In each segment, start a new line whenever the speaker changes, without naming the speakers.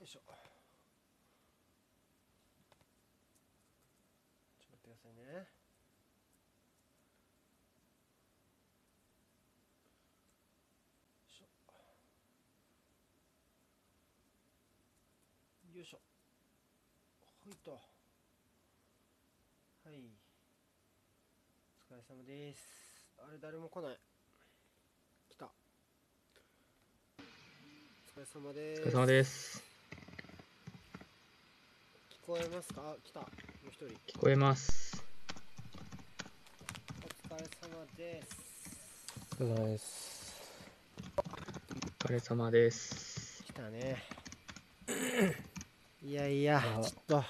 いしょちょっと待ってくださいねしょよいしょほいとはいお疲れ様ですあれ誰も来ない来たお疲れ様で
お疲
す
れ様です。
聞こえますかあ来たもう一人
聞こえます。
お疲れ様です
お疲れ様です。
お疲れ様です。
来た ねいやいや
あ
ちょっとちょっ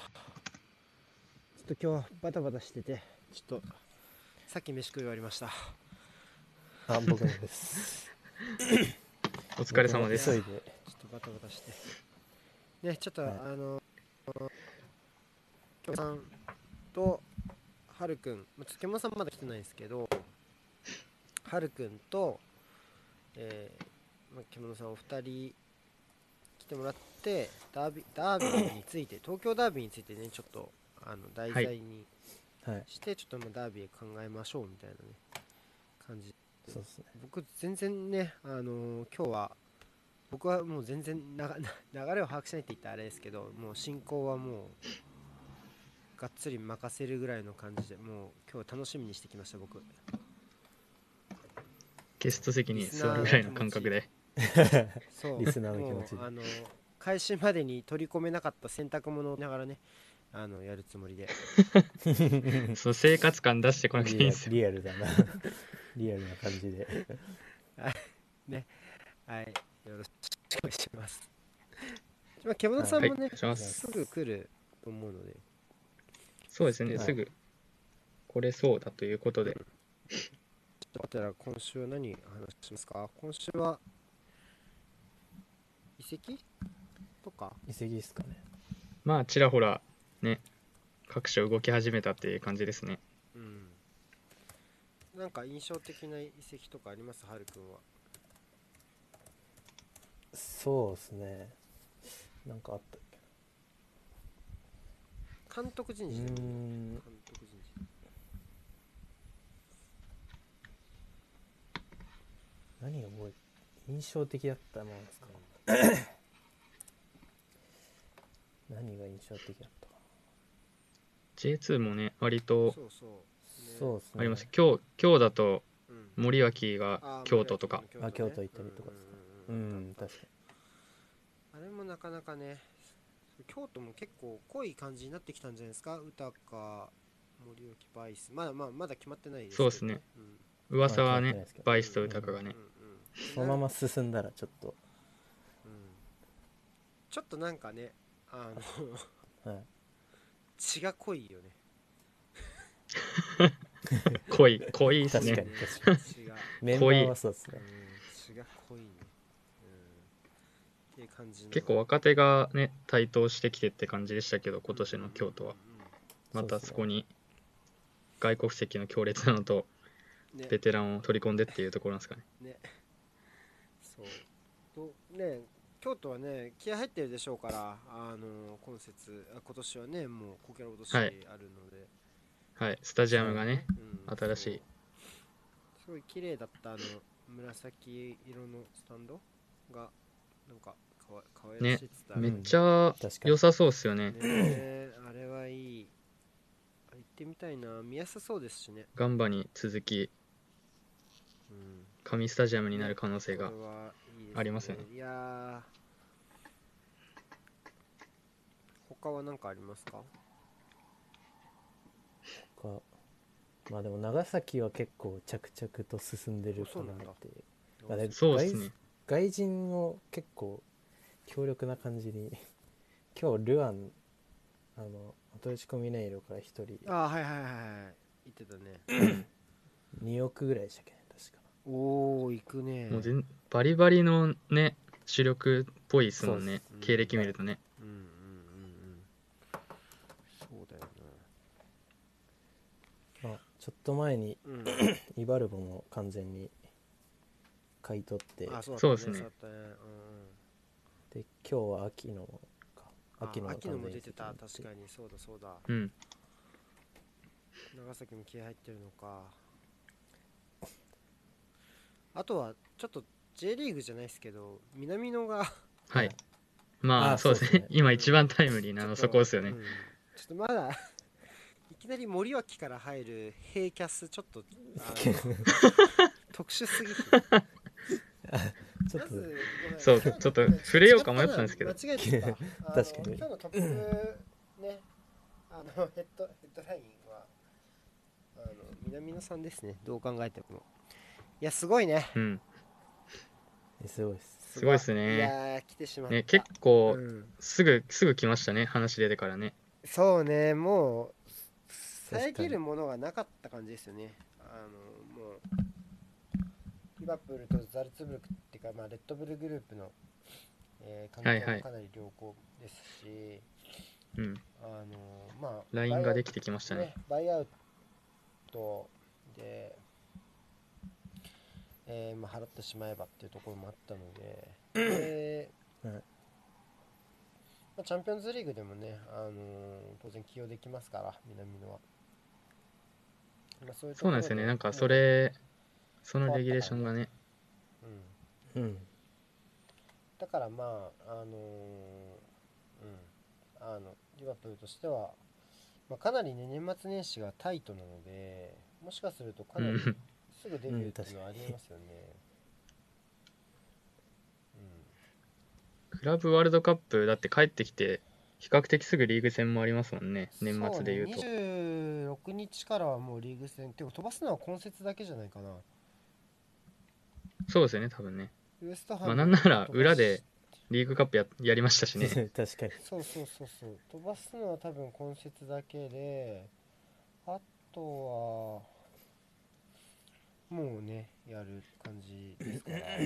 と今日バタバタしててちょっとさっき飯食い終わりました
あ、僕もです。
お疲れ様です。
急いで。
ちょっとバタバタしてねちょっと、
はい
あのきょさんとはるくんまあちょっときょもさんまだ来てないんですけどはるくんとえー、まあ、獣さんお二人来てもらってダービダービーについて東京ダービーについてねちょっとあの題材に
はい。
して、ちょっとまあダービー考えましょうみたいなね感じ
そうですね。
僕全然ねあのー今日は僕はもう全然なが 流れを把握しないって言ったらあれですけどもう進行はもうがっつり任せるぐらいの感じでもう今日楽しみにしてきました僕
ゲスト席に座るぐらいの感覚で。
そう
リスナーの気持ちで
もうあのー開始までに取り込めなかった洗濯物を見ながらねあのやるつもりで
その生活感出してこなくていいんで
リア
すよ。
リアルだ な。リアルな感じで。
はいよろしくお願いしますまあ獣さんも
はい
ね
お願いします
すぐ来ると思うので
そうですね、
はい
すぐ来れそうだということで。
だったら今週は何話しますか今週は遺跡とか
遺跡ですかね。
まあ、ちらほら、ね、各所動き始めたっていう感じですね。
うんなんか印象的な遺跡とかありますはるくんは
そうですね。なんかあったっけ
監督人
う
事
ー
だよね
ん
監。督人事
何が覚え、印象的だったもの ですか。何が印象的だったか
J2 もね、割と
そうそう、ね
そうですね。
あります。今日、今日だと
うん
森脇が
あー
京都とか、
森脇
あ京都行ったりとかですかう
うんうんうん
ん、確か
あれもなかなかね京都も結構濃い感じになってきたんじゃないですか歌か森脇バイスまだまあまだ決まってないですけど
そうですね、
うん
噂は
まあ決まってない
ね
ですけ、ど
バイスと豊が
うんう
ね
ん、、
に。そのまま進んだらちょっと、
うんちょっとなんかねあ の
はい。
血が濃いよね
濃い、濃いです
確か
ね。
に確
血が、
メンバーはそうです
うん
ね。、
血が濃いね、うん、っていう感じの
結構若手がね台頭してきてって感じでしたけど今年の京都は、
うん
また
そうっすね
そこに外国籍の強烈なのと
うんうんうんうん
ベ
ね
テランを取り込んでっていうところなんですかね
そうとね京都はね気合入ってるでしょうからあの今節あ今年はねもうこけら落としあ
は
る
い
ので、
はいスタジアムがね
うん
新し
そ
い
うすごい綺麗だったあの紫色のスタンドがなんかかわかわいらしいっつったら
ね
め
ね
っちゃ
確かに
良。さそうっすよね
ねあれはいいあ行ってみたいな見やすそうですしね
ガンバに続き
うん
神スタジアムになる可能性が
これはいいです
ありますよね
いやー他は何かありますか
かまあでも長崎は結構着々と進んでるかなっていうあれ
そうですね
外人を結構強力な感じに 今日ルアンあのアトレチコミネイロから1人
あーはいはいはいはい言ってたね
2億ぐらいでしたっけね確か
おお行くね
もう全バリバリのね主力っぽいっすもん
そうっ
ね
す
うん
経歴見るとね
うんうんうんうんそうだよ
まあ、ちょっと前に
なうん
イバルボも完全に買い取って で
あそうだった
そうですね
だったねうんうん
今日は秋の
あ秋
秋の
のも
完全
出
移
て
籍
た
なんて
確かにそうだそうだ
うん。
長崎も気合入ってるのかあとはちょっと J リーグじゃないですけど南野が
はい。
あ
まあ、
あ
そうです
そうです
ね
ね。
今一番タイムリーなの、
ちょ
そ
っと
こですよね
う。んちょっとまだいきなり森脇から入る平キャスちょっとあ の特殊すぎる
ちょ
ま
っと
ずごめん
そうちょっと触れようか迷ったんですけど
間違えてたあの
確かに
今日のトップねあのヘッドヘッドラインはあの南野さんですねどう考えてもいやすごいね
うん。
えすごいです
すごいっすね
いやー来てしまった、
ね、結構
う、ん
すぐ、すぐ来ましたね。話出てからね。
そうねもう
確かに
遮るものがなかった感じですよねあのもうリバプールとザルツブルクっていうか、まあ、レッドブルグループの、えー、関
はい
係
はい
もかなり良好ですし、
うん。
あのまあ
LINE ができ
て
てきましたね。
バイアウトで、えーまあ、払ってしまえばっていうところもあったの でで、
はい
まあ、チャンピオンズリーグでもね、あの当然起用できますから南野は、まあ、そういうと
そ
こ
う
ろ
なんですよね。なんか、そ、
も
れ、そのレギュレーションがね。
ううん、
うん
だからまああのーうんあのリバプールとしては、まあ、かなりね年末年始がタイトなのでもしかするとか
う
なり
ん。
すぐデビューっていうのはありえますよね。
クラブワールドカップ、だって帰ってきて、比較的すぐリーグ戦もありますもんね。
うん
年末で言う
そ
と。
うね26日からはもうリーグ戦てか飛ばすのは今節だけじゃないかな。
そうですよね、多分ね。
ウエストハ
まあ、
ム
なんなら、裏で、リーグカップややりましたし ね。
確かに
そうそうそうそう飛ばすのは多分今節だけであとはもうねやる感じですから、う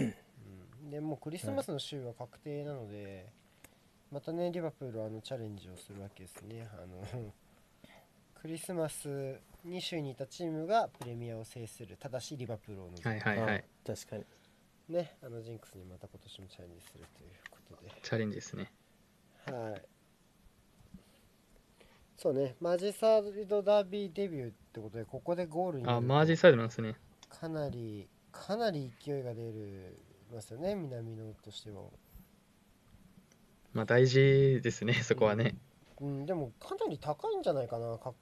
ん、でもうクリスマスの週は確定なので、またねリバプールはあのチャレンジをするわけですねあのクリスマスに週にいたチームがプレミアを制するただしリバプールを除く、
はいはいはい。
あ確かに
ねあのジンクスにまた今年もチャレンジするということで
チャレンジですね。
はい。そうね、マージサイドダービーデビューってことで、ここでゴールにな
あ、
ると
マージサイドなんですね。
かなり、かなり勢いが出るますよね、南野としては。
まあ大事ですね、そこはね。
うん、でもかなり高いんじゃないかな、か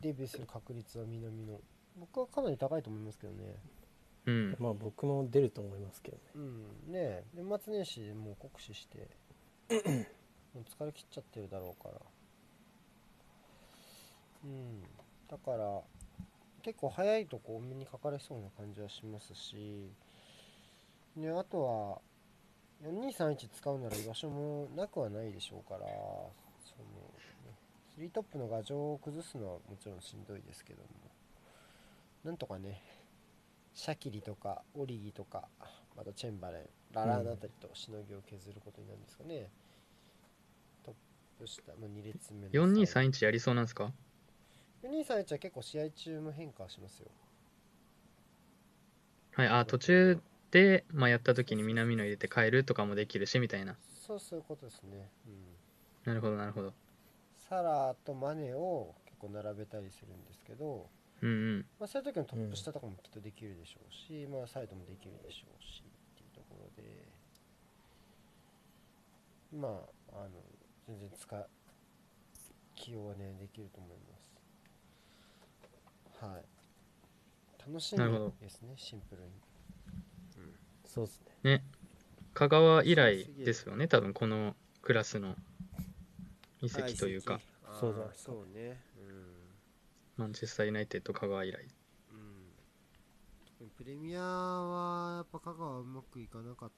デビューする確率は南野。僕はかなり高いと思いますけどね。
うん。
まあ僕も出ると思いますけどね
うん、ねえ年末年始でもう酷使して、もう疲れ切っちゃってるだろうから。うん、だから、結構早いとこお目にかかれそうな感じはしますし、ね、あとは、4231使うなら居場所もなくはないでしょうから、その、ね、3トップの牙城を崩すのはもちろんしんどいですけども、なんとかね、シャキリとかオリギとかまたチェンバレンララーナあたりとしのぎを削ることになるんですかね、トップ下の2列目の
4231やりそうなんですか
4231は結構試合中も変化はしますよ
はい。あ、途中で、まあやった時に南野入れて帰るとかもできるし、みたいな。
そうそういうことですね、うん、
なるほど、なるほど。
サラーとマネを結構並べたりするんですけど、
うんうん。
まあ、そういう時のトップ下とかもきっとできるでしょうし、まあサイドもできるでしょうしっていうところでまああの全然使い起用はねできると思いますはい楽しみ
なるほど
ですねシンプルに
そうですね
香川以来ですよね、多分このクラスの遺跡というか、
あー
そうだ
そうね
マンチェスターユナイテッド香川以来。
うん、うん、特にプレミアはやっぱ香川うまくいかなかっ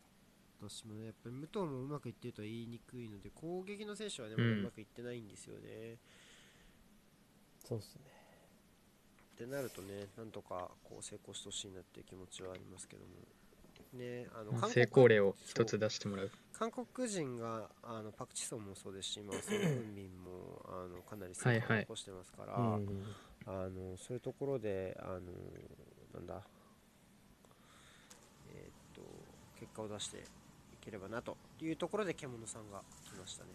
たしもねやっぱり武藤もうまくいってるとは言いにくいので攻撃の選手はねまだ
うん
うまくいってないんですよね、
そうですね
ってなるとね、なんとかこう成功してほしいなっていう気持ちはありますけども、ね、あの
まあ
韓
成功
国
例を一つ出してもらう。
韓国人があのパク・チソンもそうですし、今、ソン・フンビンもあのかなり成
はい
功を
はい
残してますから、
うん
あのそういうところで、あのなんだ、えーっと、結果を出していければなというところで、獣さんが来ましたね。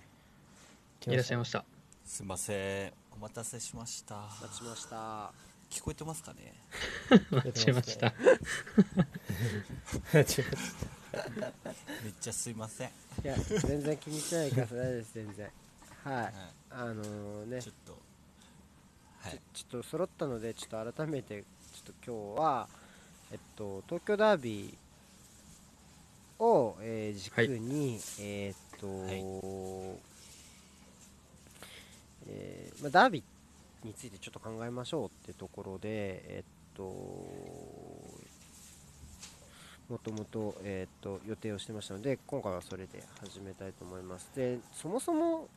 来
いらっしゃい
ま
ま
し
した。
すいませんお待たせしました
待ちました
聞こえてますかね
た
待ちま した。
間違えまし
めっちゃすいません、
いや全然気にしないでください大丈夫です全然はい
は
あのね
い、ちょっとはい
ちょっと揃ったのでちょっと改めてちょっと今日はえっと東京ダービーを、えー軸に、えーっと、
はい
えーまあ、ダービーについてちょっと考えましょうってところでえっともともと,、えーっと予定をしてましたので今回はそれで始めたいと思いますでそもそも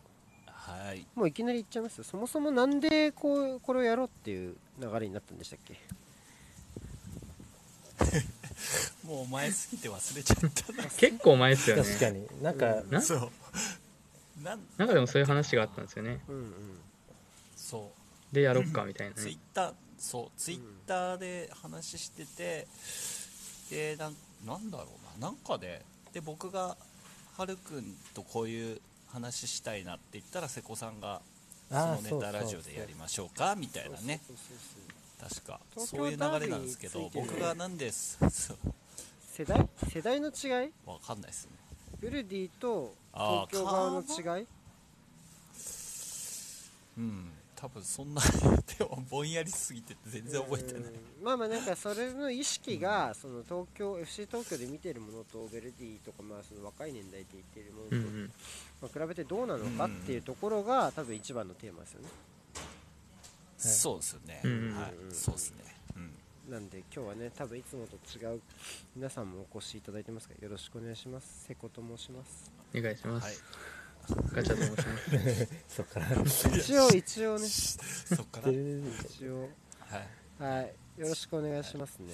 はい
もういきなり言っちゃいますそもそもなんでこうこれをやろうっていう流れになったんでしたっけ
もう前すぎて忘れちゃったな
結構前です
た
よね。
確かになんか
な
そうなん
なんかでもそういう話があったんですよね。
うんうん
そう
で、やろっかみたいな
ツイ
ね
ッ。ターそうツイッターで話してて、でなんなんだろうななんかでで僕がはるくんとこういう話したいなって言ったら瀬古さんがそ
あー
のネタラジオでやりましょうかみたいなね
そうそうそうそう
確か
東
そう
京
いう
ダービ
流
ー
れなんですけど
についてね
僕がなんですそう
世代世代の違い
わかんないですね
ヴェルディと
あ
東京
ー
側の違い
うん多分そんなでもぼんやりすぎてて全然覚えてない
うんまあまあなんかそれの意識がその東京 FC 東京で見てるものとヴェルディとかまあその若い年代で言ってるもの
う
と、
んうん。
まあ、比べてどうなのかっていうところが多分一番のテーマですよね
そうですよね、
うん
はいそうですねうん
なんで今日はね多分いつもと違う皆さんもお越しいただいてますからよろしくお願いします瀬古と申します
お願いしま
はい
す。ガチャと申します。
そっから
一応一応ね
そっから
てる
一応
はい
はいよろしくお願いしますね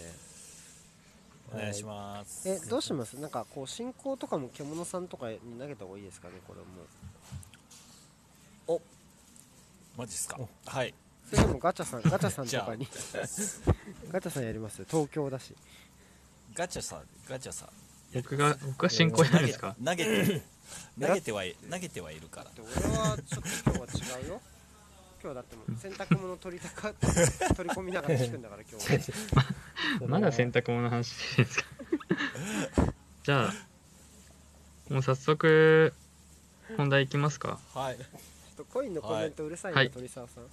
お願いします。
えどうしますなんかこう進行とかも獣さんとかに投げた方がいいですかねこれも
おマジっすか。はい。
それでもガチャ さんガチャさん
じ
と
ゃ
か
あ
にガチャさんやります東京だし
ガチャさん、ガチャさん。
僕が、僕が進行やるんですか
投げて、投げてはい、投げてはいるから。
で俺はちょっと今日は違うよ今日だってもう洗濯物取りたか取り込みながら聞くんだから今日 は
まだ洗濯物の話してるんですか じゃあ、もう早速、本題いきますか。
はい。
ちょっとコインのコメントうるさいな、
はい
鳥沢さん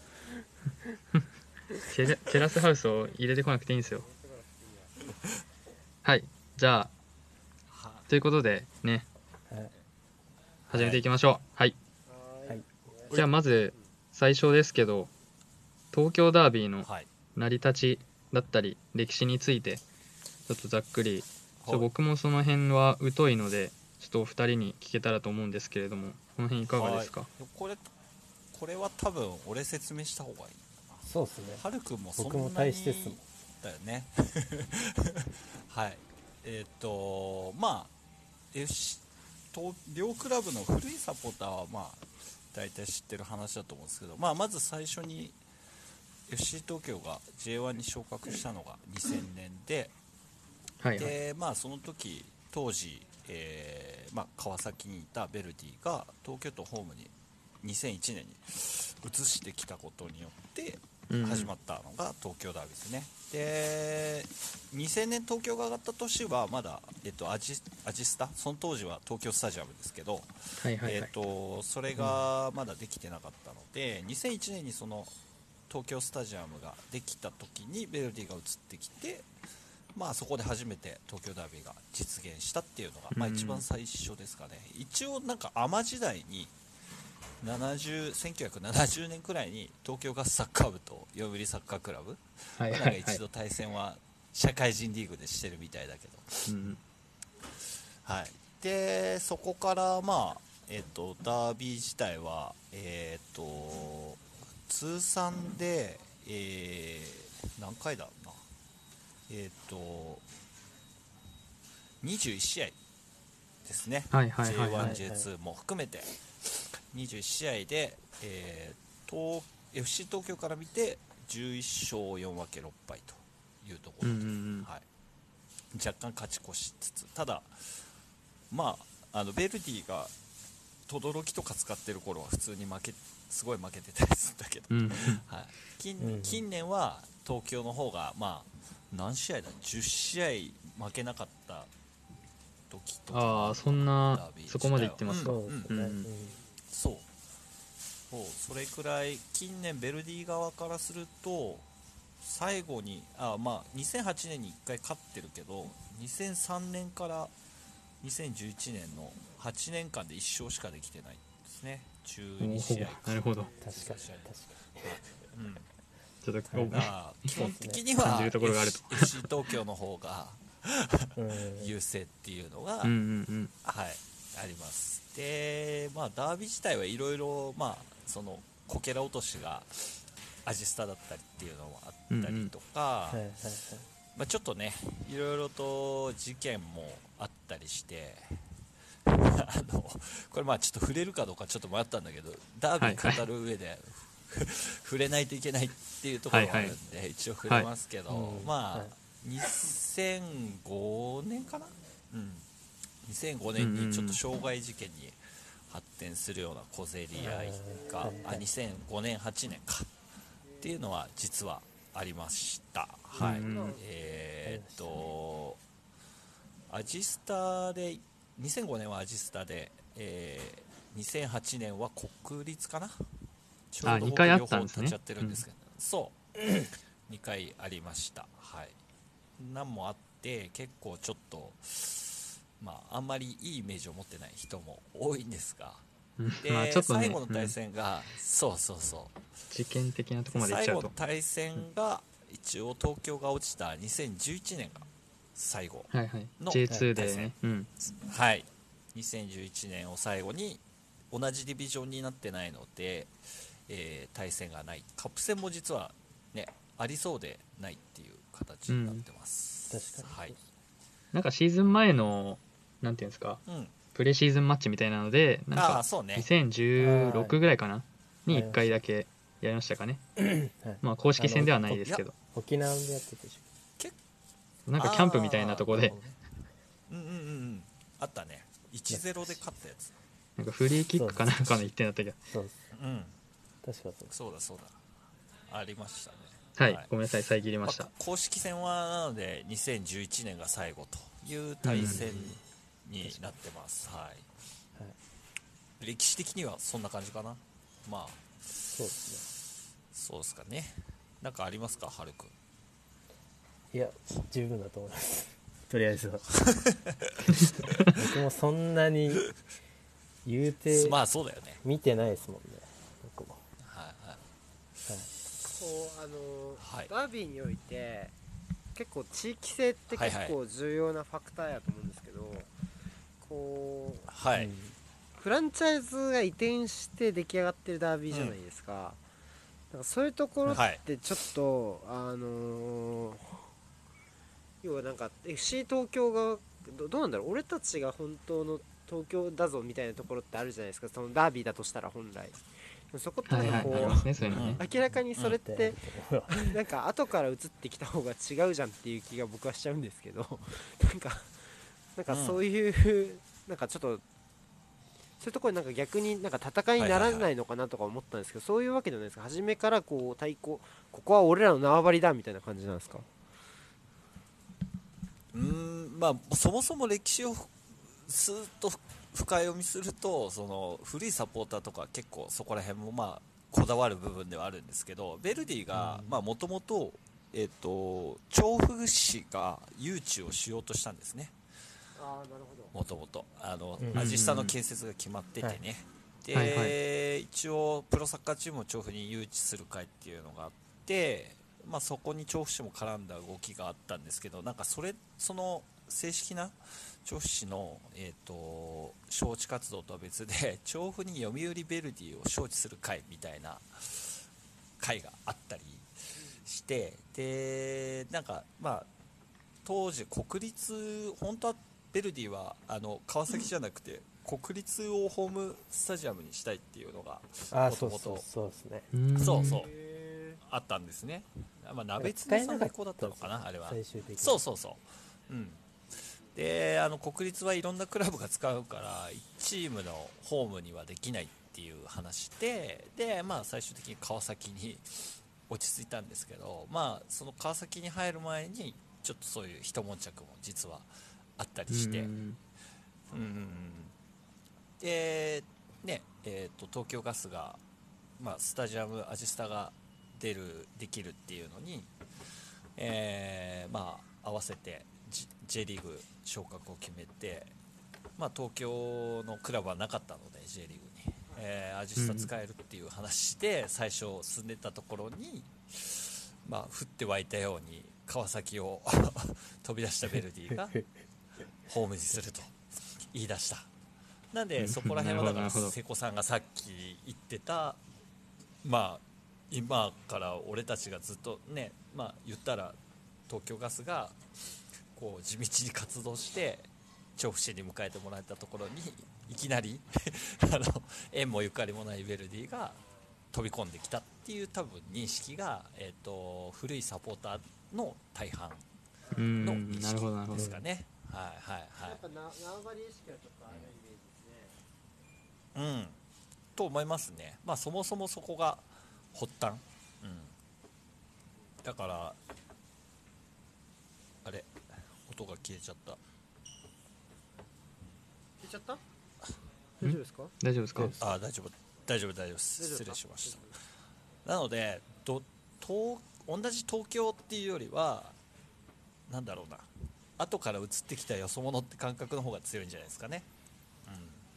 テレテラスハウスを入れてこなくていいんですよ。はい。じゃあ、
は
ということでね、
はい
始めていきましょう。はい。
は
はい
じゃあまず、最初ですけど、東京ダービーの
はい。
成り立ちだったり、歴史について、ちょっとざっくり、ちょっと僕もその辺は疎いので、ちょっとお二人に聞けたらと思うんですけれども、この辺いかがですか
はいこれ、これは多分俺説明した方がいい。
そうですね
はるくんもそんな
僕
に
も大してっすもん
だよね はいえっ、とまあ FC と両クラブの古いサポーターはまあ大体知ってる話だと思うんですけど、まあ、まず最初に FC 東京が J1 に昇格したのが2000年で、
はいはい。
でまあその時当時、えーまあ、川崎にいたベルディが東京都ホームに2001年に移してきたことによって
うん
始まったのが東京ダービーですね、で2000年東京が上がった年はまだ、えっと、アジアジスタその当時は東京スタジアムですけど、
はいはいは
え
い
ー、。とそれがまだできてなかったので、2001年にその東京スタジアムができた時にベルディが移ってきて、まあ、そこで初めて東京ダービーが実現したっていうのが、まあ、
うん
一番最初ですかね、一応なんかアマ時代に70 1970年くらいに東京ガスサッカー部と読売サッカークラブ、
はい
なん
は
か
いはい
一度。対戦は社会人リーグでしてるみたいだけど。
うん
はい、でそこから、まあえっとダービー自体は、えっと通算で、えー何回だろうな、えっと21試合ですね、
はいはいはいはい
J1、J2 も含めて21試合で、えー東 FC 東京から見て11勝4分け6敗というとこ
う
ろ
んう
で
んうん。
はい、若干勝ち越しつつただ、まあ、あのベルディが轟とか使ってる頃は普通に負けすごい負けてたりするんだけど、
うん
はい、近
うん
近年は東京の方が、まあ、何試合だ10試合負けなかった時とか
ああそんな
ダービー
そこまで行ってますか、
そうですね、
うん
そうそうそれくらい近年ベルディ側からすると最後にあまあ2008年に1回勝ってるけど2003年から2011年の8年間で1勝しかできてないですね12試合
おおなるほど
確かに確か
うん
ちょっと、
はい
だから基本的には
感じるところが あると
FC 東京の方が
に、うん、
優勢っていうのが、
うんうんうん
はいありますでまあダービー自体はいろいろまあそのこけら落としがアジスタだったりっていうのもあったりとか、
はいはいはい
まあ、ちょっとねいろいろと事件もあったりして あのこれまあちょっと触れるかどうかちょっと迷ったんだけどダービー語る上で、触れないといけないっていうところがあるんで、一応触れますけど、
はい
まあ、
はい
2005年かな、うん、2005年にちょっと傷害事件に発展するような小競り合いが、
はい
あ2005年8年かっていうのは実はありましたはい、
うん
えーっとアジスタで2005年はアジスタで、えー2008年は国立かなちょうど
二回あ
僕
った
両方
んですね
立ち会ってるんですけど、そう2 回ありましたはいなんもあって結構ちょっとまああんまりいいイメージを持ってない人も多いんですが
うん
で、
まあちょっとね
最後の対
うん
戦が、そうそうそう
事件的なとこまで行っ
最
ちゃ
後
う
の
と
対戦が一応東京が落ちた2011年が最後
はいはい
の
J2
対
で
戦
ねうん
はい2011年を最後に同じディビジョンになってないので、えー対戦がないカップ戦も実はねありそうでないっていう形になってます、
確かに
なんかシーズン前のなんていうんですか
はい、うん、
プレシーズンマッチみたいなのでなん
ああー
か
そうね
2016ぐらいかなに
はい
1回だけやりましたかね
はい
まあ公式戦ではないですけど
沖縄でやってたでし
なんかキャンプみたいなとこで
あーなるほどねうんうんうんうんあったね1-0で勝ったやつ
なんかフリーキックかなんかの1点だったけど
ょそうです
うん
確かそうです
そうだそうだありましたね
はい
はい
ごめんなさい遮りま
ま
した
あ公式戦はなので2011年が最後という対戦になってます、はい
はい
歴史的にはそんな感じかなまあ
そうです
そうですかねなんかありますかはるくん
ねいや十分だと思いますとりあえずは僕もそんなに言うて
まあそうだよね
見てないですもんね僕も、
はいはい
はい、
こうあのー
はい
ダービーにおいて結構地域性って
はい
結
はい
構重要なファクターやと思うんですけど、こう
はい、
うん
フランチャイズが移転して出来上がってるダービーじゃないですか,、なんかそういうところっ
はい
てちょっと、あのー要はなんか FC 東京がどどうなんだろう俺たちが本当の東京だぞみたいなところってあるじゃないですかそのダービーだとしたら本来でもそこって
はい
な
は
んか
いあ
こう、
りますねそういうのね
明らかにそれっ
で
て なんか後から移ってきた方が違うじゃんっていう気が僕はしちゃうんですけど なんかなんかそういう、なんかちょっとそういうところになんか逆になんか戦いにならないのかなとか思ったんですけど、そういうわけじゃないですか初めからこう対抗ここは俺らの縄張りだみたいな感じなんですか
うーんまあそもそも歴史をすーっと深読みするとその古いサポーターとか結構そこら辺もまあこだわる部分ではあるんですけどベルディが
うん
まあもともとえっと調布市が誘致をしようとしたんですね
ああなるほど
もともとあの
うん
アジスタの建設が決まっててね、
うん
で、
はい
一応プロサッカーチームを調布に誘致する会っていうのがあって、まあ、そこに調布市も絡んだ動きがあったんですけどなんかそれその正式な調布市の、えー、と招致活動とは別で 調布に読売ベルディを招致する会みたいな会があったりしてでなんかまあ当時国立本当はベルディはあの川崎じゃなくて国立をホームスタジアムにしたいっていうのが
ああ
もと
そう
も
そう
と
そうですね
ん
そうそう
へ
あったんですねあまあ
なん
鍋
か
つね
使え
さ
なんか
の
っ
子だったのかなあれは
最終的に
そうそうそううんであの国立はいろんなクラブが使うから1チームのホームにはできないっていう話でで、まあ、最終的に川崎に落ち着いたんですけど、まあ、その川崎に入る前にちょっとそういう一悶着も実はあったりして。
うん
うんうんうんで、ねえーと東京ガスが、まあ、スタジアムアジスタが出るできるっていうのに、えーまあ、合わせて J- J リーグ昇格を決めて、まあ、東京のクラブはなかったので J リーグに、えーアジスタ使えるっていう話で最初進んでたところに、まあ、降って湧いたように川崎を 飛び出したベルディが。ホームにすると言い出したなん
う
で
ん
そこら辺
なる
はだから
ほどなるほど
瀬古さんがさっき言ってたまあ今から俺たちがずっとねまあ言ったら東京ガスがこう地道に活動して調布市に迎えてもらったところにいきなり あの縁もゆかりもないヴェルディが飛び込んできたっていう多分認識が、えー、と古いサポーターの大半
うん
の意
なるほどなる
識
ほど
ですかね。はいはいはい
やっぱな縄張り意識はちょっとあるイメージですね。
うん、と思いますね、まあ、そもそもそこが発端、うん、だからあれ音が消えちゃった
聞いちゃった？大丈夫ですか？
大丈夫ですか
あー大丈夫大丈夫大丈夫です
大丈夫
失
で
礼
す
し
か
ましたなのでど東同じ東京っていうよりはなんだろうな後から移ってきたよそ者って感覚の方が強いんじゃないですかね、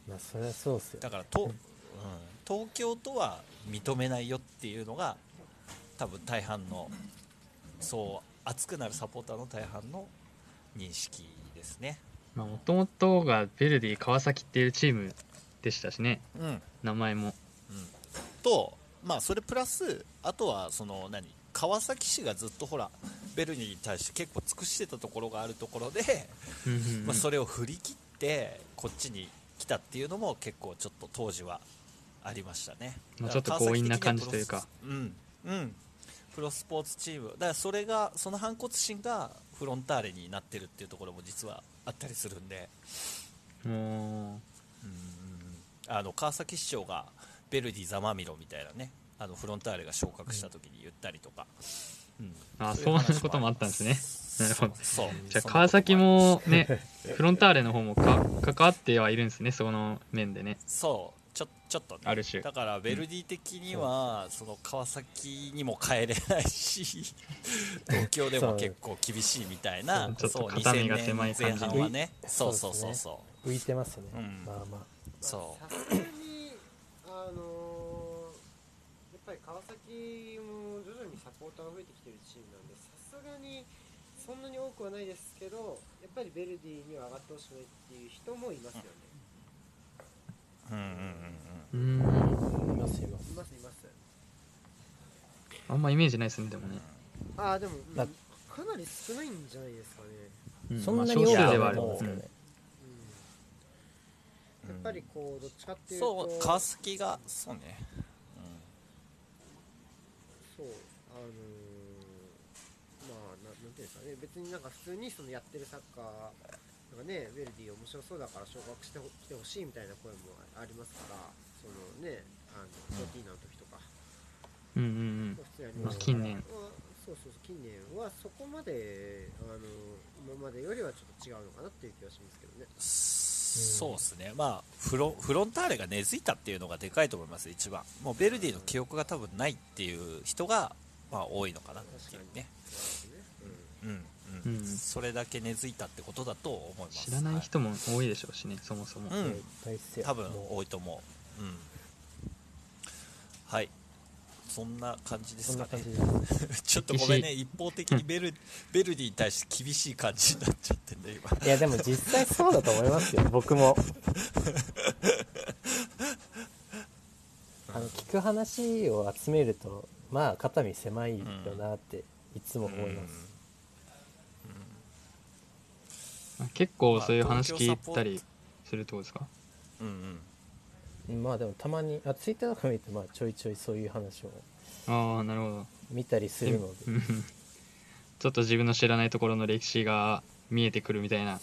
うん、
まあそりゃそうっすよ
だからと、うん、東京とは認めないよっていうのが多分大半のそう熱くなるサポーターの大半の認識ですね
もともとがヴェルディ川崎っていうチームでしたしね
うん
名前も
うん、と、まあ、それプラスあとはその何川崎市がずっとほらベルニーに対して結構尽くしてたところがあるところで、
うんうんうん
まあ、それを振り切ってこっちに来たっていうのも結構ちょっと当時はありましたね、
まあ
だら
ちょっと強引な感じというか
川崎的にはプロスうんうんプロスポーツチームだからそれがその反骨心がフロンターレになってるっていうところも実はあったりするんで、
も
うんあの川崎市長が「ベルディざまみろ」みたいなねあのフロンターレが昇格した時に言ったりとか、うん
あ
い話
そうなこともあったんですねなるほど
そう
うじゃあ川崎
そう
もね フロンターレの方もか関わってはいるんですねその面でね
そうちょちょっとね
ある種
だからベルディ的には、その川崎にも帰れないし 東京でも結構厳しいみたいな
そうちょっと
そう
肩身が狭い
2000年
感じ
前
に
半はねそう
そ
そうう
ですね
そうそ
浮いてますよね、
うん
まあま
うそう
さすがにあのーやっぱり川崎も徐々にサポーターが増えてきてるチームなんでさすがにそんなに多くはないですけどやっぱりベルディには上がってほしくないっていう人もいますよね、
うんうんうんうん
うーん
あいますいます
いますいます
あんまイメージないですねでもね、
ああでも、うん
まあ
かなり少ないんじゃないですかね、
うん
そんな
ま
に多
あ少数
くはな
で
い
は
と
あり
思うん
ま
です
す
け
うん、や
ね
どね、
っぱりこうどっちかっていうと
そう川崎がそうね、うん
そうあのーまあななんていうんですかね別になんか普通にそのやってるサッカーなんかねヴェルディ面白そうだから昇格してほ来てほしいみたいな声もあありますからそのねあの
うん
プロティーナの時とか、
うんうんうん
普通にあり
ま
ま
あ
す
近年
あそうそうそう近年はそこまであの今までよりはちょっと違うのかなっていう気がしますけどね
そうですね、まあフロ、フロンターレが根付いたっていうのがでかいと思います、一番、もうベルディの記憶が多分ないっていう人が、まあ、多いのかなっていうね、
そうですねうん
うん
う
うんんそれだけ根付いたってことだと思います。
知らない人も多いでしょうしねそもそも、
はいうん
いっぱいっすよ
多分
もう
多いと思う、うん、はい、そんな感じで
そ
す
んな
か
感
ね
じ、です
ちょっとごめんね、一方的にベルベルディに対して厳しい感じになっちゃってんだ、今。
いやでも実際そうだと思いますよ僕もあの聞く話を集めるとまあ肩身狭いよなっていつも思います、
まあ結構そういう話聞いたりするってことですか
うんうん
まあでもたまにあツイッターとか見てまあちょいちょいそういう話を
ああなるほど
見たりするので
うんちょっと自分の知らないところの歴史が見えてくるみたいな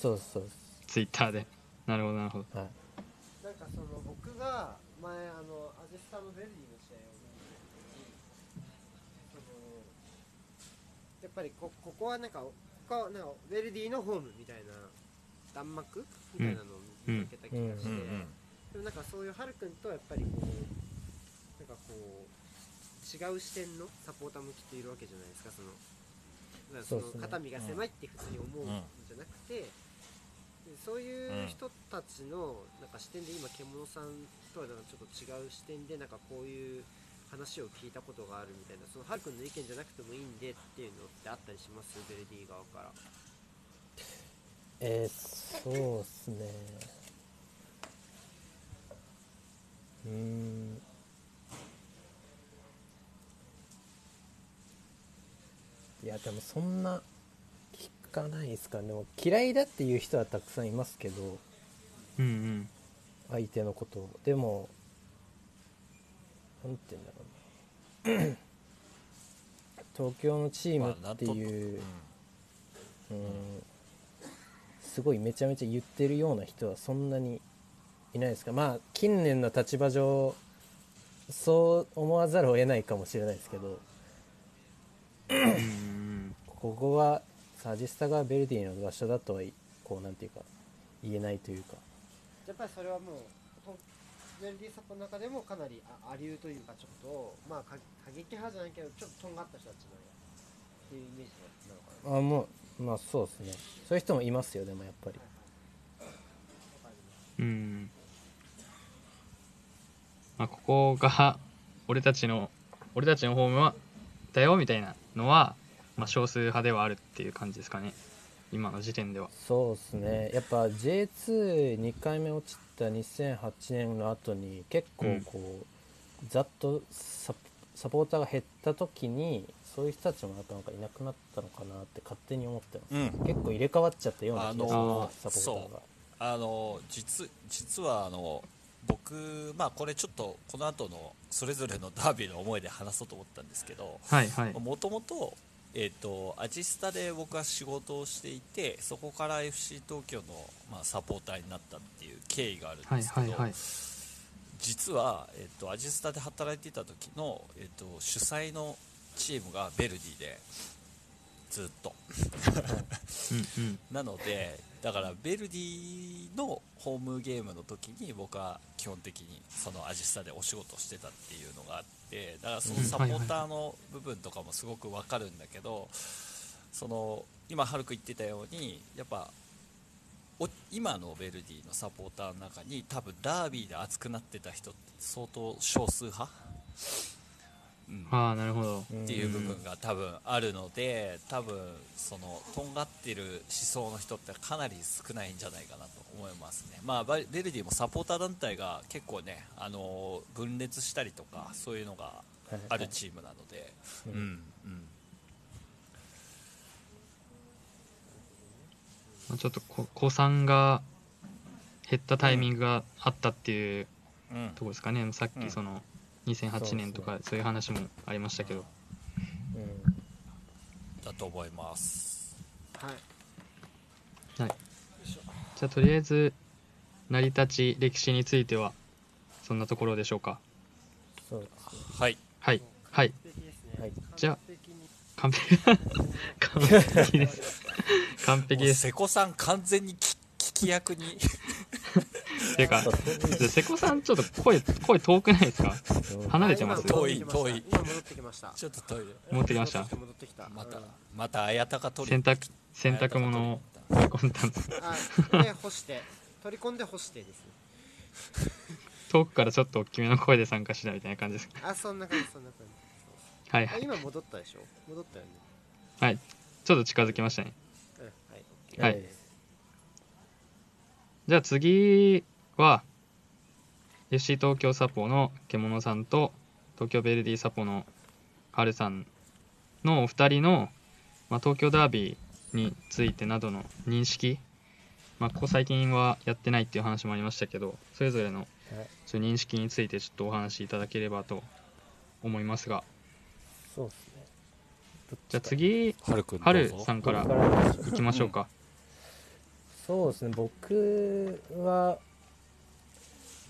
そうそうそう
ツイッターでなるほどなるほど
はい
なんかその僕が前あのアジスタのベルディの試合を見に行った時にそのやっぱりこここはなんかここはなんかベルディのホームみたいな弾幕みたいなのを見かけた気がして、
うん
でもなんかそういうハルくんとはやっぱりこうなんかこう違う視点のサポーターもきっといるわけじゃないですかそのまあそ
そうです
の
ね
肩身が狭いって普通に思うんじゃなくて、でそういう人たちのなんか視点で今獣さんとはなんかちょっと違う視点でなんかこういう話を聞いたことがあるみたいなそのハルくんの意見じゃなくてもいいんでっていうのってあったりしますベルディ側から。
えー、そうっすねうーんいやでもそんな聞かないですかねでも嫌いだっていう人はたくさんいますけど
うんうん
相手のことをでもなんて言うんだろうな 東京のチームっていう、うんすごいめちゃめちゃ言ってるような人はそんなにいないですかまあ近年の立場上そう思わざるを得ないかもしれないですけど
うんうん
ここはサジスタがベルディの場所だとはこうなんていうか言えないというか
やっぱりそれはもうとベルディサポの中でもかなりあありうというかちょっとまあか過激派じゃないけどちょっととんがった人たちのっていうイメージなのかな
あもうまあそうですねそういう人もいますよでもやっぱり
うんうんまあここが俺たちの俺たちのホームはだよみたいなのは、まあ、少数派ではあるっていう感じですかね今の時点では
そうですねやっぱ J22 回目落ちた2008年の後に結構こう、ざっとサポサポーターが減った時にそういう人たちもやっぱなんかいなくなったのかなって勝手に思ってます、
うんうん
結構入れ替わっちゃったような気がします、
あの
サポーターが
あの実実はあの僕、まあ、これちょっとこの後のそれぞれのダービーの思いで話そうと思ったんですけど
はいはい
もともと,、えー、とアジスタで僕は仕事をしていてそこから FC 東京の、まあ、サポーターになったっていう経緯があるん
はい
ですけ
は
ど、
いはい
実は、えー、とアジスタで働いていた時の、えー、と主催のチームがベルディでずっと。
うんうん
なのでだからベルディのホームゲームの時に僕は基本的にそのアジスタでお仕事をしてたっていうのがあってだからそのサポーターの部分とかもすごくわかるんだけどその今ハルク言ってたようにやっぱお今のベルディのサポーターの中に多分ダービーで熱くなってた人って相当少数派、うん、
ああなるほど
ん
っていう部分が多分あるので多分そのとんがってる思想の人ってかなり少ないんじゃないかなと思いますね、まあ、バベルディもサポーター団体が結構ねあの分裂したりとかそういうのがあるチームなので、うんうん
まあちょっとこ子さんが減ったタイミングがあったっていう
うん
とこですかね、さっ
う
き
ん
その2008年とかそういう話もありましたけど、
うん
だと思います
はい、はい
じゃあとりあえず成り立ち歴史についてはそんなところでしょうか
そうです
はい
はいはい
完璧ですね
はい
じゃあ
完璧に
完璧完 璧です完
も
璧
う
です
瀬古さん完全にき聞き役に
っていうか
そうそう
じゃあ瀬古さんちょっと声声遠くないですか
うん
離れてます
あ今戻
遠
っ
い
てきました今戻ってきました
遠いちょっとトイレ
持ってきました
戻ってきた
また
うん
また綾鷹取
洗
り
濯洗濯物を 込んだんです
あで干して取り込んで干してですね
遠くからちょっと大きめの声で参加したみたいな感じです
あそんな感じそんな感
はい
じ
は
あ
い、
今戻ったでしょ戻ったよね
はい、ちょっと近づきましたね
うんはい
はい
はい
じゃあ次は FC 東京サポの獣さんと東京ベルディサポの春さんのお二人の、まあ、東京ダービーについてなどの認識、まあ、ここ最近はやってないっていう話もありましたけどそれぞれの
はい
ちょっと認識についてちょっとお話しいただければと思いますが
そうですね
じゃあ次
はるくんどう
春
ぞ
さんから
ここから
行きましょうか、
そうですね僕は、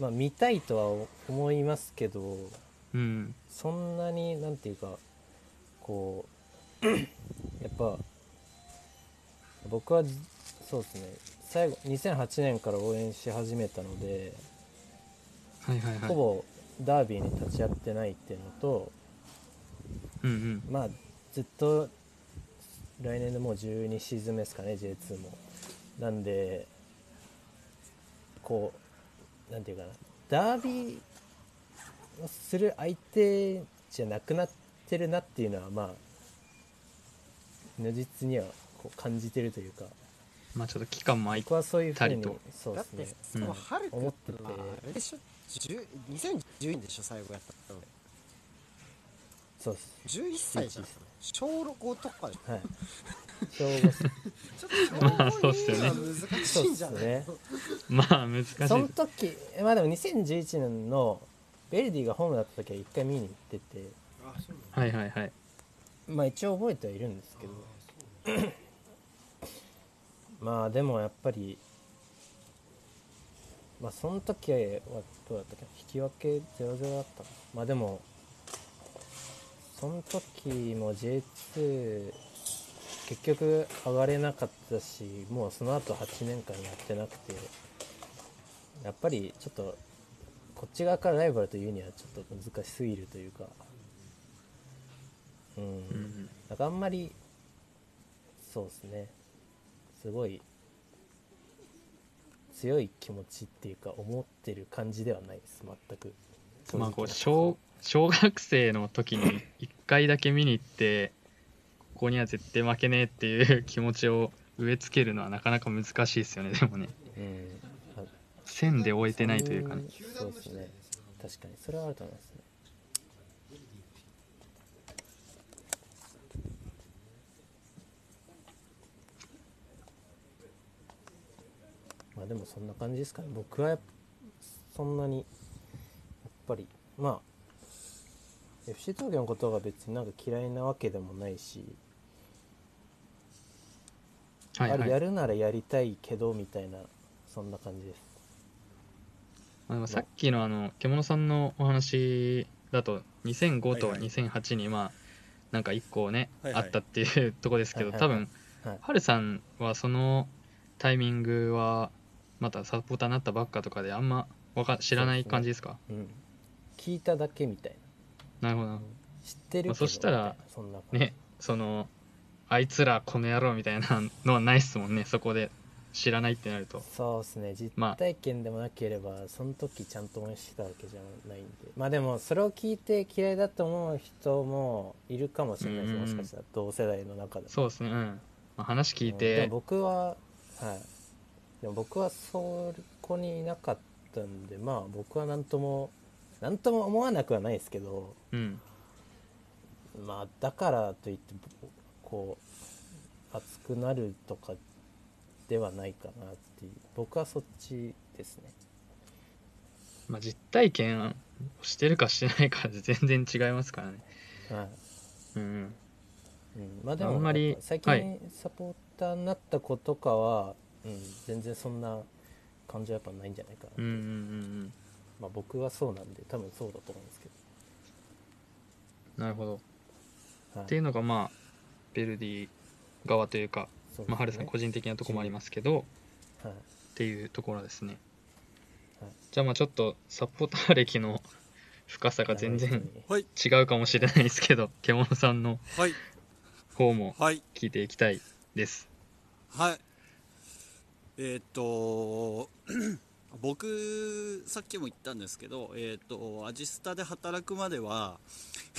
まあ、見たいとは思いますけど
うん
そんなになんていうかこう やっぱ僕はそうですね最後2008年から応援し始めたので、
はいはいはい
ほぼダービーに立ち会ってないっていうのと
うんうん
まあずっと来年でもう12シーズン目ですかね J2 もなんでこうなんていうかなダービーをする相手じゃなくなってるなっていうのはまあ如実にはこう感じてるというか
まあちょっと期間も空い
僕はそういうふう
たり
に
と
そう
だ
で
っ
す
てし
ね
かもハルク
思っ
って
てて
あれでしょ10 2010年でしょ最後やったの
そうっす
11歳じゃん小6とかでしょ
はい小5っす
ちょっと
まあ そうっすよね
難し
そう
い
っ
んじゃ
す
ない
ね
まあ難しい
その時えまあでも2011年のベルディがホームだった時は一回見に行ってて
あそうなんだ
はいはいはい
まあ一応覚えてはいるんですけどまあでもやっぱりまあその時はどうだったっけ引き分け0-0だったのまあでもその時も J2 結局上がれなかったしもうその後8年間やってなくてやっぱりちょっとこっち側からライバルというにはちょっと難しすぎるというかう
うんうんん
なんかあんまりそうですねすごい強い気持ちっていうか思ってる感じではないです全く正直
まあこう小小学生の時に1回だけ見に行ってここには絶対負けねえっていう気持ちを植え付けるのはなかなか難しいですよねでもね
うんあ
線で終えてないというかね
そうですね確かにそれはあると思いますねまあでもそんな感じですかね僕はやっそんなにやっぱりまあ FC 東京のことが別になんか嫌いなわけでもないし、
はい
あ
は
れや
い
るならやりたいけどみたいなそんな感じです
まあでもさっきのあの獣さんのお話だと2005と
はいはい
2008にまあなんか1個ね、
はいはい
あったっていうとこですけど、
はいはいは
多
い
分
はい
ハルさんはそのタイミングはまたサポーターになったばっかとかであんまわか知らない感じですか
うん聞いただけみたいな
なるほどなるほど
知ってるけど、
まあそしたら
そんな感じ
ねそのあいつらこの野郎みたいなのはないっすもんねそこで知らないってなると
そうですね実
まあ
体験でもなければ、その時ちゃんと応援してたわけじゃないんでまあでもそれを聞いて嫌いだと思う人もいるかもしれないです
うん
もしかしたら同世代の中でも
そうですねうん、まあ話聞い
で
て
も僕ははいでも僕はそこにいなかったんでまあ僕は何とも何とも思わなくはないですけど
うん
まあだからといってぼこう熱くなるとかではないかなっていう僕はそっちですね
まあ実体験をしてるかしてないかで 全然違いますからね
はい
うんうん
うん、まあでも
あんまり
やっぱ最
は
近
い
サポーターになった子とかは、うん、全然そんな感じはやっぱないんじゃないかな、
うんうんうん
まあ、僕はそうなんで多分そうだと思うんですけ
うんなるほど
ど、は
っていうのがまあベルディ側というか、
そうですね
まあ、ハルさん個人的なとこもありますけど、
はい
っていうところですね、
はい
じゃあまあちょっとサポーター歴の深さが全
ダメ
然
ですね
はい
違うかもしれないですけど 獣さんの
はい
方も
はい
聞いていきたいです
はいえーっと 僕さっきも言ったんですけど、えーっとアジスタで働くまでは、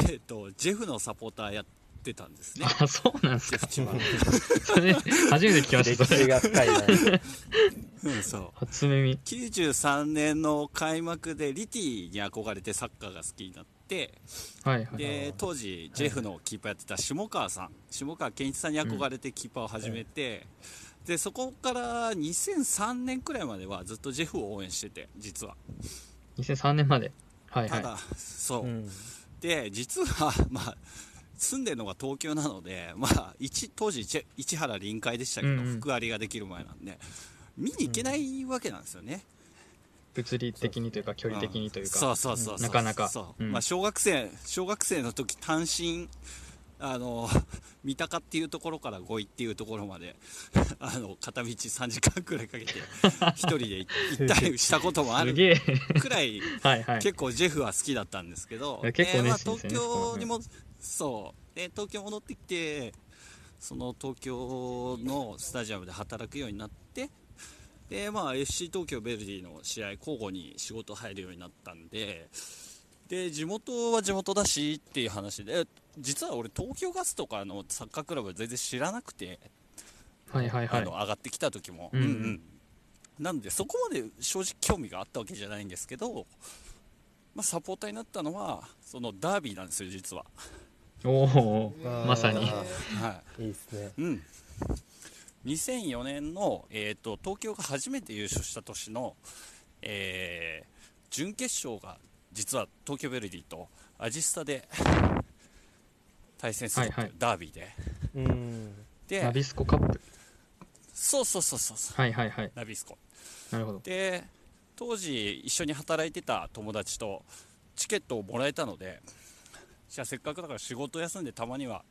えーっとジェフのサポーターやってたんですね
あそうなんです
ジェ
か
フ千葉の
それ初めて聞きました
歴
そ
史
れ
が深いな
うんそう
初耳
93年の開幕でリティに憧れてサッカーが好きになって
はいはい
で当時ジェフのキーパーやってた下川さん下川健一さんに憧れてキーパーを始めて、でそこから2003年くらいまではずっとジェフを応援してて実は
2003年まではいは
た
い
だ、そう、
うん
で実は まあ住んでるのが東京なので、まあ、一当時市市原臨海でしたけど、
うんうん
福ありができる前なんで見に行けないわけなんですよね、
物理的にというか距離的にという
そ
か
うそうそうそう
なかなか
そう
うん
まあ、小学生小学生の時単身あの 三鷹っていうところから五井っていうところまで あの片道3時間くらいかけて一人で行ったりしたことも あ
す
る
げえ
くらい
はいはい
結構ジェフは好きだったんですけど
いや結構熱心です
東
よね
京にもそうで東京戻ってきてその東京のスタジアムで働くようになってでまあ FC 東京ヴェルディの試合交互に仕事入るようになったんでで地元は地元だしっていう話で実は俺東京ガスとかのサッカークラブ全然知らなくて
はいはいは
あ
い
の上がってきた時も、
うんうん
なんでそこまで正直興味があったわけじゃないんですけど、まあ、サポーターになったのはそのダービーなんですよ実は、
おお
あ ー
まさに
はい
いですね
いうん、2004年の、えー、と東京が初めて優勝した年の、えー準決勝が実は東京ヴェルディとアジスタで対戦するっていう
はいはい
ダービーで、
うん
ナ
で
ビスコカップ
そうそうそうそうそう
はいはいはい
ナビスコ
なるほど
で当時一緒に働いてた友達とチケットをもらえたのでじゃあせっかくだから仕事休んでたまには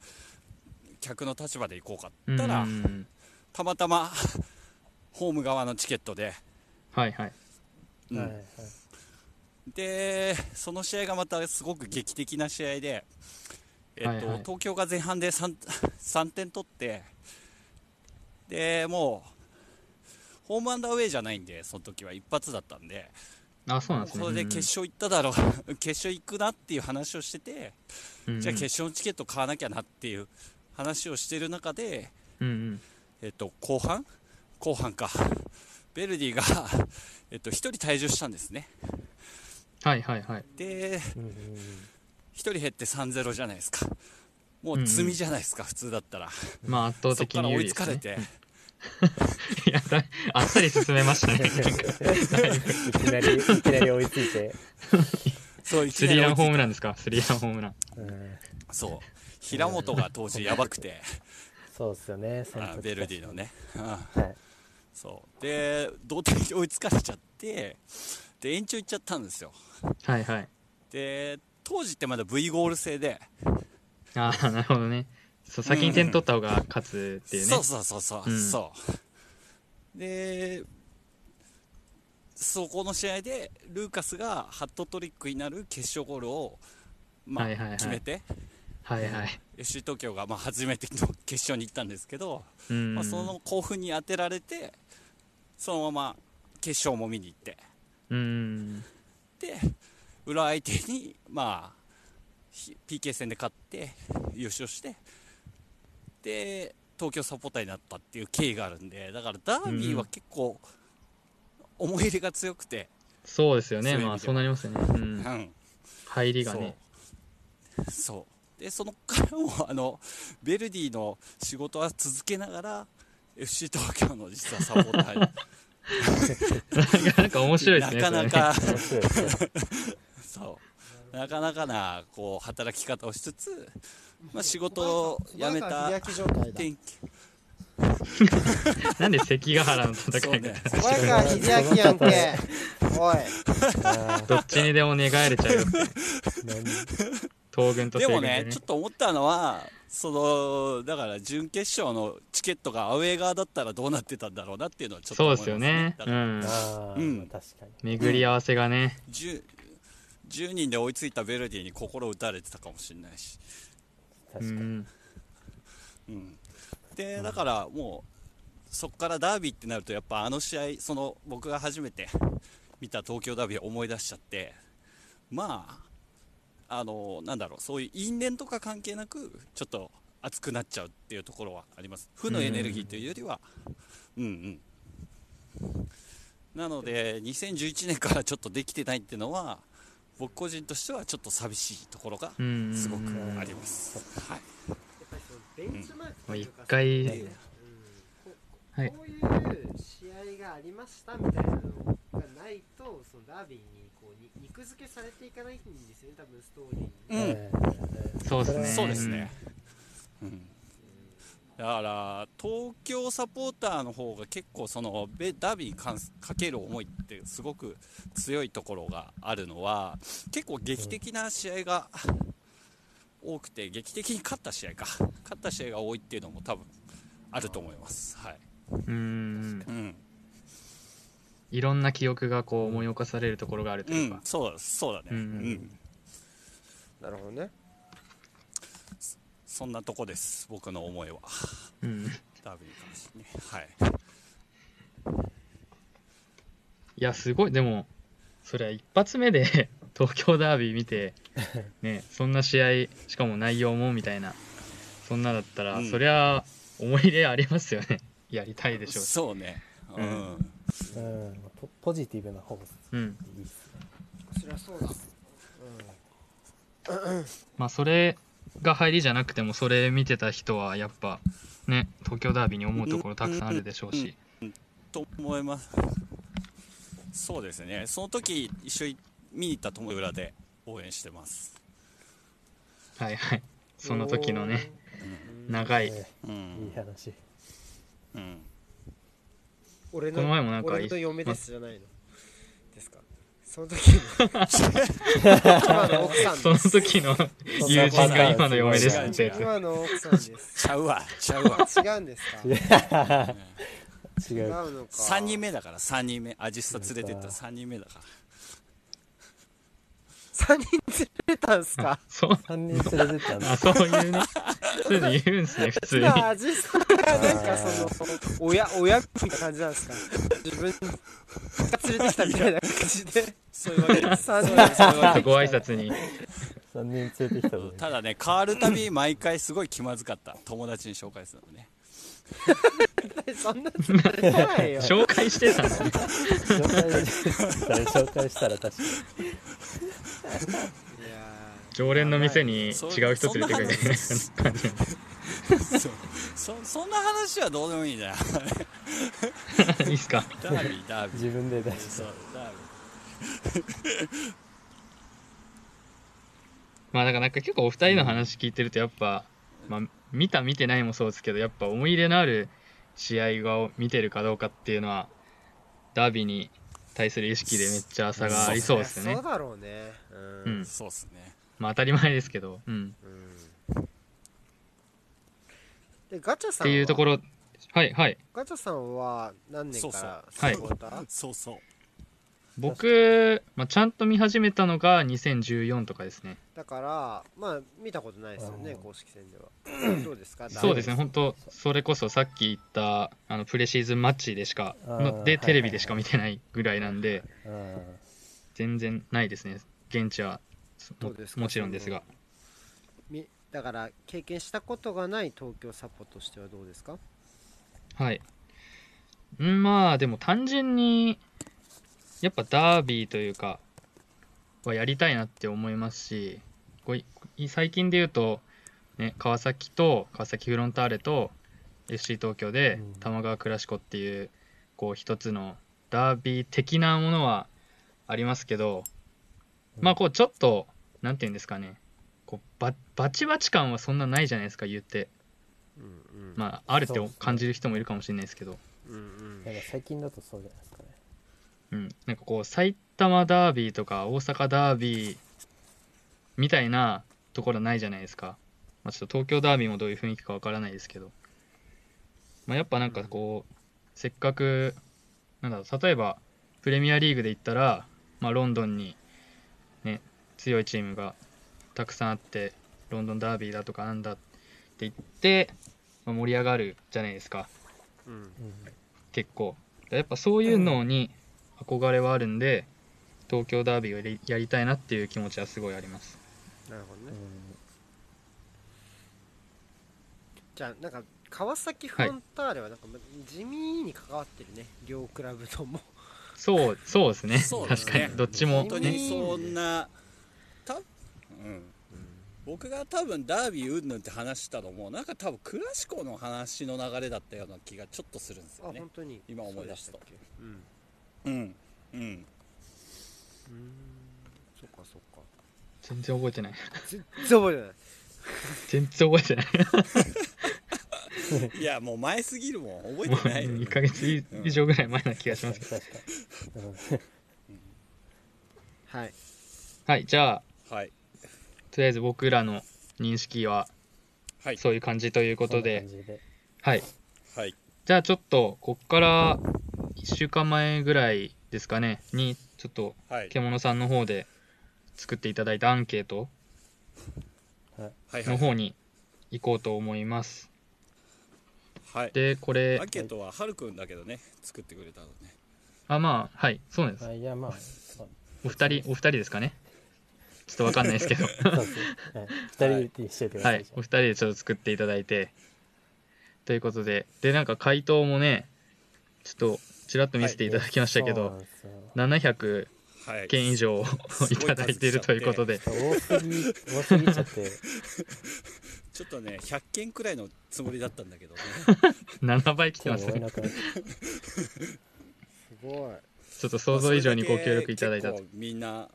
客の立場で行こうかって言ったら、
うんうんうん
たまたまホーム側のチケットで、
はいはい
うん
はいはい
でその試合がまたすごく劇的な試合で、えっと
はいはい
東京が前半で 3, 3点取ってでもうホームアンダーウェイじゃないんでその時は一発だったんで、
あそうなんですね
これで決勝行っただろう 決勝行くなっていう話をしてて、
勝
じゃあ決勝のチケット買わなきゃなっていう話をしてる中で、
うんうん
えっと、後半後半かベルディが、えっと、1人退場したんですね
はいはいはい
で1
うんうん
人減って3-0じゃないですかもう積みじゃないですか、普通だったら
まあ圧倒
そこ
的
から
に有
追い
利
つ
で
か
す
れ
ね
て、
いやだあっさり進めました ね
いきなりいきなり追いついて、
そういき
ス
な
リーラ
り追
ン
いつ
ホー
い
ムランですかスリーランホームラン
うん、
そう平本が当時やばく て
そうですよねその時
あベルディのね、うん
はい
そうで同点に追いつかれちゃってで延長いっちゃったんですよ
はいはい
で当時ってまだ V ゴール制で、
ああなるほどねそう先に点取った方が勝つっていうね
そうそうそうそう、
うん
そうでそこの試合でルーカスがハットトリックになる決勝ゴールを、まあ
はいはいはい
決めて
はいはい
FC 東京がまあ初めての決勝に行ったんですけど、
うん
まあ、その興奮に当てられてそのまま決勝も見に行って
うん
で裏相手に、まあ、ひ PK 戦で勝って優勝してで東京サポーターになったっていう経緯があるんでだからダービーは結構思い入れが強くて、
そうですよね
そういう意味では
まあそうなりますよねう
うんん、
入りがね
そうそうでそのからもあのベルディの仕事は続けながら FC 東京の実はサポータ ーに
なんか面白いですね
なかなか
面白いですね
そうなかなかなこう働き方をしつつ、まあ、仕事を辞めた
小早川秀明状態だ
天気
それねなんで関ヶ原の戦
そう
いが
ね
小早川秀明やんけおい
あ
どっちにでも寝返れちゃうよ
ーなん
東軍と西
でも
軍
ねちょっと思ったのはそのだから準決勝のチケットがアウェー側だったらどうなってたんだろうなっていうのはちょっと
そう
思い
で
ます
よね
だ
う
から
ん
あー、
うん
確かに
巡り合わせがね
10, 10人で追いついたベルディに心打たれてたかもしれないし、
確
う
かに、
ん
うん、でだからもうそこからダービーってなるとやっぱあの試合その僕が初めて見た東京ダービーを思い出しちゃってまああのなんだろうそういう因縁とか関係なくちょっと熱くなっちゃうっていうところはあります負のエネルギーというよりはうんうんなので2011年からちょっとできてないっていうのは僕個人としてはちょっと寂しいところが
うん
すごくあります、はい
ベンチマーク
も
と
う
いう
一
か
回
う
は
ん
い
ここういう試合がありましたみたいなのがないとそのダービーにこうに肉付けされていかないんですよね多分ストーリーに
うん
うん
そうですね
そうですね、うん、だから東京サポーターの方が結構そのベダービーに関すかける思いってすごく強いところがあるのは結構劇的な試合が多くて劇的に勝った試合か勝った試合が多いっていうのも多分あると思います。はい、
うーん
うん
いろんな記憶がこう思い起こされるところがあると
う
いうか、
ん、そうだそうだね、
うん
う
うんん
なるほどね
そんなとこです僕の思いは
うんい
ダービーに関してねはい
やすごいでもそりゃ一発目で 東京ダービー見 て、ね、そんな試合しかも内容もみたいなそんなだったら、
うん
そりゃ思い入れありますよね やりたいでしょうし、
そうねう
う
ん、
んポポジティブな方が
うん、
いいですね
そりゃそうだ、
まあそれが入りじゃなくてもそれ見てた人はやっぱね東京ダービーに思うところたくさんあるでしょうし、
と思いますそうですねその時一緒に見に行った友達裏で応援してます
はいはいその時のね長い
え
うん
えいい話
うん
俺の
この前もなんか
俺と嫁ですじゃないのですかその時の今の奥さん
その
です
時の友人が今の嫁ですってやつ
今の奥さんです
ちゃうわちゃう わ
違うんですか
違
違う
う
のか
3人目だから3人目アジスタ連れてった3人目だから
3人連れたんすか
そう
3人連れてったんだ
あそういう ねそういうの言うんですね普通に
まあ味噌がなんかその親親みたいな感じなんですか自分が連れてきたみたいな感じで
そういうわ けです
3人
そういうわけで
ご挨拶に
3人連れてきたの
す
に
ただね変わるたび毎回すごい気まずかった友達に紹介するのね
そんな連れてこないよ
紹介してたんですね
紹介したら紹介したら確かに
いや
常連の店に違う人連れてくるみたいな 感じ
そうそそんな話はどうでもいいんだよ
いいっすか
ダービーダー ビー
自分で出し
そうダービー
まあだからなんか結構お二人の話聞いてるとやっぱ、まあ、見た見てないもそうですけどやっぱ思い入れのある試合を見てるかどうかっていうのはダービーに対する意識でめっちゃ差がありそうですよね
そう。だろうねうん、
うん、
そうっすね
まあ当たり前ですけど、うん、
うんでガチャ
っ
さん
て
は
いうところはいはい
ガチャさんは何年から
そうそう
サポーター
そうそう
僕、まあ、ちゃんと見始めたのが2014とかですね
だからまあ見たことないですよね
うん
公式戦 ではどうですか
そうですね
ダービー
本当それこそさっき言ったあのプレシーズンマッチでしか
あー
の
はいはい
で
はい
テレビでしか見てないぐらいなんで
たうん
全然ないですね現地は
ど
も
うですか
もちろんですが
みだから経験したことがない東京サポとしてはどうですか
はい。んまあでも単純にやっぱダービーというかはやりたいなって思いますしこうい最近で言うと、ね、川崎と川崎フロンターレと FC 東京で
うん
玉川クラシコっていうこう一つのダービー的なものはありますけどまあこうちょっとなんて言うんですかねこうババチバチ感はそんなないじゃないですか言って
うんうん
まああるっ
そ
て
うですね
感じる人もいるかもしれないですけど
うんうん
なんか最近だとそうじゃないですかね
うん、なんかこう埼玉ダービーとか大阪ダービーみたいなところないじゃないですか、まあ、ちょっと東京ダービーもどういう雰囲気かわからないですけど、まあ、やっぱなんかこう、せっかくなんだろう例えばプレミアリーグで言ったら、まあ、ロンドンに、ね、強いチームがたくさんあってロンドンダービーだとかなんだって言って、まあ、盛り上がるじゃないですか
うん
結構やっぱそういうのに憧れはあるんで、東京ダービーをやりやりたいなっていう気持ちはすごいあります
なるほど
う
ね
ん
じゃあなんか川崎フロンターレはなんかま地味に関わってるね両クラブとも
そうそうですね
そうですね
確かにどっちも
本当にそんなた、うん、僕が多分ダービーうんぬんって話したのもなんか多分クラシコの話の流れだったような気がちょっとするんです
あ
よね
本当に
今思い出した
そうでっけうん
うんう
う
ん
ーんそっかそっか
全然覚えてない
全然覚えてない
全然覚えてない
いやもう前すぎるもん覚えてないよ
1ヶ月以以上ぐらい前な気がしますけど。
確かに。うん
はい
はい、じゃあ、
はい
とりあえず僕らの認識は
はい
そういう感じということ
そん
で
な、感じで
はい。
はい
じゃあちょっと、こっから1週間前ぐらいですかね、に、ちょっと、
はい
獣さんの方で作っていただいたアンケート
はいは
の
い
方に行こうと思います。
はい
で、これ
アン、ケートははるくんだけどね作ってくれたのね
あ、まあ、はい、そうなんです。
あいやまあ、そう
お二人、お二人ですかね。ちょっとわかんないですけ ど。
そうですね。はい二人でしといてくだ
は
さい。
い
じ、
お二人でちょっと作っていただいて。ということで、で、なんか回答もね、ちょっと、ちらっと見せていただきましたけ
そう
ど、
なんですよ
700
はい
件以上いただいているということで、
多すぎ、多すぎちゃって、
ちょっとね100件くらいのつもりだったんだけどね
7倍来て
手
ま
に
す
負え
ね。
なくなっ
すごい
ちょっと 想像以上にご協力いただいた
まあそれけ結構みんな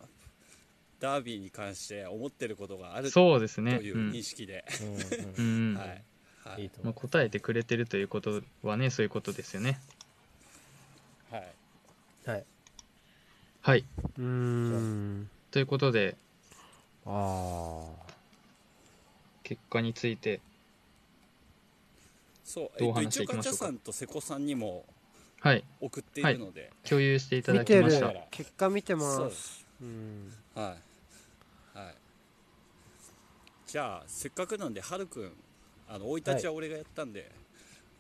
ダービーに関して思ってることがあると
そうですね。
いうう認
ん。
識で、
て、うん
う
うん
はい、は
ん、いい
い、
と
ま
思
あ、
う。
答えてくれてるということはね、そういうことですよね。
はい、
はい。
はい。
うーん
ということで、
あ
結果について、
そう、え
どう
っと、
話し
一
て
応
いき
ガ
まし
チ
ょ
ャ
うか
さんと瀬古さんにも
はい、
送っているので、
共有していた
ー
だ
見
き
て
まし
る
た。
結果見て
そう
ま
ですす
うん
はいはいじゃあせっかくなんではるくんあの生い立ちは俺がやったんで、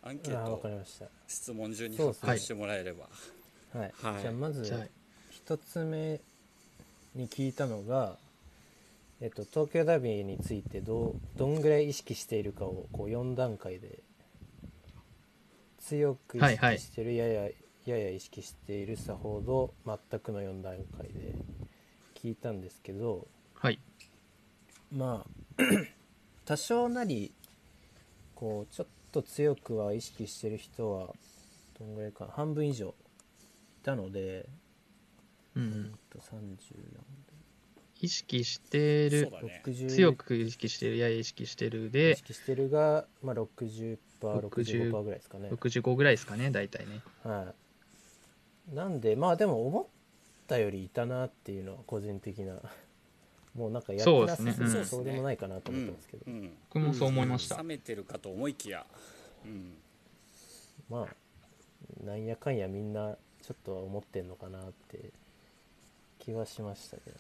アンケ
あ
ー
あ、わ
ト
かりました。
質問順に
そうで
発
すね
表してもらえれば、
はい。
はい
じゃあまず
じゃあ、
一つ目に聞いたのが、えっと、東京ダービーについてどうどんぐらい意識しているかをこう4段階で強く意
はいはい
識してる、やややや意識しているさほど全くの4段階で聞いたんですけど
はい。
まあ 多少なりこうちょっと強くは意識してる人はどんぐらいか半分以上いたので、
う
うん
ん。
と34。
意識して
そ
る
う、だね
60
強く意識してる、やや意識してる
意
で、
識してるが、まあ、60%、
60
65%ぐらいですかね。
65ぐらいですかね、大体ね。
はい、なんで、まあでも思ったよりいたなっていうのは個人的な、もうなんかやってな
そ
さ
う
そ
で
う
すね
そ
うん
うそうでもないかなと思ったんですけど、
うんうん
僕もそう思いました
冷。めてるかと思いきや、うん、
まあ、なんやかんやみんなちょっとは思ってんのかなって気はしましたけどね。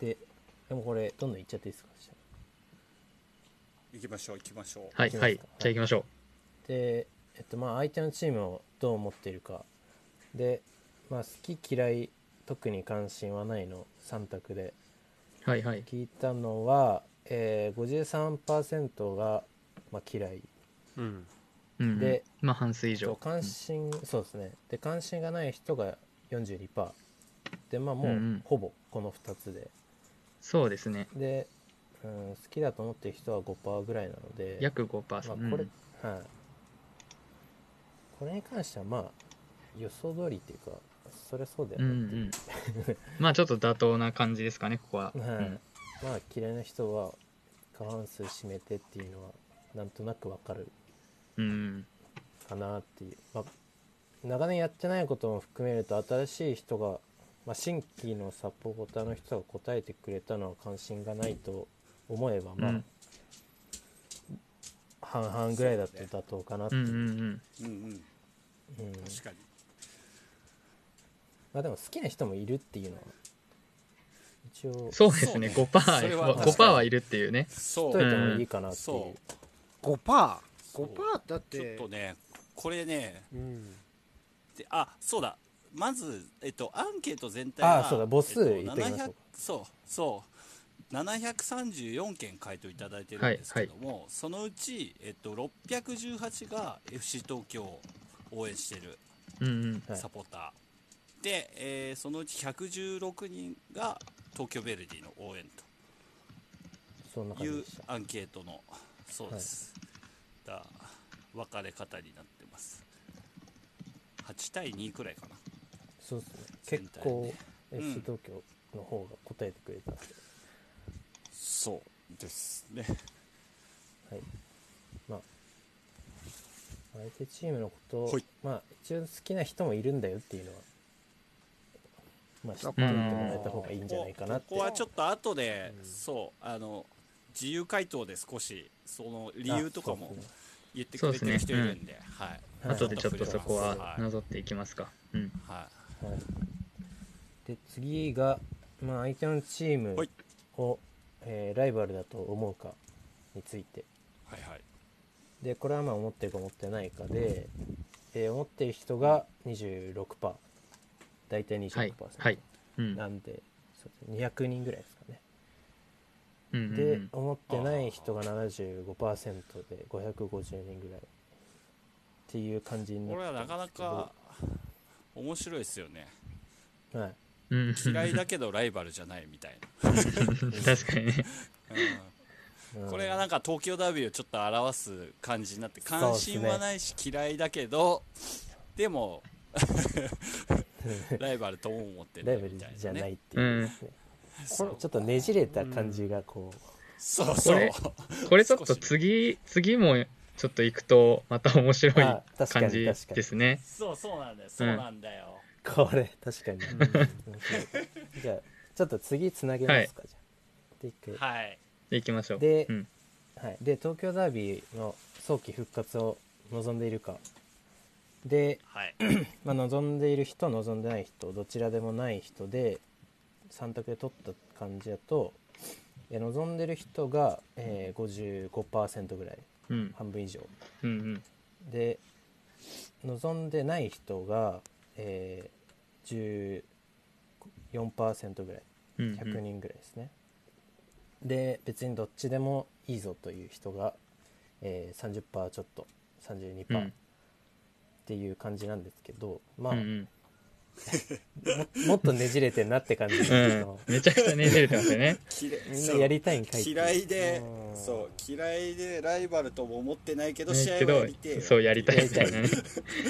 で、でもこれ、どんどんいっちゃっていいですか
行きましょう行きましょう
はい、はい。じ
いきます
ゃ
か
あ行きましょ
で、えっと、まあ相手のチームをどう思っているかで、まあ、好き嫌い特に関心はないの3択で
う。はい、はい。
聞いたのは、えー、53%が、まあ、嫌い
うん
うんうん、
で
まあ半数以
と
上。
関心、そうですねで関心がない人が42%でまあ
うん
も
うん
うほぼこの2つで、
そうですね。
で、うん、好きだと思ってる人は5%ぐらいなので
約5%。
ま
う
あ、
ん
これ、はい、これに関してはまあ予想通りっていうかそりゃそうだ
う
よ
ん
ね
うん、まあちょっと妥当な感じですかねここは、
は
う
い
ん
まあ嫌いな人は過半数占めてっていうのはなんとなくわかる
うん
かなっていう、まあ、長年やってないことも含めると新しい人が、まあ、新規のサポーターの人が答えてくれたのは関心がないと思えばまあ、
うん
半々ぐらいだと妥当かなっ
う
てい
ん
う、
うん
うんうん
うん
確かに
まあでも好きな人もいるっていうのは一応
うんそうですね
そうね
5%
それは
は5%はいるっていうね
そ
し
う
といてもいいかなっていう、
そう
5パー
そう
5パーだっ
ちょってとねこれね
うん
であそうだまず、えっと、アンケート全体
あそうだ母数
えっ
言
と
ってみましょう
700そうそう734件回答いただいてるんですけども、そのうち、えっと、618が FC 東京を応援してる
うんうん
はい
サポーター、で、えーそのうち116人が東京ヴェルディの応援
そんな
と
感じ
いう
でした
アンケートのそうです、だ分かれ方になってます8対2くらいかな
そうですね
全
結
体
構
ん
FC 東京の方が答えてくれたんで、
そうですね。
はいまあ相手チームのことを
ほい
まあ一応好きな人もいるんだよっていうのはまあ知っておいて
うん
もらえた方がいいんじゃないかなっ
こ
て
ここはちょっと後で、
うん
そうあの自由回答で少しその理由とか
あそ
も
うですね
言ってくれてる人いるんではい
はい
後でちょっとそこは
はい
なぞっていきますか。うん。
は
はい、で次が、まあ、相手のチーム
はい
を、えーライバルだと思うかについて
いはいはい
でこれはまあ思ってるか思ってないかで、えー思ってる人が26%大体26%、
はい。はい。うん。
なんでそうですね200人ぐらいですか
うん
ね、
うんう
で
ん
思ってない人が75%で550人ぐらいっていう感じにな
こ
っ
れは
て
な
ま
かな
すけど
か面白いですよね
はい
うん。
嫌いだけどライバルじゃないみたい
確かにね。
な、うんこれ がなんか東京ダービーをちょっと表す感じになって
そうっすね
関心はないし嫌いだけどでもライバルとも思って
ラ
る
イバル
みたい
じ
な
ゃない
ね
っていうですね、
そう
ちょっとねじれた感じがこ
そうそ
こ
う
れこれちょっと次、次もちょっと行くと、また面白
あ確か
い
に
感じ
確かに
ですね。
そうそうなんだよそうなんだよ、
う、これ確かに面白いじゃあちょっと次つなげますか、じゃあで一回
はい
行きましょう。
で
うん。
はい、で東京ダービーの早期復活を望んでいるかで、
はい
まあ、望んでいる人望んでない人どちらでもない人で3択で取った感じだとえ望んでる人が、えー、55%ぐらい
うん。
半分以上
うんうん。
で望んでない人が、えー、14%ぐらい
うんうん
100人ぐらいですね、で別にどっちでもいいぞという人が、えー、30%ちょっと
うん
32%っていう感じなんですけど、まあ、
うんうん
もっとねじれてんなって感じです
う
け
ん
ど、
めちゃくちゃねじれてますよね。
みんなやりたいんかいってう
嫌いで
うん
そう嫌いでライバルとも思ってないけど
ね
試合はやりてえよ
そうやりたいみたいなね。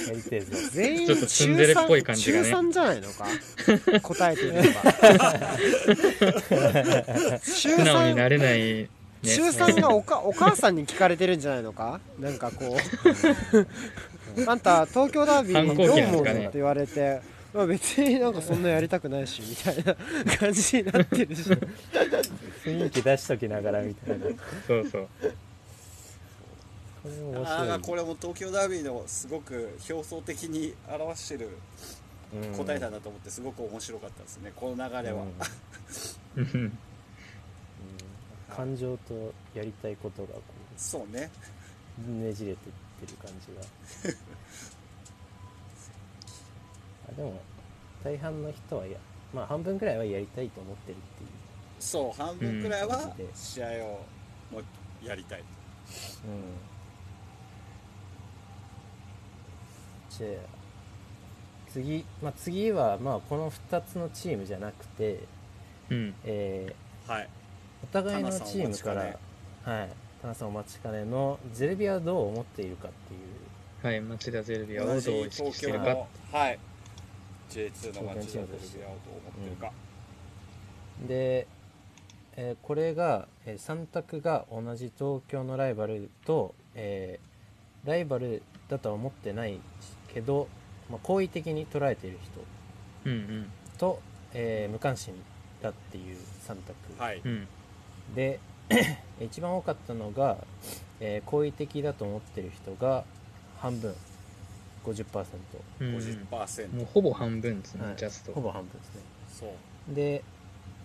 やりてえぞ
全員
ちょっとツンデレっぽい感じがね
中3じゃないのか 答えてみれば中
素直に
3
なれない、ね。
中3がお かお母さんに聞かれてるんじゃないのかなんかこうあんた東京ダービー
反
ど
抗
う
期なんで
思
す
うの
か
っ
ね
て言われて、まあ、別になんかそんなやりたくないしみたいな感じになってる し
雰囲気出しときながらみたいなこ
そうそう。
れも面
あ
白
あ
い
これも東京ダービーのすごく表層的に表してる
うん
答えだなと思ってすごく面白かったですねこの流れは、
う
う
ん
ん
感情とやりたいことがこ
そうね
うねじれてってる感じが あでも大半の人はやまあ半分ぐらいはやりたいと思ってるっていう
そう半分くらいは
うん
試合をもうやりたい、
じゃあ次、まあ、次はまあこの2つのチームじゃなくて、
うん。
え
はい
ーお互いのチームから
田中
はい田中さんお待ちかねのゼルビアはどう思っているかっていう
はい、町田ゼルビアをどう
同
意
じ
識し
東
て
京
るか。
のはい J2 の街
東京
の
の
テレビアをどう思ってるか、
で、えーこれが、え3択が同じ東京のライバルと、えーライバルだとは思ってないけど、まあ、好意的に捉えている人
うんうん。
と、えー無関心だっていう3択、
はい、
うん。
で 一番多かったのが、えー好意的だと思ってる人が半分50%、
うんうん
50%、
もうほぼ半分ですね、
はい
ジャスト。
ほぼ半分ですね
そう
で、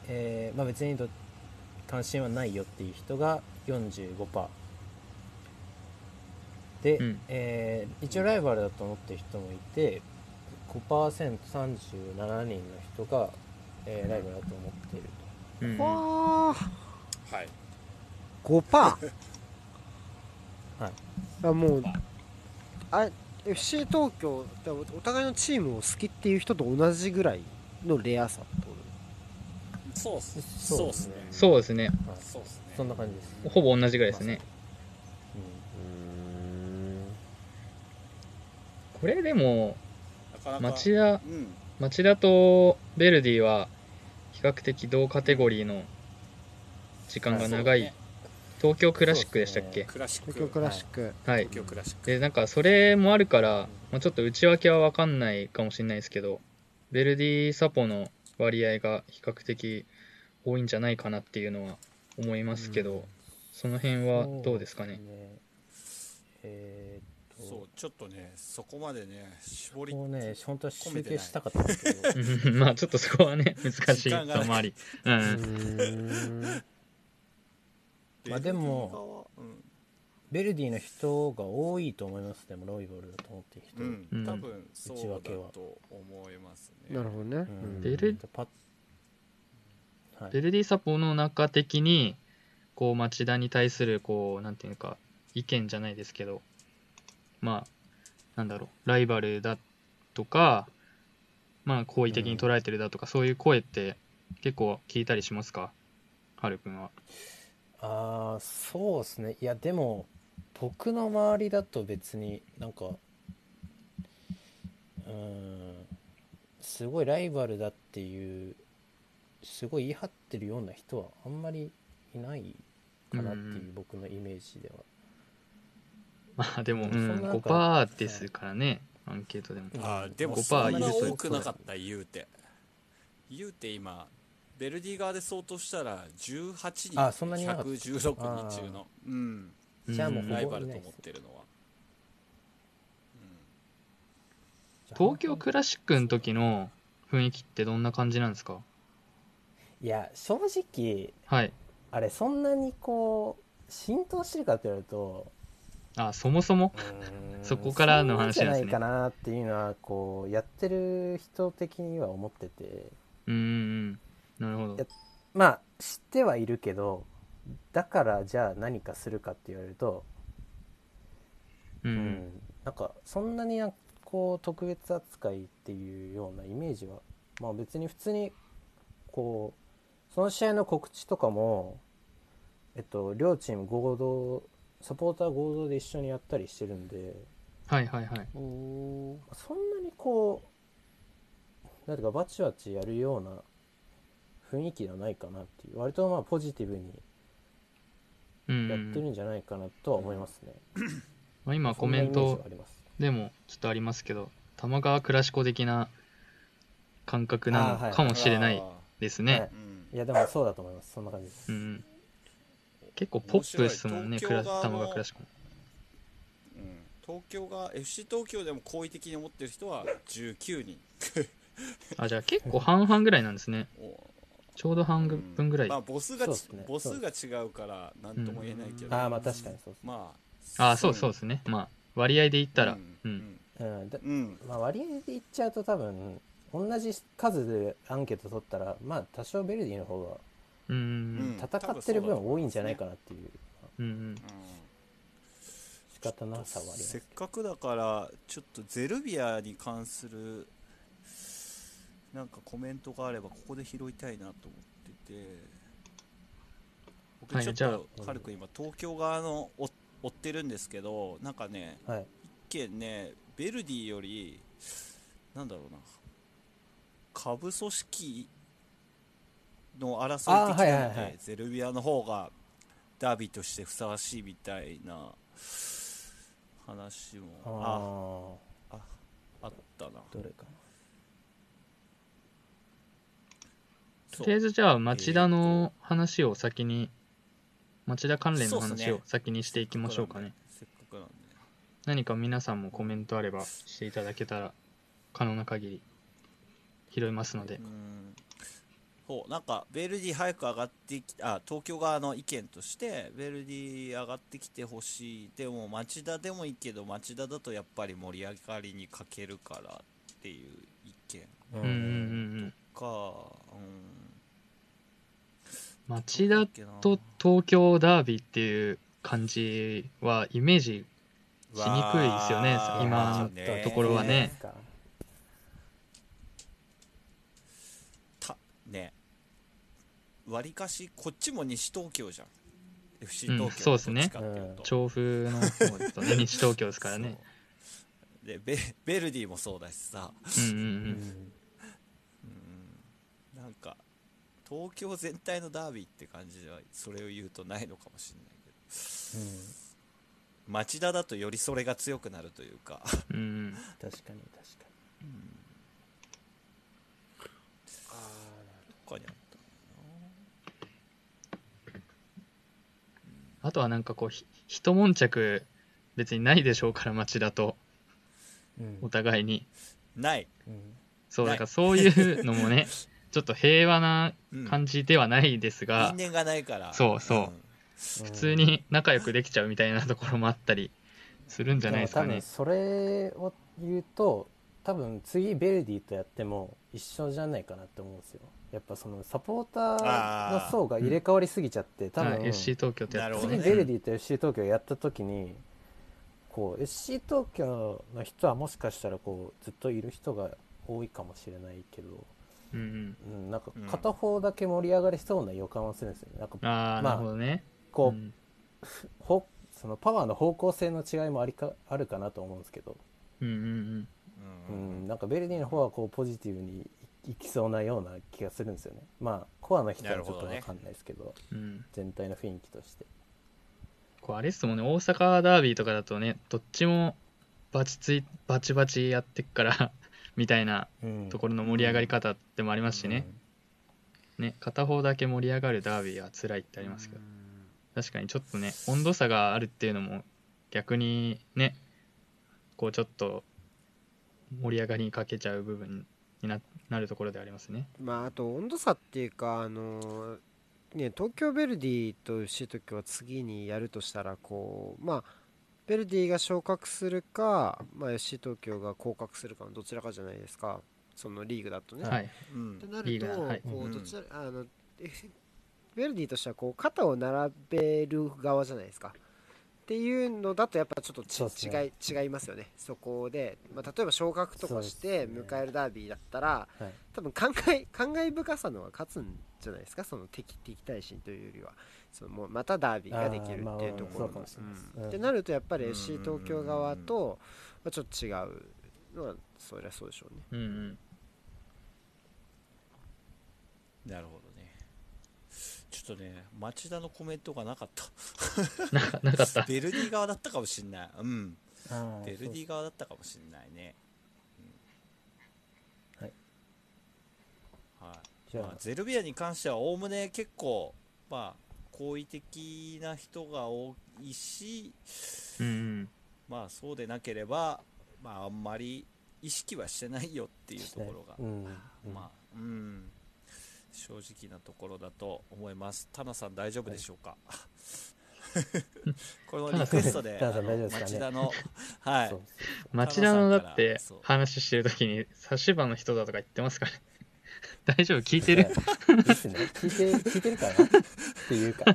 えーまあ、別にど関心はないよっていう人が45%で、
うん
えー一応ライバルだと思ってる人もいて 5%37 人の人が、えーライバルだと思っている
う
と。
んうん
わあ
はい
5パー
はい
あもうあ FC 東京ってお互いのチームを好きっていう人と同じぐらいのレアさってこ
そうっす
そ
そうう
っ
っ
す
す
ね
ね
そうですね。
はい
そうっすね
そんな感じです。
ほぼ同じぐらいですね。
とうん
これでも、
なかなか
町田、
うん
町田とベルディは比較的同カテゴリーの時間が長い東京クラシックでしたっけ
クラシック
東京クラシック、
はい
東京クラシック
でなんかそれもあるから、まあ、ちょっと内訳は分かんないかもしれないですけどベルディサポの割合が比較的多いんじゃないかなっていうのは思いますけど、
うん
その辺はどうですか
そう
ね
すねえーっ
そう
と
ちょっとねそこまでね絞り
もうね本当は集計したかったんですけ ど
うんまあちょっとそこはね難しいのもあり、う、
うんーん
ベ
まあ
ルギー
でも
側うん
ベルディの人が多いと思いますでもロイバルだと思ってる人、
うん
うん
多分そう
内
だ
訳は
と思いますね。
なるほどね、う
うん
ん
ベル
パッはい
ベルディサポの中的にこう町田に対するこうなんていうか意見じゃないですけどまあなんだろうライバルだとかまあ好意的に捉えてるだとか、そういう声って結構聞いたりしますかはるくんは
ああそうですねいやでも僕の周りだと別になんかうーんすごいライバルだっていうすごい言い張ってるような人はあんまりいないかなって
うん
いうう僕のイメージでは、
まあ でも、うん、
そんな中
5%ですからねアンケートでも
あーでも
5%
そん
いる
な
と
多くなかった言うて言うて今ベルディ側で相当したら18人
あそんなにいなかった
116人中のうん
じゃあもう
うん
ほぼ
ライバ
い
ル
な
と
いで
思っ
す
てるのは、
東京クラシックの時の雰囲気ってどんな感じなんですか
いや正直
はい
あれそんなにこう浸透してるかって言われると
あそもそもそこからの話なんですね
そうじゃないかなっていうのはこうやってる人的には思ってて
うんうんうんなるほど
やっまあ知ってはいるけどだからじゃあ何かするかって言われると、
う
うんなんかそんなになんかこう特別扱いっていうようなイメージはまあ別に普通にこうその試合の告知とかも、えっと、両チーム合同サポーター合同で一緒にやったりしてるんで。
はいはいはい
そんなにこうなんていうかバチバチやるような雰囲気ではないかなっていう割とまあポジティブに
うんうん
やってるんじゃないかなとは思いますね、
まあ、今
そ
コ
んな
メン
イメージは
ト
あります
でもちょっとありますけど玉川クラシコ的な感覚な
あーは
の
い
かもしれないですね、
はい
うん
いやでもそうだと思いますそんな感じで
う
す、
んうん、結構ポップですもん
面
ね
白
ク
い
ラ
東京側の
玉川クラシコ
うん東京が FC 東京でも好意的に思ってる人は19人
あじゃあ結構半々ぐらいなんですね
お
ちょうど半
うん
分ぐらい、
まあ、母数がち
そうっすね
母数が違うから何とも言えないけど、
ああまあ確かにそうです、
まあ
ああそうそうですねまあ割合で言ったら
うん
う
うんん
うんで
うん
まあ、割合で言っちゃうと多分同じ数でアンケート取ったらまあ多少ベルディの方
うん
うん
が戦ってる分多いんじゃないかなっていう
うんうん
うん
仕方なさはあります
せっかくだからちょっとゼルビアに関するなんかコメントがあればここで拾いたいなと思ってて
は
僕
い
ちょっ
じゃ
と軽く今東京側の追追ってるんですけどなんかね
はい
一見ねベルディよりなんだろうな下部組織の争い的な
あーはいはい
の
はい
でゼルビアの方がダービーとしてふさわしいみたいな話も
あ
あ
あ
ああったな
どれかな
とりあえずじゃあ町田の話を先に町田関連の
そうっす
話
ね
を先にしていきましょうかね
せっかくなんで
何か皆さんもコメントあればしていただけたら可能な限り拾いますので
うーんそうなんかベルディ早く上がってきあ東京側の意見としてベルディ上がってきてほしいでも町田でもいいけど町田だとやっぱり盛り上がりに欠けるからっていう意
う
見
んうんうん
かうん
うん町田と東京ダービーっていう感じはイメージしにくいですよね
わー
今のところはね
ですか
たねわりかしこっちも西東京じゃん FC
うん
東京、
そうっすね
どっちかっていうと
調布の方です とね西東京ですからね
そうでベベルディもそうだしさ
うんうんう
う
ん
ん
なんか東京全体のダービーって感じではそれを言うとないのかもしれないけど町田だとよりそれが強くなるというか、
うん
確かに確か
他にあっ
あとはなんかこうひ一悶着別にないでしょうから町だと
に、
お互いに
たない、
うん
そう
な
だ
い
からそういうのもねちょっと平和な
うん、
感じではないですが、
因縁がないから
そうそう普通に仲良くできちゃうみたいなところもあったりするんじゃないですか
でも多分
ね
それを言うと多分次ベルディとやっても一緒じゃないかなって思うんですよやっぱそのサポーターの層が入れ替わりすぎちゃって多
は
分、
い FC 東京ってや
なる
っ
ほど
た
次ベ
ね
ルディと FC 東京やった時にこう FC 東京の人はもしかしたらこうずっといる人が多いかもしれないけど、
うん
うん、なんか
うん
片方だけ盛り上がりそうな予感はするんですよねなん
うん、
か
ああ、
まあ
なるほどね
こう、
うん
ほそのパワーの方向性の違いもありかあるかなと思うんですけど、
うんうん
う
うんん、なんかベルディの方はこうポジティブにいいきそうなような気がするんですよねまあコアの人はちょっと
なるほどね
分かんないですけど
うんうん
全体の雰囲気として
こうあれっすもんね大阪ダービーとかだとねどっちもバチついバチバチやってっから みたいな
うん
ところの盛り上がり方でもありますしね,、ね片方だけ盛り上がるダービーは辛いってありますけど確かにちょっとね温度差があるっていうのも逆にねこうちょっと盛り上がりに欠けちゃう部分にななるところでありますね。
まああと温度差っていうかあのね東京ヴェルディとシートキは次にやるとしたらこうまあヴェルディが昇格するか、まあ、FC 東京が降格するかのどちらかじゃないですかそのリーグだとね。
はい、
うん
ってな
リ
る
ーガー
と、
はい
こ
う
う
ん
どちらあのえヴェルディとしてはこう肩を並べる側じゃないですか。っていうのだとやっぱちょっとち
そうっすね
違い違いますよね、そこで、まあ、例えば昇格とかして
そうっすね
迎えるダービーだったら、
はい
多分考え考え深さの方が勝つんじゃないですか、その敵敵対心というよりは、そのもうまたダービーができるっていうところ
あーまあそう
の
しれな
かも
いです
う
うんん
ってなるとやっぱり
うん
FC 東京側と、まあ、ちょっと違うのは、そりゃそうでしょうね。
うんうん、
なるほどねちょっとね町田のコメントがなかっ。
ななかったた
ベルディ側だったかもしんないうん
あー
ベルデ
そう
ィ側だったかもしんないね、うん
はい
はい
じゃ
まあ
あ
ゼルビアに関してはおおむね結構、まあ、好意的な人が多いし、
うんうん、
まあ、そうでなければ、まあ、あんまり意識はしてないよっていうところが、
うんうん
まあうん、正直なところだと思います。タナさん大丈夫でしょうか、 このリクエストで
タナさん
あの
大丈夫ですかね
町田の、はい
そう
町田のだ
田中さんから
って
そう
話してる時に差し歯の人だとか言ってますから、ね、 大丈夫聞いてる
そうですね聞いて聞いてるかなっていうか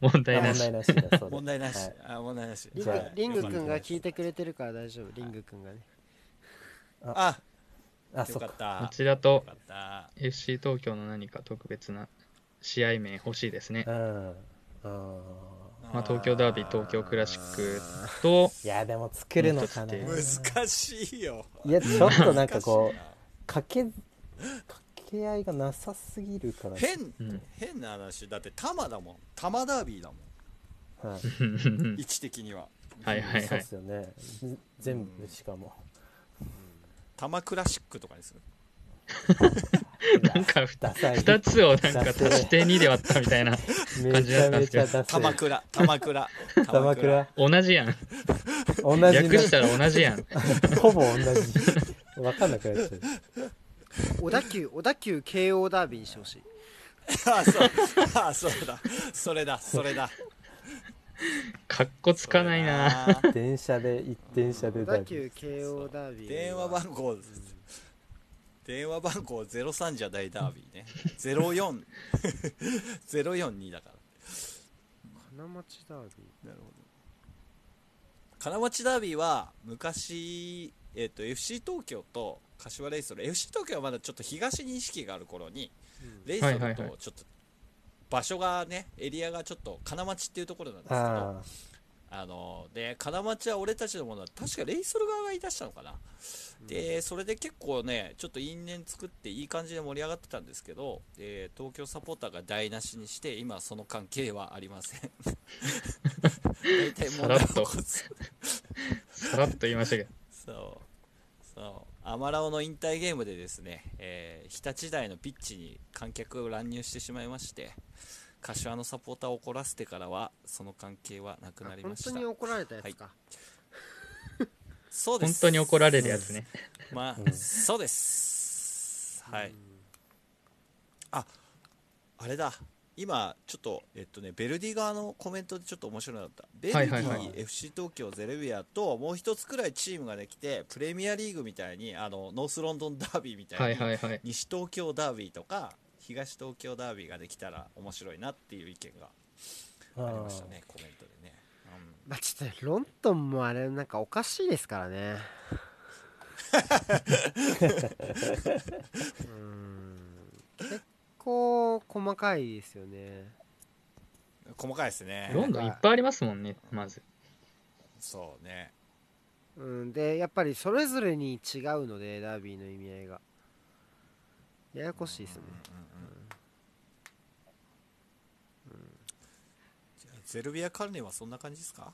問題
問
なし
題。なしだそうです
問題なし、
はい
あ問題なし
リン
じゃ
グ
あ
リング
よかっ
君が聞いてくれてるから大丈夫リング君がね
たあ
あ
よ
そっか
かったよ
町田と
かった
FC 東京の何か特別な試合名欲しいですね
う。んうん
まあ、東京ダービー、東京クラシックと、
いやでも作るのかな
もう一
難しいよ
いやちょっとなんかこ
難しいうな
かけ掛け合いがなさすぎるから
変、
うん
変な話だって玉だもん玉ダービーだもん、
はい
うんうんうん
位置的には
はいはい
そ
は
うっ
い。
すよねぜ全部しかも
玉クラシックとかにする
なんかふ
ダサい
2つをなんか足して2で割ったみたいな。
めちゃめちゃダサ
玉
い
倉玉倉
玉倉
同じやん。
同じ
略したら同じやん。
なほぼ同じ分かんなくなっちゃう
小田急小田急慶応ダービーにしてほしい
あそうあそうだそれだそれだ
かっこつかないな。
それだ
電車で一電車で
小
だ
田
いぶ
急慶応ダービー
電話番号電話番号03じゃないダービーね04 042だから
金町ダービ
なるほど金町ダービーは昔、えっと FC 東京と柏レイソル FC 東京はまだちょっと東に意識がある頃に
ー、
レイソル
はい
と
はいはい
ちょっと場所がねエリアがちょっと金町っていうところなんですけど
あ
あので金町は俺たちのものは確かレイソル側が言い出したのかな、でそれで結構ねちょっと因縁作っていい感じで盛り上がってたんですけど、えー東京サポーターが台無しにして今その関係はありません 大体問題を起こす
さらっと言いましたけど
そうそうアマラオの引退ゲームでですね、えー日立大のピッチに観客が乱入してしまいまして柏のサポーターを怒らせてからはその関係はなくなりま
本
し
当
た
に怒られたやつか、
そうで
本
す
当に怒られるやつね
まあ、そうですは
う
い
ん
ああれだ今ちょっとえっとねベルディ側のコメントでちょっと面白いのだったベルディ、
はいはい
はい
FC 東京ゼルビアともう一つくらいチームができてプレミアリーグみたいにあのノースロンドンダービーみたいに、
はいはいはい
西東京ダービーとか東東京ダービーができたら面白いなっていう意見が
あ
あ
あ
りましたねコメントでね、うん
まあちょっとロンドンもあれなんかおかしいですからねうーん結構細かいですよね
細かいですね
ロンドンいっぱいありますもんねまず
そうね
うん、でやっぱりそれぞれに違うのでダービーの意味合いがややこしいですね
うんうんうんじゃあゼルビア関連はそんな感じですか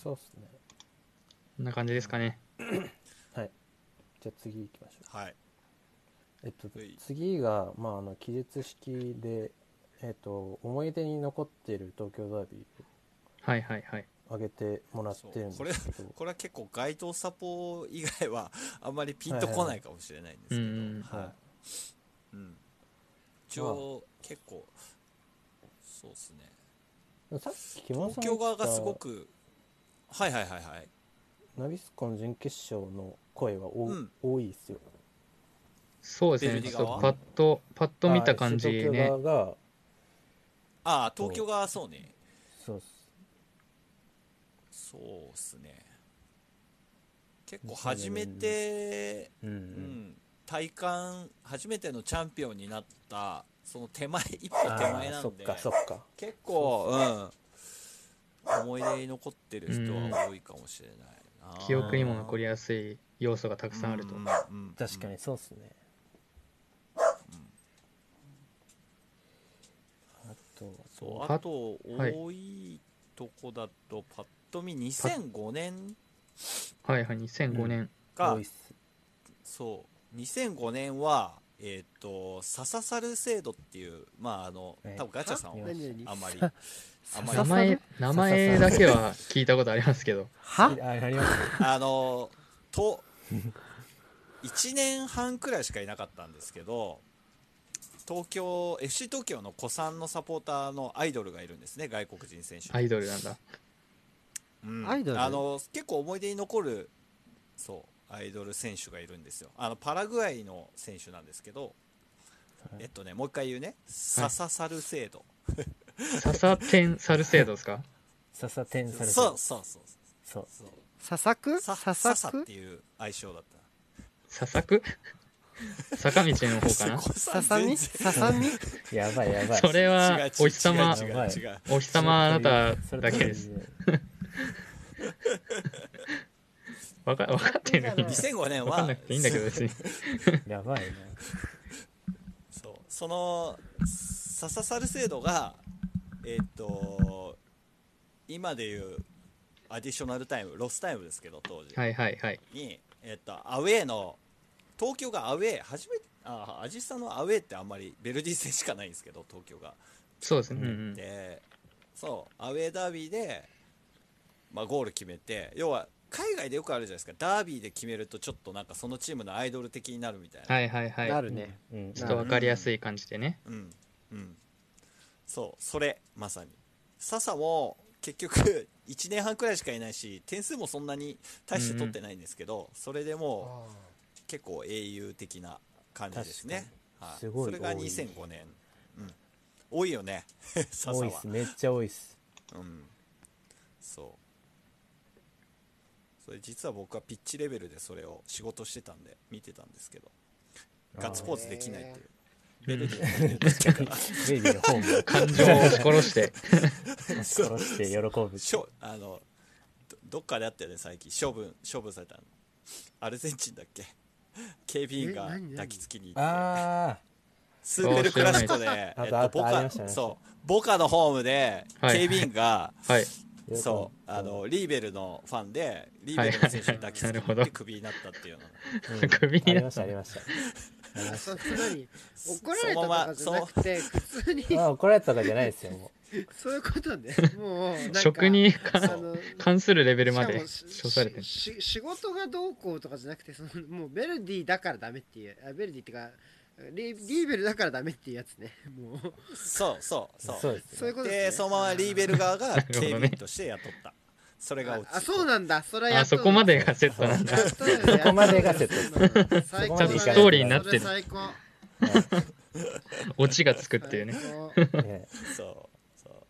そうっすね
こんな感じですかね
はいじゃあ次行きましょう
はい
えっと
はい、
次が、まあ、あの記述式で、えっと、思い出に残っている東京ダービー
はいはいはい
を挙げてもらっ
そ
てるん
う
です
こ
け
れ
ど
これは結構街頭サポ以外は あんまりピンとこないかもしれないんですけ
う
ど、
ん
はいうん、一応結構そうですね
でもさっき木村さん
東京側がすご
言った
くはいはいはいはい
ナビスコの準決勝の声は多,、
うん
多いですよ
そうです
ベ
ね
ルディ
ちょ
側
っとパッとパッと見た感じ
はい
ね
東京側が
ああ東京側そうね
そうっす
そうっすね結構初めて、
うんう
うんん、体感初めてのチャンピオンになったその手前一歩手前な
そっ
んで
かそっか
結構うん思い出に残ってる人は多いかもしれないな
記憶にも残りやすい要素がたくさんあると
う
思
ん
う
うん
確かにそうっすね、あとは
そう
パ
あと
はい
多いとこだとパッと見2005年
はいはい2005年
が、
多いっす
そう2005年はえっ、とサササルセードっていうまああの
ね
多分ガチャさんは
は
何々
あんまりあんま
は
名
い
り
前名前だけは聞いたことありますけど
は
ああります
あのと1年半くらいしかいなかったんですけど東京 FC 東京の古参のサポーターのアイドルがいるんですね外国人選手
アイドルなんだ
うん
アイドル
あの結構思い出に残るそうアイドル選手がいるんですよあのパラグアイの選手なんですけど、
はい
えっとねもう一回言うねサササルセード、
ササテンサルセードですか
ささ天されてる
そうそうそう
そう
そうそう
ささく
サ
ささ
ササっ
く
ていう愛称だった
ササク坂道の方かな
古
さ
参
さみ
全然
ささみ
やばいや ばい
それはお日様
違う違う
やばい
違う
お日様あなただけですわかわかってるのに
2005年
わか
は
んなくていいんだけど別に
やばいな
そうそのサササル制度がえーっと今でいうアディショナルタイムロスタイムですけど当時に、
はいはいはい
えーっとアウェーの東京がアウェー初めてあアジスタのアウェーってあんまりベルディ戦しかないんですけど東京が
そうですねうんうん
でそうアウェーダービーで、まあ、ゴール決めて要は海外でよくあるじゃないですかダービーで決めるとちょっとなんかそのチームのアイドル的になるみたいな、
はいはいはい
なるね、
うん
ちょっとわかりやすい感じでね
うんうんそうそれまさに笹も結局1年半 くらいしかいないし点数もそんなに大して取ってないんですけど、それでもう結構英雄的な感じですね、はい、
すごい
それが
多い
2005年、うん、多いよね 笹
多いっ
は
すめっちゃ多いっ す
うんそうそれ実は僕はピッチレベルでそれを仕事してたんで見てたんですけどガッツポーズできないっていうベルギー の時だから
ベイビーのホームを
感情を押し殺して
殺して喜ぶ
しょあのどどっかであったよね最近処分処分されたのアルゼンチンだっけ 警備員が
え何何
抱きつきに行って
ああ
スーペルクラシコで、え
あ
っ
ったあ
と、
った
ボ
ありま
カ
したね
そうボカのホームで
はい
警備員が、
はい。
そうあのリーベルのファンでリーベルの選手に抱きつきに
はいは いはいなるほ
行っ
ど
てクビになったっていうの
クビ
あ
に
り
な
ま
っ
した
た
ありましたありまし
そそんなに怒られたとかじゃなくて普通に
たあ怒られたとかじゃないですよも
そういうこと でもうなんか
職に
あ
か
の
関するレベルま
し
で
かもし
処されてる
しし仕事がどうこうとかじゃなくてそのもうベルディだからダメっていうあベルディってかリリーベルだからダメっていうやつねもう
そうそう
う
そう
そうです
そういうことです、ね、
でそのままリーベル側 が
ほど
警
ね
備員として雇ったそれが
あ
落ち
あそうなんだそれはや
あ
っと
そ
る
こまでがセットなんだ
やっとるやっとる
そこまでがセット
最高
ちゃ
だ
ん
ね
とストーリーになってる
それ最高
オチがつくっていうね
最高
ね
そうそう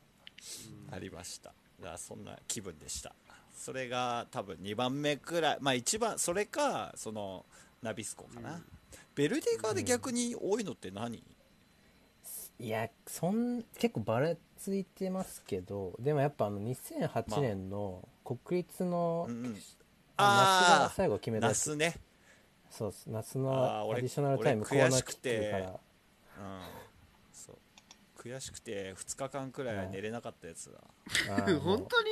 ありましただからそんな気分でしたそれが多分2番目くらいまあ一番それかそのナビスコかな、
うん
ベルディ側で逆に多いのって何、
いやそん結構ばらついてますけどでもやっぱあの2008年の国立の、
うんうん、
あ那須が
あ
最後決
あ
めたや
ナ
つ
スね、
そうです夏の
あー
ア
俺
ディショナルタイムコー
俺
ナ
悔し
ー
く
キ
て
ックから
うん、そう悔しくて2日間くらいは寝れなかったやつだ、
あーもう
本当に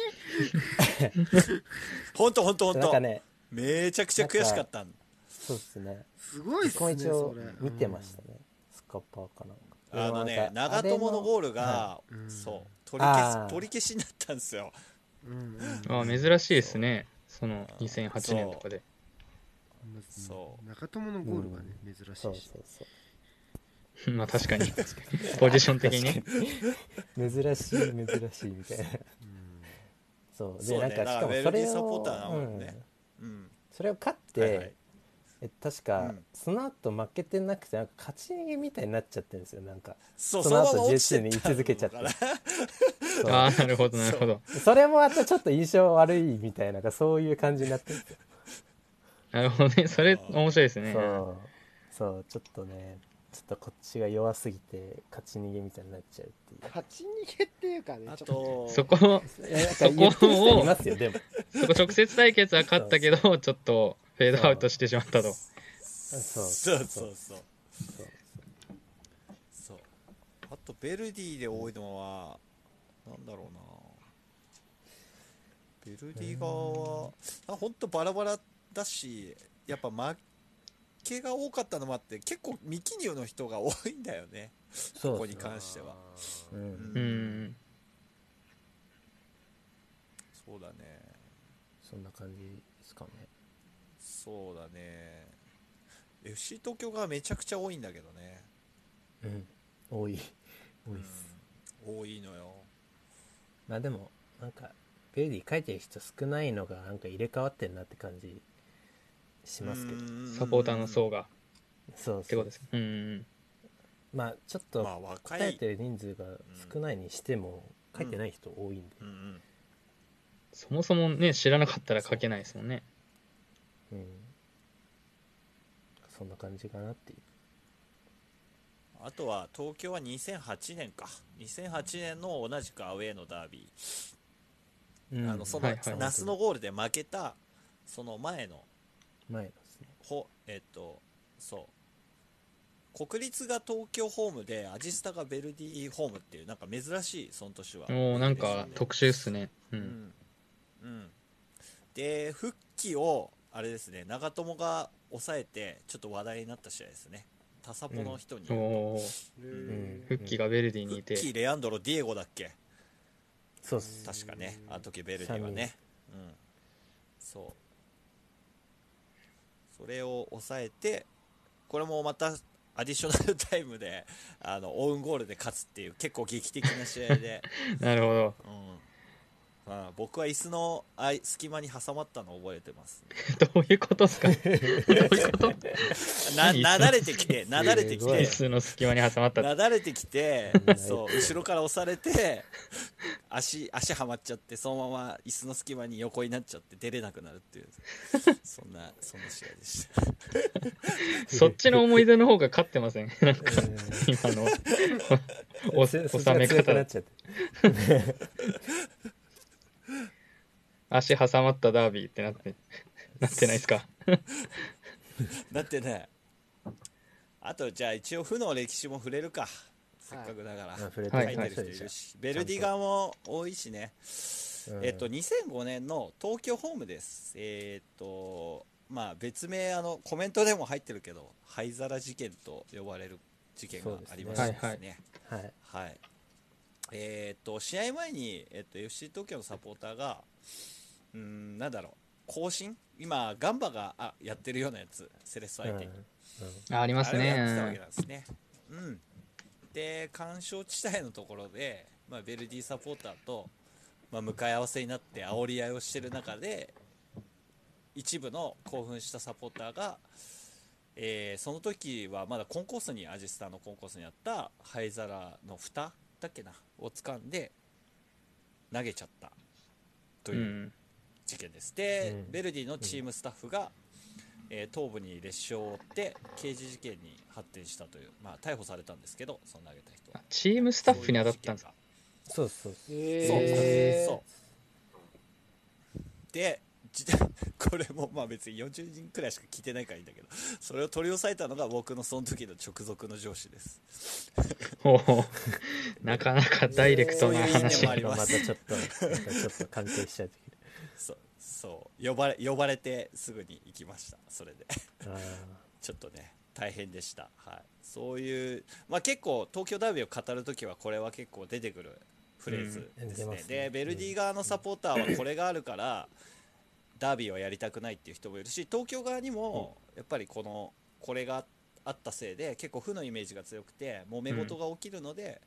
ほんとほんとほん
なん
と
かね
めちゃくちゃ悔しかったん
そうですね
すごいっ
そ
す
こ
ね
一
そ
応
れ
見てましたね、スカッパーかなんか
あの
で
ね
もなんか
長友のゴール
は
が、
れのうん
そう取り消
あー
し取り消しになったんですよ
うんうん
あ珍しいですねその2008年とかで
そう
中友のゴールがね珍
そ
し
う
いし
そうそう
まあ確かにポジション的にね
珍しい珍しいみ たいな
うん
そう
そ
で
う
な
ね
んかしか
だから
も
ベ
そ
ルデ
れ
ィサポ
を
ーターなもんね
うん
うん
それを勝って、
はいはい
え確か、
うん
その後負けてなくてなんか勝ち逃げみたいになっちゃってるんですよなんか
そう
そ
そ
の
の
後
まま落ちて
JC に居続けちゃった
のかな
そう
あ あなるほどなるほど
それもまたちょっと印象悪いみたいなそういう感じになってるんですよ
なるほどねそれ面白いですね
そうそうちょっとねちょっとこっちが弱すぎて勝ち逃げみたいになっちゃうっていう
勝ち逃げっていうかね
あ
ちょっね
と
そこ
いやな
そ
んか言ってる
こ
人
を
いますよでも
そこ直接対決は勝ったけどちょっとフェードアウトしてしまったと
そう
そうそううそう
そう
そうあとベルディで多いのはなんだろうなベルディ側はあ本当バラバラだしやっぱ負けが多かったのもあって結構未記入の人が多いんだよね
そう
ここに関しては
う、
うん
うんん
そうだね
そんな感じですかね
そうだね FC 東京がめちゃくちゃ多いんだけどね
うん多い多いっす、
うん多いのよ
まあでもなんかベルディ書いてる人少ないのがなんか入れ替わってんなって感じしますけど、
サポーターの層
が
がっ
そう
て
そ
こと
う
ですねうん
まあちょっ
まあ
と
若
書い
い
てる人数が少ないにしても、
うん
書いてない人多いんで、
うんうん
そもそもね知らなかったら書けないですもんね
うんそんな感じかなっていう
あとは東京は2008年か2008年の同じくアウェーのダービ
う
ー、
ん
あのその、
はいはい
那須のゴールで負けたその前の
前のですね
ほえっとそう国立が東京ホームでアジスタがベルディホームっていうなんか珍しいその年は
もうなんか
特
特殊っすねう
うんん、うん、で復帰をあれですね長友が抑えてちょっと話題になった試合ですねタサポの人に、
おお
うん
復帰がベルディに
復
いて
帰レアンドロ・ディエゴだっけ
そうっす
確かねあの時ベルディはねうんそうそれを抑えてこれもまたアディショナルタイムで あのオウンゴールで勝つっていう結構劇的な試合 で、
なるほど
うんまあ、僕は椅子のあい隙間に挟まったのを覚えてます
どういうことですかどういうこと
な
何
なだれてきてなだれてき
すご
椅
い
て
子の隙間に挟まった
なだれてきて
うん
そう後ろから押されて足足はまっちゃってそのまま椅子の隙間に横になっちゃって出れなくなるっていうそんなそんな試合でした
そっちの思い出の方が勝ってません なんか
うん
今のお
そ
収め
そっちが強く
方
なっちゃって
足挟まったダービーってなって なってないですか
だってねあとじゃあ一応負の歴史も触れるかせっかくだから、
触れて
はい
書いてる人いるし、ベルディガも多いしね、えっと、2005年の東京ホームです。えっと、まあ、別名、あの、コメントでも入ってるけど、灰皿事件と呼ばれる事件がありましたです
そうです
ね。
はい
はい。えっと、試合前に、えっと、FC 東京のサポーターが、うーん、なんだろう、更新今、ガンバがあやってるようなやつ、セレッソ
うん
相手に。
ああります
あれをやってたわけ
ね
なんですね。うん、で、緩衝地帯のところで、まあ、ベルディサポーターと、まあ、向かい合わせになって煽り合いをしてる中で、一部の興奮したサポーターが、えーその時はまだコンコースに、アジスターのコンコースにあった灰皿の蓋だっけな、を掴んで、投げちゃったと
う
いう。
ん
事件ですで、
うん
ベルディのチームスタッフが、えー頭部に裂傷を負って刑事事件に発展したという、まあ、逮捕されたんですけどその投げた人は
あチームスタッフに当たったんですか
そうそうそう
そういう事件が
えー
そうそうでじ これもまあ別に40人くらいしか聞いてないからいいんだけどそれを取り押さえたのが僕のその時の直属の上司です
おお なかなかダイレクトな
そういう意味
話
でもあり
ま
ま
あ
す
またちょっとまたちょっと関係しちゃう
そうそう呼ばれ呼ばれてすぐに行きましたそれで
あー
ちょっとね大変でした、はい、そういう、まあ、結構東京ダービーを語るときはこれは結構出てくるフレーズですね,、
うん出ますね
でベルディ側のサポーターはこれがあるから、ダービーはやりたくないっていう人もいるし東京側にもやっぱりこのこれがあったせいで結構負のイメージが強くて揉め事が起きるので、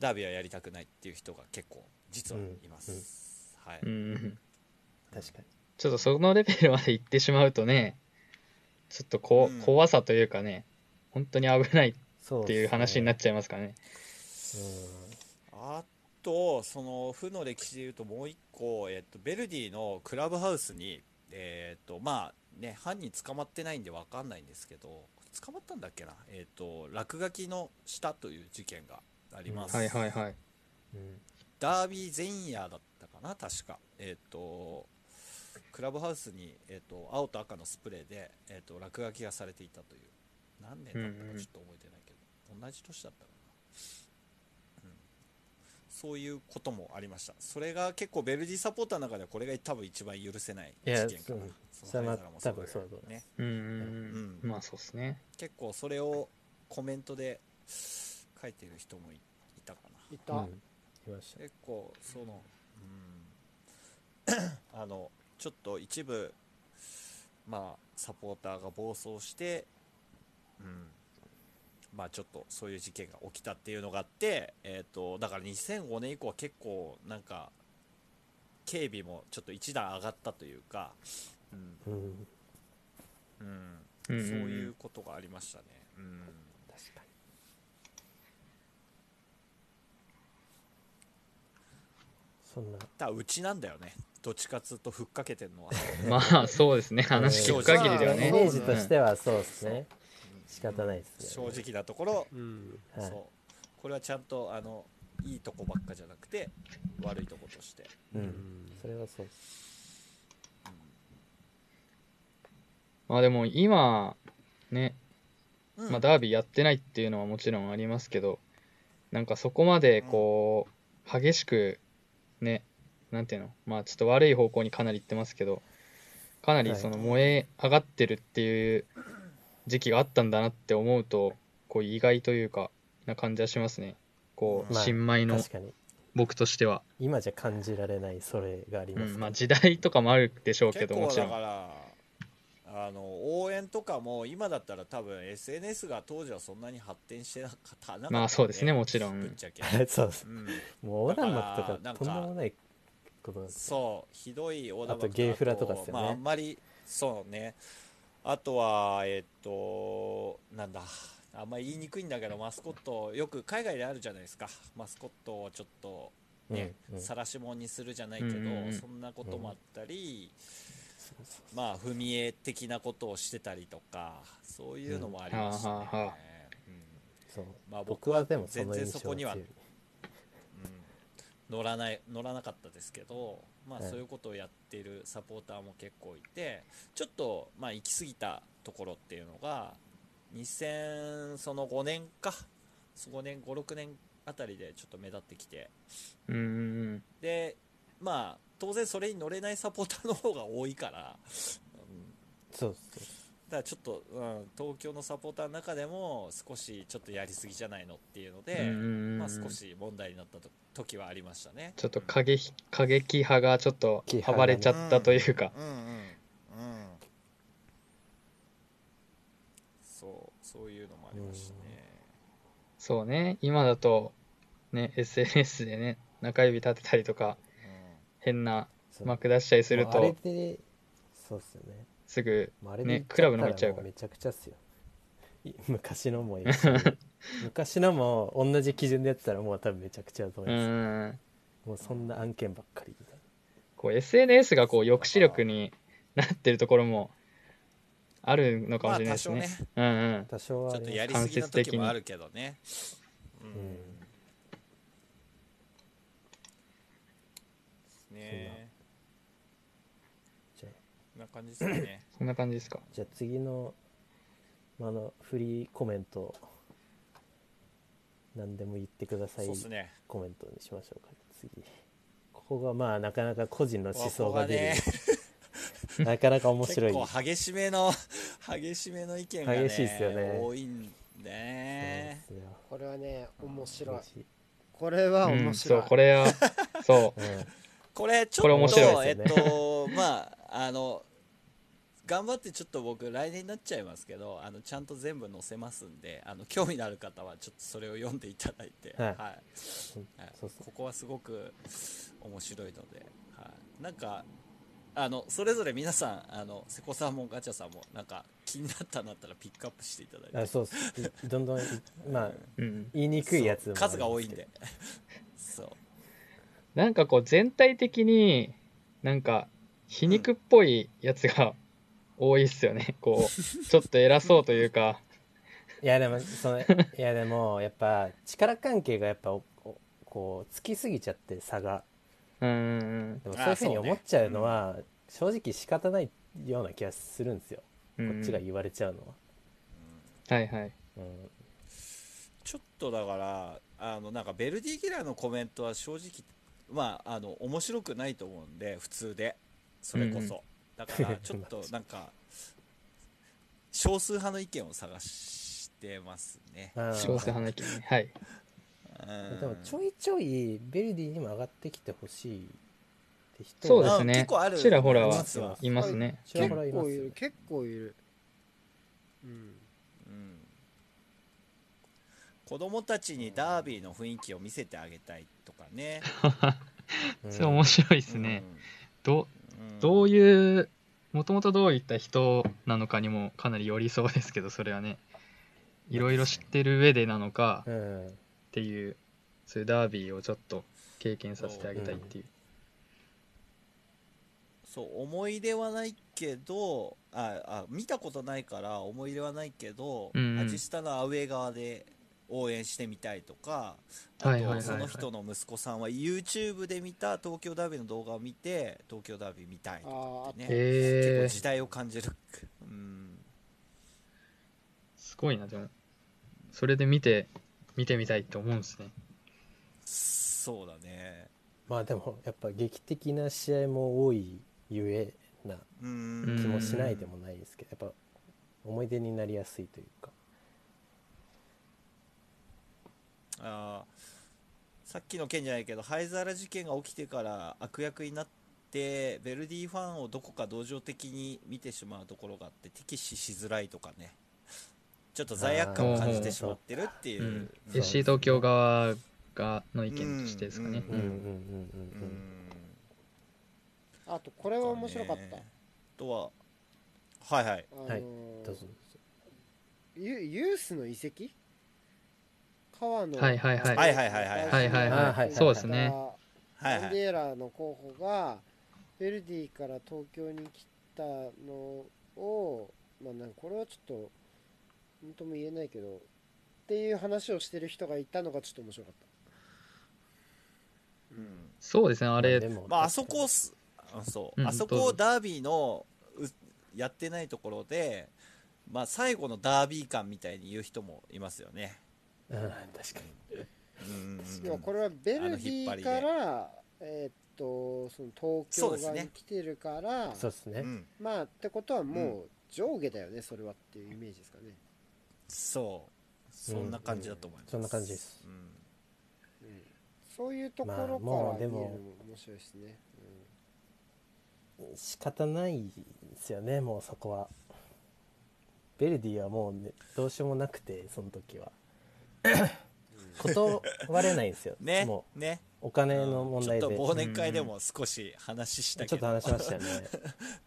ダービーはやりたくないっていう人が結構実はいます、はい
うん
確かに
ちょっとそのレベルまで行ってしまうとねちょっとこ、
うん
怖さというかね本当に危ないっ
そう
ていう話になっ
ち
ちゃいますからね
ゃうん
あと、その負の歴史でいうともう一個、えっと、ベルディのクラブハウスに、えっと、まあね、犯人捕まってないんでわかんないんですけど、捕まったんだっけな、えっと、落書きのしたという事件があります。
はいはいはい
うん
ダービー前夜だったかな、確か。えっと、クラブハウスに、えっと、青と赤のスプレーで、えっと、落書きがされていたという。何年だったかちょっと覚えてないけど、同じ年だったかな、うん。そういうこともありました。それが結構ベルディサポーターの中ではこれが多分一番許せない
いや
事件かな
そう。
その灰皿も
それは多分そうだと
だ
思います
ね。
うん
うん
うんまあそうですね
結構それをコメントで書いてる人もいいたかな。
いた、
うんいました
結構そのうん あのちょっと一部まあサポーターが暴走してうんまあちょっとそういう事件が起きたっていうのがあってえっ、とだから2005年以降は結構なんか警備もちょっと一段上がったというかうん、
うん
うん
うんうんうん
そういうことがありましたねうん
確かにそんな
ただうちなんだよねどっちかっつうとふっかけてんのは
まあそうですね話聞く限りでは
イ
ね
メージとしてはそうですね仕方ないです
正
よね
直なところ
うん
はい
そうこれはちゃんとあのいいとこばっかじゃなくて悪いとことして、
う
うんん
それはそうです
まあでも今ね、
うん
まあ、ダービーやってないっていうのはもちろんありますけどなんかそこまでこう激しくねなんていうのまあちょっと悪い方向にかなり行ってますけどかなりその燃え上がってるっていう時期があったんだなって思うとこう意外というかな感じはしますねこう
まあ
新米の
確かに
僕としては、
今じゃ感じられないそれがあり
う
ます
ん
か
まあ
ら
時代とかもあるでしょうけ
結
ども
構
ちろ
だ
ん
からあの応援とかも今だったら多分 SNS が当時はそんなに発展してなかったなかったん
まあそうですねもちろん
ぶっちゃけ、
そうです
うん、
もう横断幕
だから
と
な
かと
んか
んでもないことなんです
そうひどいオーダー
あとゲイフラとかっすよね
まあ、あんまりそうねあとはえっとなんだあんまり言いにくいんだけどマスコットよく海外であるじゃないですかマスコットをちょっとね
うんうん
晒し者にするじゃないけど、
うんうんうん
そんなこともあったり、まあ踏み絵的なことをしてたりとかそういうのもありましたね、
うんはあはあ
うん
そう
まあ僕
僕
は
はでもその
全然
印
そ
象
こ
は
に
強
はい乗らない乗らなかったですけど、まあ、
はい
そういうことをやってるサポーターも結構いてちょっと、まあ、行き過ぎたところっていうのが2005年か5年56年あたりでちょっと目立ってきて
うんうん
でまあ当然それに乗れないサポーターの方が多いから、うん
そうです
だからちょっと、うん、東京のサポーターの中でも少しちょっとやりすぎじゃないのっていうので、
うん
まあ、少し問題になったと時はありましたね。
ちょっと過激過激派がちょっと暴れちゃったというか、
うんうんうんそうそういうのもありましたね。
そうね今だとね SNS でね中指立てたりとか変な
そう
幕出したりする
まああれ
と
でそうっすよね、
すぐ
まあ、あれ
ね
で
クラブの方行っちゃうから
めちゃくちゃっすよい 昔のもい いし昔のも同じ基準でやってたらもう多分めちゃくちゃだと
う
思います、
ーん
もうそんな案件ばっかりみたいな
こう SNS がこう抑止力になってるところもあるのかもしれないですね。うんうん。
多少
うん、
は
ち
あ
ょっ
りま
と
す
やりすぎな時もあるけどね。
うん
うん、ね
じゃあ
こんな感じですかね。
そんな感じですか。
じゃあ次の、まあ、あのフリーコメント何でも言ってください
そうですね。
コメントにしましょうか次ここがまあなかなか個人の思想が出る、
ここ
なかなか面白い
結構激しめの激しめの意見が、ね、
激しいっすよね
多いんでね
そうなん
これはね面
ですよ
白い
嬉しい
これは
う
面
ん、そ、
白いう
これは、そう
う。ん
これち
これ
ょ
面
っと、
白
い
え
ですよ
っ
ね
とまああの頑張ってちょっと僕来年になっちゃいますけどあのちゃんと全部載せますんであの興味のある方はちょっとそれを読んでいただいて、
はい
はいはい
そうっす
ここはすごく面白いので、はい、なんかあのそれぞれ皆さんあの瀬古さんもガチャさんもなんか気になったなったらピックアップしていただいて
あそうっすいどんどんいまあ
うん、
言いにくいやつもあります
数が多いん でそう
なんかこう全体的になんか皮肉っぽいやつが多いっすよね。こう、ちょっと偉そうというか、
いやでもそ のいやでもやっぱ力関係がやっぱおおこうつきすぎちゃって差が
うんうん
でもそ
あ
ういうふうに
そうね
思っちゃうのは正直仕方ないような気がするんですよ、
うん、
こっちが言われちゃうのは、
はいはい。
うん、
ちょっとだからあのなんかベルディギラーのコメントは正直まああの面白くないと思うんで普通でそれこそ、だからちょっとなんか少数派の意見を探してますね、
あー
少数派の意見ね。はい。
うん
でもちょいちょいベルディにも上がってきてほしいって人
そうで
が
すね
あ結構ある
ちらほらは
実はい
ますね。
ちら
結
ほらいま
構
す
い
よ
る結構いるうん
うん子供たちにダービーの雰囲気を見せてあげたいとかね。
うん
それ面白いですね。どう
うん。うん
どういう、もともとどういった人なのかにもかなり寄りそうですけど、それはね、いろいろ知ってる上でなのか
うん
っていう、そういうダービーをちょっと経験させてあげたいっていう。
そう思い出はないけどああ見たことないから思い出はないけど、
うんうん
アジスタのアウェー側で応援してみたいとか
は
あ
いはいはいは
と
い
その人の息子さんは YouTube で見た東京ダービーの動画を見て東京ダービー見たいとかってね結
へ
構
え
時代を感じる、うん、
すごいな、でも。それで見て、見てみたいと思うんですね。
そうだね
まあでもやっぱ劇的な試合も多いゆえな
う
うん
ん
気もしないでもないですけどやっぱ思い出になりやすいというか
あーさっきの件じゃないけど灰皿事件が起きてから悪役になってベルディファンをどこか同情的に見てしまうところがあって敵視しづらいとかねちょっと罪悪感を感じてしまってるっていうう、
ん。
うん
SC 東京側がの意見としてですかね。
う
うんん
うんうん
う
うん
ん
うん
あとこれは面白かった、
ねあとははいはい
あの
はい
ー
どうぞ
ユユースの遺跡川野
はいはいはい
はいはいはいはい
はいはい
あー
は。
はいい
そうですね。
はい
バ
は
ン
い
デーラの候補がヴェルディから東京に来たのを、まあ、なんこれはちょっと何とも言えないけどっていう話をしてる人がいたのがちょっと面白かっ
そうですね、あれ、
まあ、あそこをすあそう、
うん
あ
ど
そ
う
こ
ぞ
をダービーのうやってないところで、まあ、最後のダービー感みたいに言う人もいますよね。
うん確か
うん
でもこれはベルギーから、えーっとその
そ
東
うで
京
す
側
ね
に来てるから、
にそうですね、
うん
まあってことはもう上下だよね、それはっていうイメージですかね。
そうそんな感じだと思います、
そんな感じです
うん
うんそういうところから
まあ
見えるの
もうでも
も面白いですね。
仕方ないですよねもうそこはベルディはもうね、どうしようもなくてその時 は断れないんですよ、
ね
も
ね
うお金の問題で、
うんちょっと忘年会でも少し話した
ちょっ
け
と
ど、
話しましたよね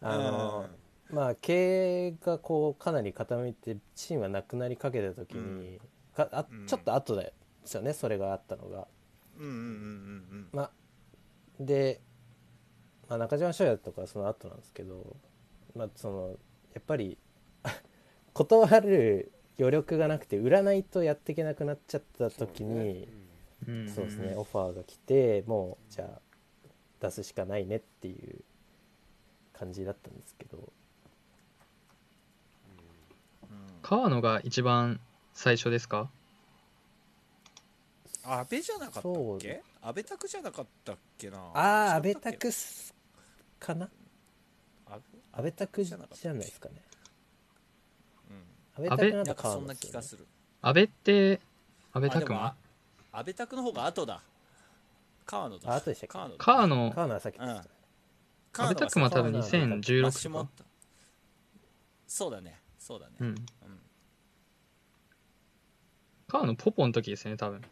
あの、まあ経営がこうかなり傾いてチームがなくなりかけた時に、
うん
かあ
うん
ちょっと後だよですよねそれがあったのが
うんうんうん
まあで、まあ、中島翔也とかはその後なんですけど、まあ、そのやっぱり 断る余力がなくて売らないとやっていけなくなっちゃった時
うん
に
うん
そうですねオファーが来てもうじゃあ出すしかないねっていう感じだったんですけど
うんうん
川野が一番最初ですか
安倍じゃなかった
そ
っ
う
け安倍拓じゃなかったっけな
ああ安
違
倍
ったっけ
拓すかな
あ
安倍拓じゃ
安倍拓
ないですかね
う
安倍拓なん
ん、なん
と
か
変
そ
わ
ん
んな
ない
で
気
すよね
がする
安倍って、安倍
あで
拓
も
馬
あ安倍拓の方が後だ川野だ
あ後でしたっけ
川野だ
川野、
川野は先ですね
安倍拓馬多分
川野は先
2016
私
と
もあっ
か。
たそうだねそうだね、
うん。
うん
川野ポポの時ですよね、多分。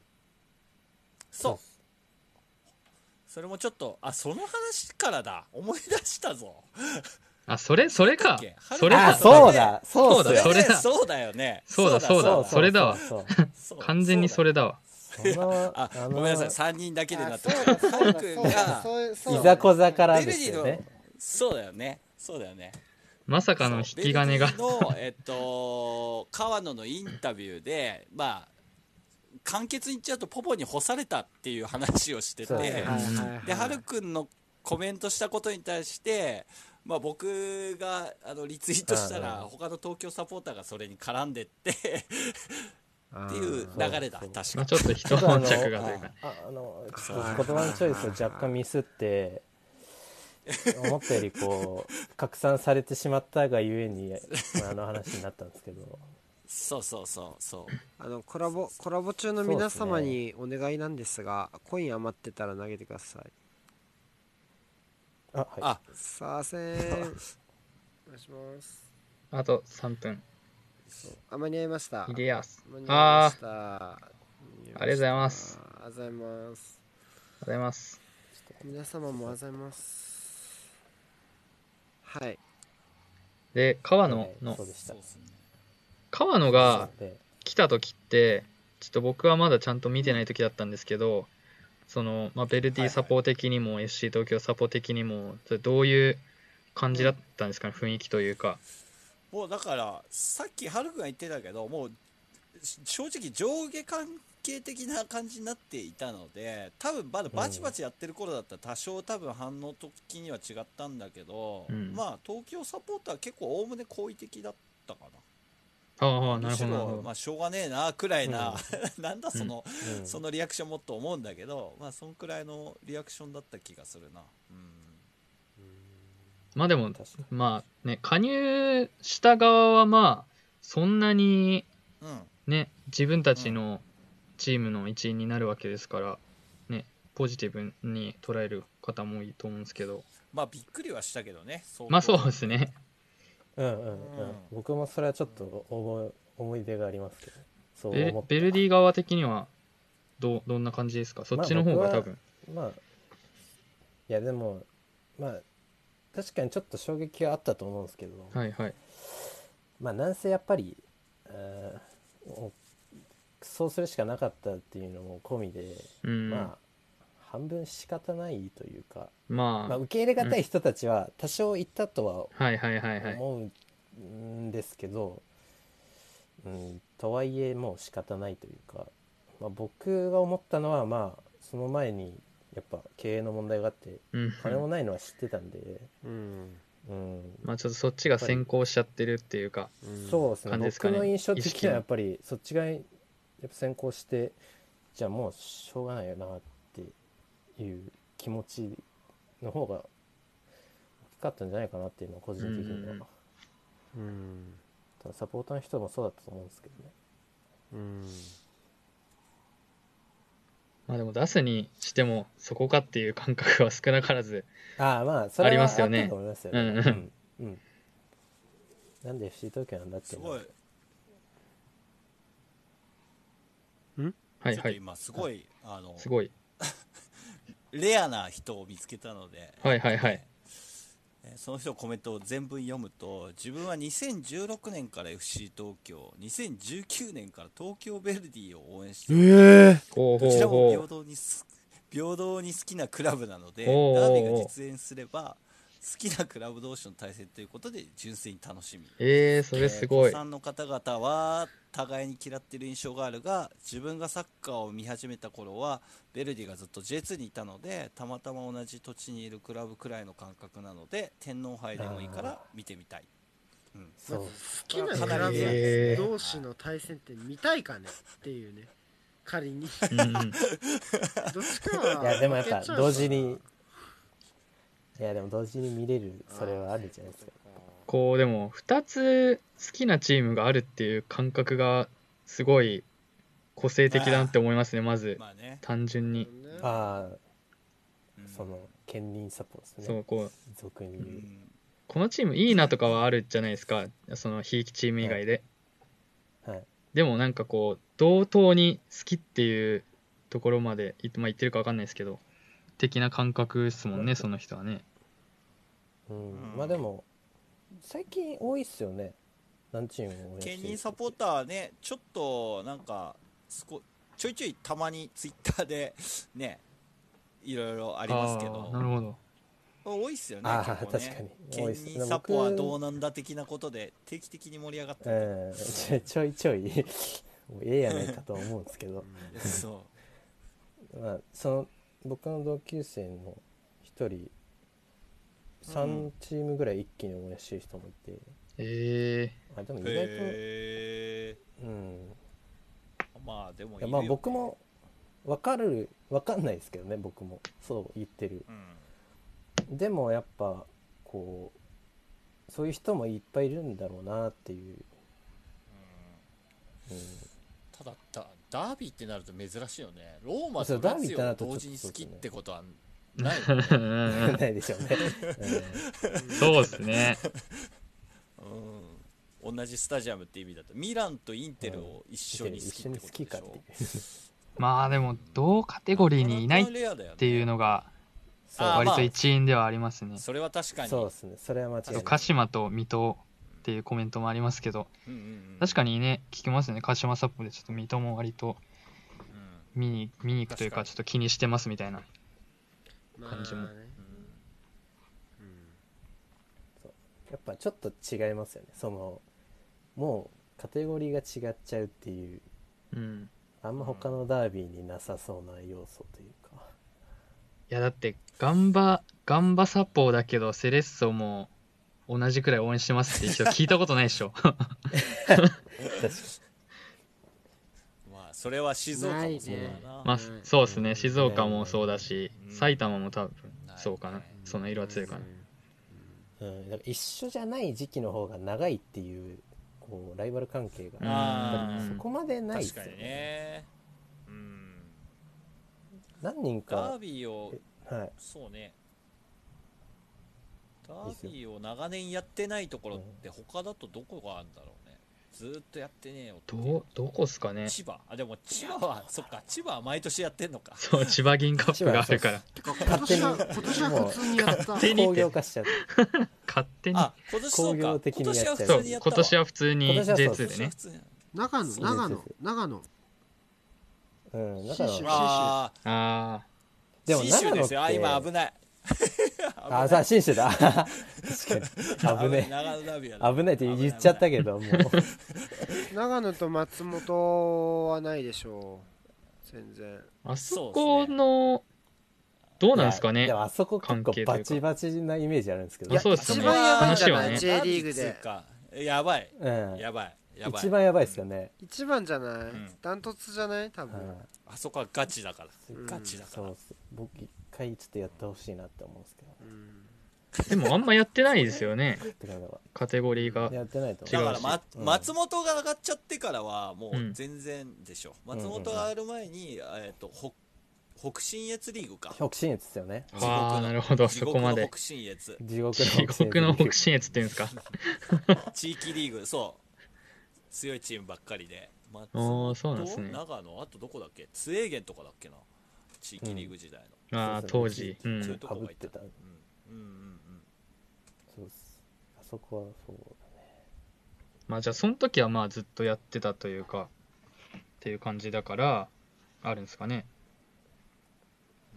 そうそれもちょっとあその話からだ思い出したぞ
あ、それ、それ
だ
か
っけ。春
それ
あ
だ
あ。そうだそう
そ
っす
うだ
よ
それだ
そうだよね
そうだそうだ
そう
それだわ
そう
そう
完全にそれだわ。
そうその
あ
あの
ごめんなさい三人だけで
うん
な
あ
ってる
そうだそうだ
君
そうだ
が
そういうそう
い
だ
ざこざからですよ
ベル
ね
ディそうだよねそうだよね
まさかの引き金が。
そうベルディのえっと川野のインタビューでまあ簡潔に言っちゃうとポポに干されたっていう話をしてて
そうですね
はいはいはい
で、はるくんのコメントしたことに対して、まあ、僕があのリツイートした
うん
ら、
うん
他の東京サポーターがそれに絡んでって、って
て
いう流れだ、
そう
確
まあ
か
ちょっと人の着がというか。
ああのちょっと言葉のチョイスを若干ミスって思ったよりこう拡散されてしまったがゆえにあの話になったんですけど
そうそうそうそう。
あのコラボコラボ中の皆様にお願いなんですがコイン余ってたら投げてください
あはい
あ、
さあせーんお願いします
あと3分。
あ間に合いました
イデアス。
間に合いま
あ
し
ー、
たあり
ありがとうございます
ありがとうございます
ありがとうございます。
皆様もありがとうございますはい
で、川
は
野
い
の
そ、うでした
そうですね。
川野が
で
来た時って、ちょっと僕はまだちゃんと見てない時だったんですけど、その、まあ、ベルディサポー的にも、FC 東京サポー的にも、それどういう感じだったんですかね、雰囲気というか。
もうだから、さっきハルくんが言ってたけど、もう、し正直上下関係的な感じになっていたので、多分まだバチバチやってる頃だったら多少多分反応的には違ったんだけど、
うん
まあ東京サポーターは結構おおむね好意的だったかな。
ああ、な
む
る
し
ほど、なる
ろ
ほ、
まあ、しょうがねえなくらいな、 なんだその,、
うん
そのリアクションもっと思うんだけど、まあ、そんくらいのリアクションだった気がするな、うん、
ど。まあでも、
確かに
まあね、加入した側はまあ、そんなに
うん、
ね、自分たちのチームの一員になるわけですから、ね、ポジティブに捉える方もいいと思うんですけど、
まあびっくりはしたけどね相当
まあそうですね。
うんうんう
うん
ん僕もそれはちょっと思い思い出がありますけどそう
ベ
思った
ベルディ側的にはどうどんな感じですかそっちの方が多分。
まあいやでもまあ確かにちょっと衝撃はあったと思うんですけど、
はいはい。
まあなんせやっぱり、えーおそうするしかなかったっていうのも込みで、
うん。
まあ半分仕方ないというか、
ま
まあ、
あ、
受け入れがたい人たちは多少いったとは
はいはいはいはい。
思うんですけど、うん、とはいえもう仕方ないというか、まあ、僕が思ったのはまあその前にやっぱ経営の問題があって
うん
金もないのは知ってたんで、
うん
うん
まあちょっとそっちが先行しちゃってるっていうか、
うん
そうですね
感じですか
僕
ね
の印象的にはや
意識の
っぱりそっちがやっぱ先行してじゃあもうしょうがないよなっていう気持ちの方が大きかったんじゃないかなっていうのは個人的には、
うん
うん
ただサポーターの人もそうだったと思うんですけどね
うん
まあでも出すにしてもそこかっていう感覚は少なからず、
ああまあそれは
ありますよね
あったと思いますよね
うんうん
うんうんなんで FC 東京なんだって
す
いうの
ご、
はい
はい
ちょっ
は
と
い、
今すごい、あの
すごい。
レアな人を見つけたので、
はいはいはい。
えーその人のコメントを全文読むと自分は2016年から FC 東京2019年から東京ヴェルディを応援している
え
ほうほ
どち
う
らも
ほ
平
う。
等にす平等に好きなクラブなのでダ
おうおうおう
ービーが実演すれば好きなクラブ同士の対戦ということで純粋に楽しみ
えー、それすご
えーお子
い
さ。んの方々は互いに嫌ってる印象があるが自分がサッカーを見始めた頃はベルディがずっと J2 にいたのでたまたま同じ土地にいるクラブくらいの感覚なので天皇杯でもいいから見てみたい、うん、
そう
好きなクラ
へ
ブ
ー
同士の対戦って見たいかねっていうね仮に
うんうん、
どっちか はい
やでもやっぱ
負けちゃう
同時にいやでも同時に見れるそれはあるじゃないですか
こうでも2つ好きなチームがあるっていう感覚がすごい個性的だなって思いますねまず
まあね、
単純に
ね
ああ
うん
その兼任サポートです
そ
ね
うこう
俗に
う
言う、
ん
このチームいいなとかはあるじゃないですかそのひいきチーム以外で
はい
でもなんかこう同等に好きっていうところまでいまあ言ってるか分かんないですけど的な感覚ですもんねその人はね
うん
うん
まあでも最近多いっすよね何チームも応援して
兼
る
任サポーターはねちょっとなんかすこちょいちょいたまにツイッターで ねいろいろあ
あ
りますけ
ーなる
ど
ほど
多いっすよね
ああ
結
確
構
か
ね
に多い
県
っす
民サ
僕
ポはどうなんだ的なことで定期的に盛り上がってる、
うんちょちょいちょい もうええやないかとは思うんですけど
そ
まあ、その僕の同級生の一人3チームぐらい一気に応援してる人もいて、
え
あ でも意
う
外と、
へえ
うん、
まあでも
い
い
や
る
ま
よ
あ僕も分かる分かんないですけどね僕もそう言ってる
うん
でもやっぱこうそういう人もいっぱいいるんだろうなっていう、うん、
ただだダービーってなると珍しいよねローマ
そ
と
うダ
ラ
ービー
ツ
って
ィ
な
オを
ると
同時に好きってことはないよね
ー うん うん
ないでしょうね、
そうですね
うん同じスタジアムって意味だとミランとインテルを一緒
うん、
に好
一
き
緒
っ
に
て
好
こと
き
で
か
し
っ
ょ
ていう
まあでも同カテゴリーにいないっ
レアだよね
ていうのが
そう
あー
割
ま
と一員ではありますね。
それは確かに
そうですねそれは間
あ
違いな
と
い
鹿島と水戸っていうコメントもありますけど、
うんうんうん
確かにね、聞きますね、鹿島サポでちょっと水戸も割と
うん
見に見に行くというか、
確かに
ちょっと気にしてますみたいな。
ま
感じも
あね
うん
うん
やっぱちょっと違いますよねそのもうカテゴリーが違っちゃうっていう
うん、
あんま他のダービーになさそうな要素というか、
いや、だって、ガンバ、ガンバサポだけど、セレッソも同じくらい応援してますって人聞いたことないでし ょ。
まあそれは静岡もそうだ
ないね
な
まあ、そうですね、静岡もそうだし、
うん
埼玉も多分
ない
そうかな、その色は強いかな。
うん、だから一緒じゃない時期の方が長いっていうこうライバル関係がやっぱ
あ
り
ー
そこまでないです
確
よ
かに
ね
ねうん
何人
ダー
か、
ビーを
はい、
そうねダービーを長年やってないところって他だとどこがあるんだろうねずーっとやってねえよって
どう、どこっすかね。
千葉あでも千葉はそっか千葉は毎年やってんのか
そう、千葉銀カップがある から、
てか今年は今年は普通にやった
手に
工業化しちゃって
勝手に。
あ今年そう
工
か
業的
今
にやっ
年
ちゃう
そ
は普通
う、
に
今
やったわ
年は普通に
今年はそ
J2 で
う
ね
今年は普。通にやった
長野
そう
長
そ
野
うそう
長野
うん、だから
信州
あー
ああ、
でも
信
長
州
野
で
っ
す
て
よあ今危ない
あさあ信州だ確かに危ねえ
長野ダービーやだ
危ないって言っちゃったけども う
長野と松本はないでしょう全然
あそ
そう
こ
っすね
のどうなんですかね
いやあそこ結
関
構
係というか
バチバチなイメージあるんですけど
あそうですよね
一番やばいんじゃ
話は
ない、
ね
J リーグ
ダ
で
ツかやばい
うん、
やばいやばい
一番やばいですよね、
一番じゃない
ん
ダン、トツじゃない多
う
分、
ん、
あそこはガチだから
うん
ガチだか
そう
ら
っす僕一回ちょっとやってほしいなって思うんですけど
うん
でもあんまやってないですよね
ってかは
カテゴリーが
やってないと
違
だ
う
か
し
ら、ま
うん
松本が上がっちゃってからはも
うん
う全然でしょ、
んうん
松本が上がる前に、えっと北北信越リーグか
北信越ですよね
地獄の
ああなるほど
地
そ
獄
こま
の
で
北信越
地獄の
地獄の北
信
信越っていうんです か
地域リーグそう強いチームばっかりで松
ああそうなんですね
長野あとどこだっけ津営源とかだっけな地域リーグ時代の、
ああ当時う
そういうんと
か
こ
ぶ
が
っ
い
て
た
た
うん、うんうんうん
そうっすあそこはそうだね
まあじゃあその時はまあずっとやってたというかっていう感じだからあるんですかね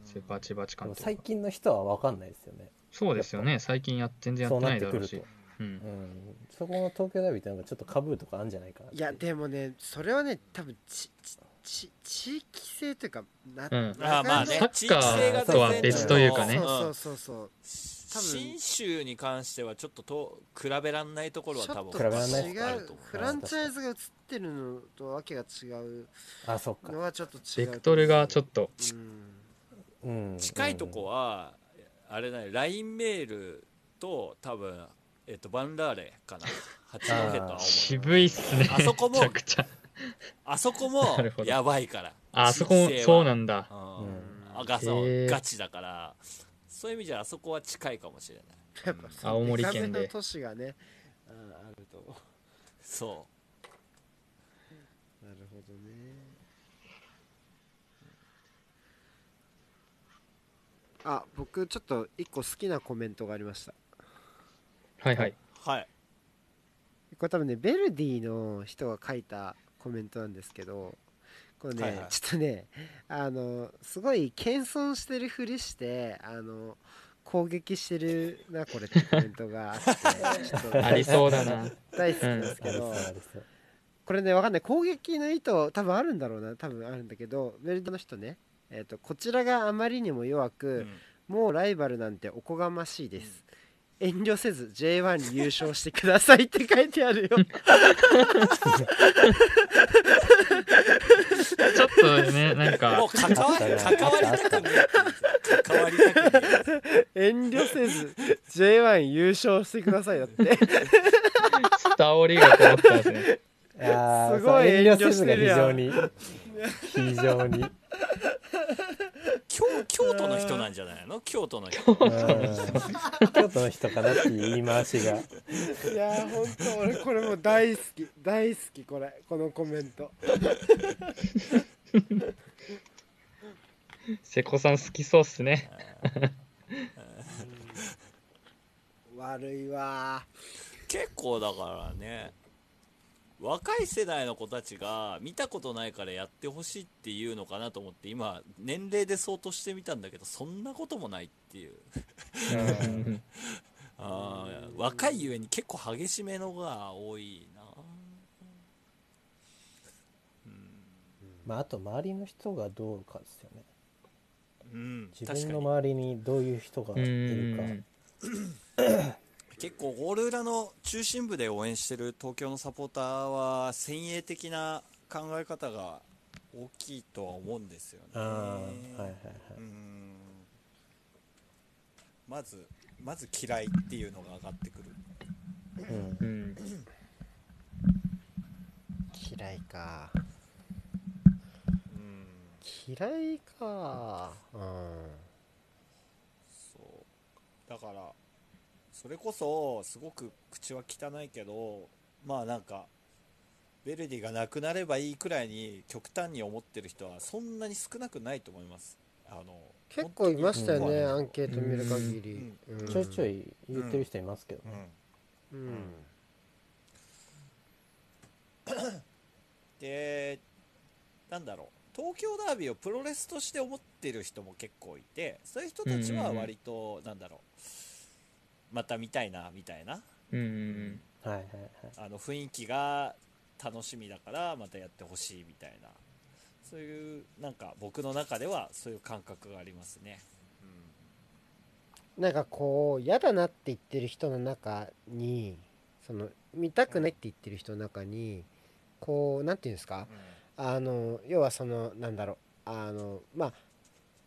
そういうバチバチ
で
感
も
という
最
か
近の人は分かんないですよね
そうですよね最近や全然や
そ
っ
う
てな
なっ
い
て
だ
く
ろう
る
し
と、
うん
うん、そこの東京ダービーってなんかちょっとかぶるとこあるんじゃないかなって
いやでもねそれはね多分ちちち地域性というかな、
うん
あーまあね
サッカーとは別というかね
そ
ん
うそうそうそう多分
信州に関してはちょっとと比べらんないところは
ちょ
多
っ
分
と
比べらんない
違
あ
う
ると思う
フランチャイズが映ってるのとわけが違う
あそっか
のはちょっと違
ベ
う
クトルがちょっと
うん
うん
近いとこはあれだね LINE メールと多分えっとバンラーレ かな八戸と青森
渋いっすね
あそこ
め
も
ちゃくちゃ
あそこも
なるほど
やばいから
ああそこもそうなんんだ
うん
あがそう
へー
ガチだからそういう意味じゃあそこは近いかもしれない
やっぱその
青森県で
デカめの都市がねああると
そ
なるほどねあ僕ちょっと一個好きなコメントがありました
はいはいう
はい
これ多分ねベルディの人が書いたコメントなんですけどこれね、
はいはい
ちょっとねあのすごい謙遜してるふりしてあの攻撃してるなこれってコメントがあってちょっと
ありそうだ な
大好きなんです
あ
け
れ
ど、
そうあれそう
これねわかんない攻撃の意図多分あるんだろうな多分あるんだけどベルディの人ね、えー、とこちらがあまりにも弱く、
うん
もうライバルなんておこがましいです。遠慮せず J1 に優勝してくださいって書いてあるよ。
ちょっとねなん
もう
か
関わ
あ
り
ったね
関わりたくねえ関わりたくねえ
遠慮せず J1 優勝してくださいだって。
伝わりがこもってますね
いやー
すごい
そう
遠慮し
が
て
非
るやん
常に非常に
京京都の人なんじゃないの京都の 人
うん京都の人かなっていう言い回しが
いやーほんと俺これもう大好き大好きこれこのコメント。
瀬古さん好きそうっす ね
悪いわ
結構だからね若い世代の子たちが見たことないからやってほしいっていうのかなと思って今年齢で相当してみたんだけどそんなこともないっていう
うん
あー若いゆえに結構激しめのが多いな
まああと周りの人がどうかですよね
うん
自
確
分の
かに
周りにどういう人が
う
いるか
ん
結構ゴール裏の中心部で応援してる東京のサポーターは先鋭的な考え方が大きいとは思うんですよね
ああはいはいは
う
い
んまずまず嫌いっていうのが上がってくる
うん
うん
ー嫌いか
うん
嫌いかう
そうだからそれこそすごく口は汚いけどまあなんかヴェルディがなくなればいいくらいに極端に思ってる人はそんなに少なくないと思いますあの
結構いましたよ
本当
ね
に
アンケート見る限りうん
ちょいちょい言ってる人いますけど
う
ね、
ん
うん
でなんだろう東京ダービーをプロレスとして思ってる人も結構いてそういう人たちは割となんだろうまた見たいなみたいな
うんうん
はいはいはい
あの雰囲気が楽しみだからまたやってほしいみたいなそういうなんか僕の中ではそういう感覚がありますね、うん
なんかこう嫌だなって言ってる人の中にその見たくないって言ってる人の中にこうなんていうんですかあの要はそのなんだろうあのまあ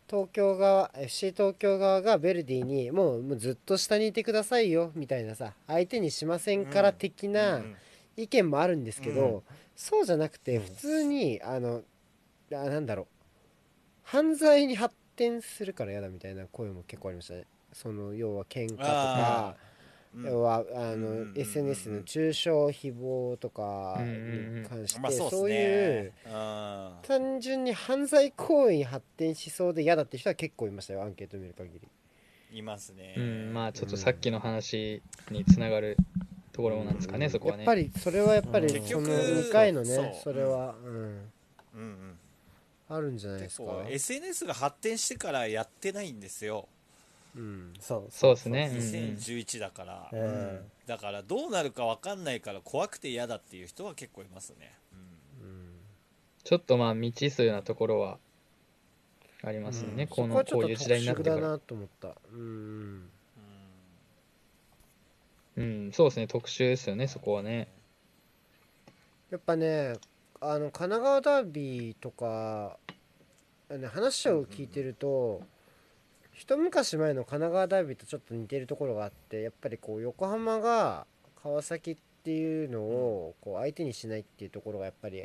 東京側 FC 東京側がヴェルディにもうもうずっと下にいてくださいよみたいなさ相手にしませんか
う
ら
ん
的
うん
な
うん
意見もあるんですけど、
う
そうじゃなくて
うん
普通に、あのあなんだろう犯罪に発展するから嫌だみたいな声も結構ありましたねその要は喧嘩とか
あうん
要はあ
うんうんうん
の
うん
SNS の中傷誹謗とかに関して、
まあそうです
そういう
ね。うん
単純に犯罪行為に発展しそうで嫌だって人は結構いましたよアンケート見る限り
いますね。
うん、まあちょっとさっきの話につながるところなんですかね、
うん
そこ
や
は
っ
ね。
ぱりそれはやっぱり
うん結
そ
局
の2回のね
そう
それは、うん、
うんうん。
あるんじゃない
で
ですか
そう SNS が発展してからやってないんですよ。
うん
そう
そうですね。うん
2011だから、
うん
うんだからどうなるかわかんないから怖くて嫌だっていう人は結構いますね。
うん
ちょっとまあ未知数なところはありますよね、
うん
こ
そこ
の
はちょ
こ
っ
う
と
いう
特
時代になって
殊
か
だ
ら。
なと思ったうん
うん
うん、そうですね、特殊ですよね、そこはね。
やっぱねあの神奈川ダービーとか、あのね、話を聞いてると、一昔前の神奈川ダービーとちょっと似てるところがあってやっぱりこう横浜が川崎っていうのをこう相手にしないっていうところがやっぱり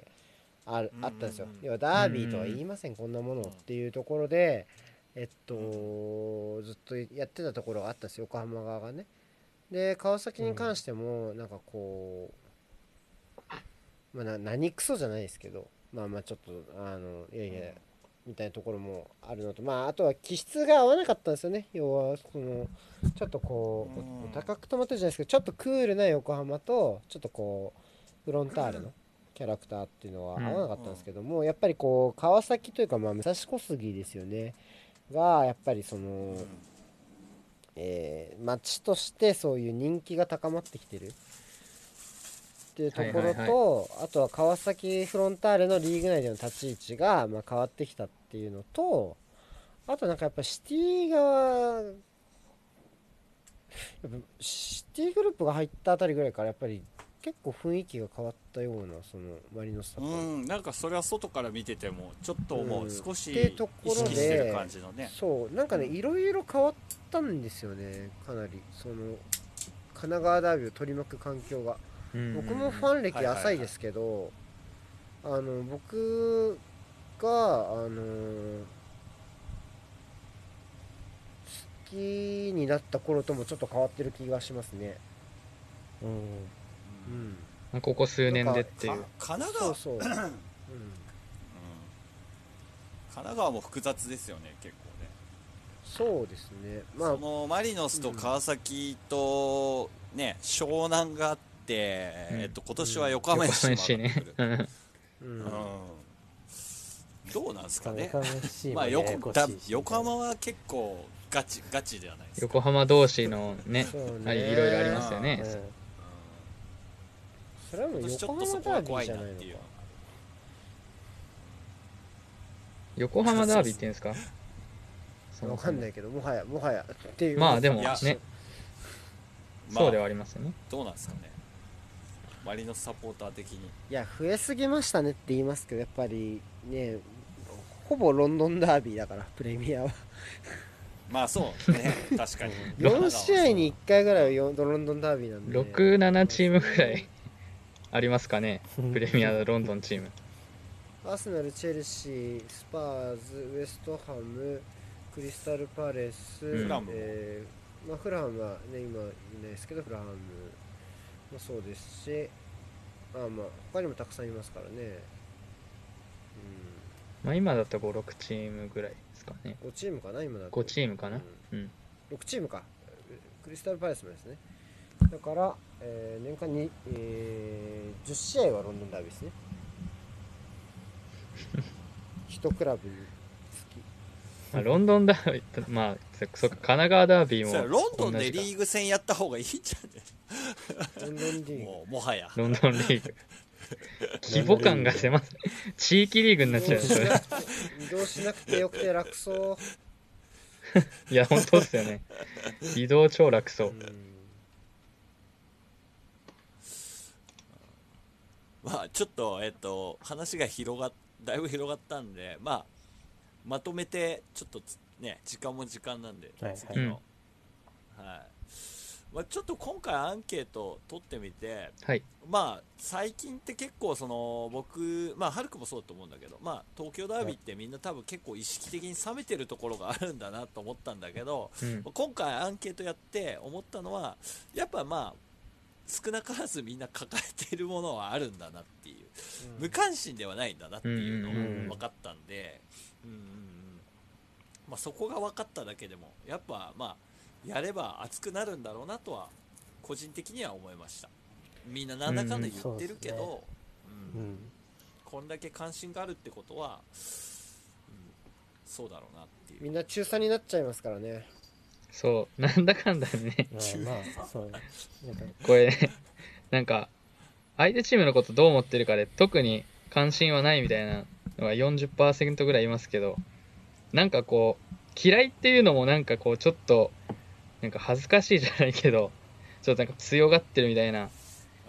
ある
うんうんうん
あったんですよ。要はダービーとは言いません、こんなものをっていうところで、えっと、ずっとやってたところがあったんですよ横浜側がね。で川崎に関してもなんかこう、まあ、な何クソじゃないですけどまあまあちょっとあのいやいや、
うん
みたいなところもあるのとまああとは気質が合わなかったんですよね要はそのちょっとこう、
うん
お高く止まってるじゃないですけどちょっとクールな横浜とちょっとこうフロンターレのキャラクターっていうのは合わなかったんですけども、やっぱりこう川崎というかまあ武蔵小杉ですよねがやっぱりその。
うん
えー、町としてそういう人気が高まってきてるっていうところと、
はいはい
あとは川崎フロンターレのリーグ内での立ち位置が、まあ、変わってきたっていうのとあとなんかやっぱシティ側やっぱシティグループが入ったあたりぐらいからやっぱり結構雰囲気が変わったようなそのマリノスとかも、
うん、なんかそれは外から見ててもちょっとも
うん
う少し
ってところ
意
で
識してる感じのね、
そうなんかね
うん
いろいろ変わったんですよねかなりその神奈川ダービーを取り巻く環境が。僕もフ
ン
ァン歴浅いですけど、あの僕があのー好きになった頃ともちょっと変わってる気がしますね。
うん
うん、
ここ数年でってい
か
う。
神奈
そ
川
う そう。うん
うん神奈川も複雑ですよね結構ね、
そうですね。まあ
そ、のマリノスと川崎と、ね湘南があって、
うん
えっと、今年は横浜
横浜
FC
FC
も上がって
ね
くる、。
うん
うん、どうなんですかね
横浜 FC
まあ
もやや
横
こ
だ
しいし
横浜は結構ガチガチではないですか、
横浜同士のね
そう、ね
あれいろいろありますよ
う
ね。
ん
それはも
うん
う
今年ちょ
横
っとそ
浜
こ
ダー
は
ビー
怖い
じゃ
なっ
ないの
ていう
か。
横浜ダービーって言うんですかそも
わか
そも
んないけど、もはや、もはやっていう。
まあでも
いや
ね、
まあ
そうではありますよね。
どうなんですかねマリノスサポーター的に
いや増えすぎましたねって言いますけどやっぱりねほぼロンドンダービーだからプレミ アは
まあそうね確かに
4試合に1回ぐらいはよんロンドンダービーなんで
6、7チームぐらい ありますかね、プレミアのロンドンチーム。
アーセナルチェルシースパーズウェストハムクリスタルパレス、
うんフラ
ムも
えーまあ、フラハムは、ね、今いないですけどフラハムもそうですしあまあ他にもたくさんいますからね
まあ今だと5、6チームぐらいですかね。
うん5チームかな今だと
5チームかな。うん。
6チームかクリスタルパレスもですねだから、えー年間に、えー10試合はロンドンダービーです ね一クラブにつき
まあ、ロンドンダービー と、まあ、そっか、神奈川ダービー
そ
も
うロンドン
同
で
じか
リーグ戦やった方がいいんじゃね
ロンドンリーグ
もうもはや
ロンドンリ ーグ。規模感が狭す。 地域リーグになっちゃうよそれ。
移動しなくてよくて楽そう。
いや、本当ですよね。移動超楽そううん
まあちょっとえっと話が広がっだいぶ広がったんでまあまとめてちょっとつね時間も時間なんで、
はいはい
次の、はいまあ、ちょっと今回アンケート取ってみて
はい。
まあ最近って結構その僕まあハルクもそうだと思うんだけどまあ東京ダービーってみんな多分結構意識的に冷めてるところがあるんだなと思ったんだけど、
うん。
今回アンケートやって思ったのはやっぱまあ少なからずみんな抱えているものはあるんだなっていう無関心ではないんだなっていうの
うん
うんうん
が分かったんでうんうんうんまあそこが分かっただけでもやっぱまあやれば熱くなるんだろうなとは個人的には思いましたみんななんだかんだ言ってるけ
うんうん
ど、うん
うん
こんだけ関心があるってことは、うん、そうだろうなっていう
みんな中3になっちゃいますからね
そう。なんだかんだね。
まあまあそうなんか
これ、 なんか、相手チームのことどう思ってるかで、特に関心はないみたいなのが40%ぐらいいますけど、なんかこう、嫌いっていうのもなんかこう、ちょっと、なんか恥ずかしいじゃないけど、ちょっとなんか強がってるみたいな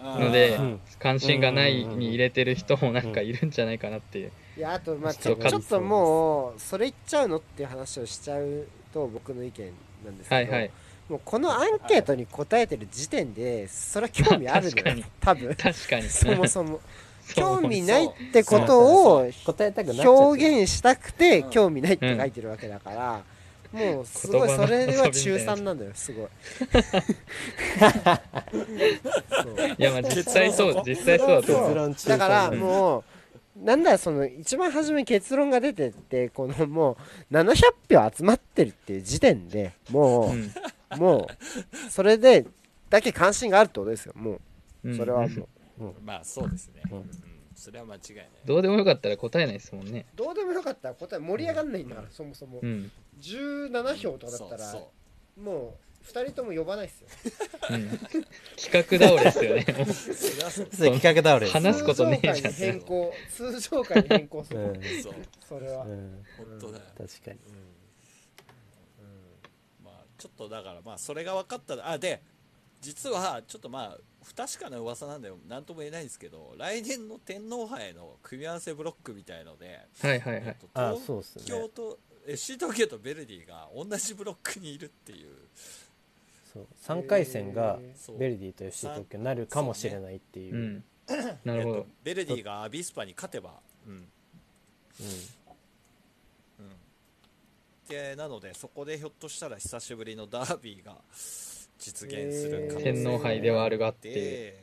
ので
あー
うん、
関心がないに入れてる人もなんかいるんじゃないかなっていう。
いやあとまあち
そ
ょ
うか
ちょっともうそれ言っちゃうのっていう話をしちゃうと僕の意見なんですけど、
はいはい。
もうこのアンケートに答えてる時点でそれは興味ある
確か
の
に
よ多分
確かに。
そ もそも
そう
興味ないってことを
答えたくなっちゃってる
表現したくて
うん
興味ないって書いてるわけだから、もうすごい
言葉
そ
の
れは中
遊びみたいな
3なんだよすごいそう
いやまあ実際そう実際そうだと
結
思う
論中
だから
うん
もうなんだその一番初め結論が出てってこのもう700票集まってるっていう時点でも
うん
うもうそれでだけ関心があるってことですよも
う
うんそれはもう
まあそうですね、
う
うんんそれは間違いない
どうでもよかったら答えないですもんね
どうでもよかったら答え盛り上がんないんだからそもそも
うん
17票とかだったら
そう
もう2人とも呼ばないっすよ
うん企画倒れですよねも う
そうそれ はそう
それ企画倒れ
話すことねえじゃん
通常回に変更通常回に変更す
う
る、
ん
そう
それは、
うん
本当だよ、
確かに
まあ、ちょっとだからまあそれが分かったらあで実はちょっとまあ不確かな噂なんで何とも言えないんですけど来年の天皇杯の組み合わせブロックみたいので、
はいはいはい
えっと
あそうっす
東
ね
京と FC 東京とベルディが同じブロックにいるっていう
そう3回戦が
えー
そう
ベルディと FC 東京になるかもしれないっていうう、
んなるほ
え
ど
っとベルディがアビスパに勝てば、うん、でなのでそこでひょっとしたら久しぶりのダービーが実現する可能性
天皇杯ではあるがっていう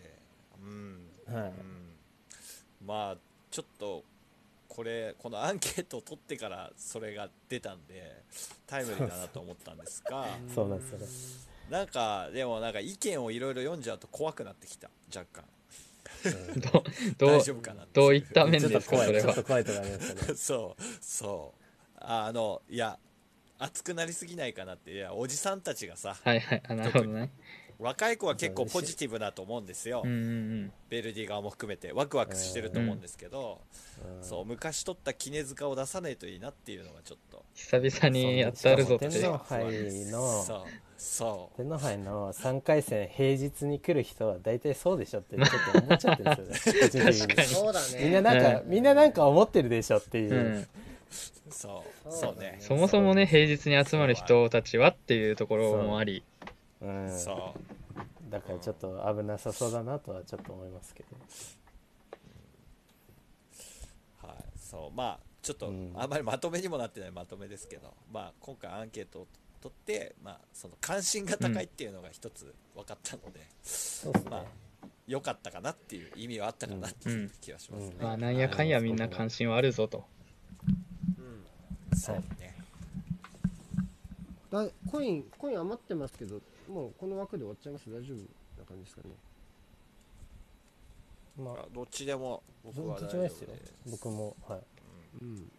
うん
うんはい
うん、まあちょっとこれこのアンケートを取ってからそれが出たんでタイムリーだなと思ったんですが
そうなんですよね
なんかでもなんか意見をいろいろ読んじゃうと怖くなってきた若干
どど
大
う
丈夫かなって
どういった面
ちょっ
で
と
すか
怖
そ
い
れ
ちょっ
は
と怖いとかありましたね
そうそうあのいや熱くなりすぎないかなっていやおじさんたちがさ
はいはいあなるほどね
若い子は結構ポジティブだと思うんですよ、
うんうん
ベルディ側も含めてワクワクしてると思うんですけど、
ん
そう昔取った杵塚を出さないといいなっていうのがちょっと
久々にやってあるぞって
そう天皇
不安で
杯
す
の
そうそう
天皇杯の3回戦平日に来る人は大体そうでしょってちょっと思っちゃってるんですよね個人的に
確か
そうだ
みんな
ね
なんか、
う
みんななんか思ってるでしょっていう、
うん
そ
そ
うそうう
だね
ね
そもそもね平日に集まる人たちはっていうところもあり
うん
そう
だからちょっと危なさそうだなとはちょっと思いますけど
はいそうまあちょっと
うん
あんまりまとめにもなってないまとめですけど、まあ今回アンケートを取ってまあその関心が高いっていうのが一つ分かったので、
そうですね、
まあ良かったかなっていう意味はあったかなっていう気がしますね、
うん
まあなんやかんやみんな関心はあるぞと
そうね
だコインコイン余ってますけどもうこの枠で終わっちゃいます大丈夫な感じですかね
ま
ま
あ
あどっちでも僕
ど
は
っ
大
ち
丈
も
夫
で
です
よ僕もはい
うん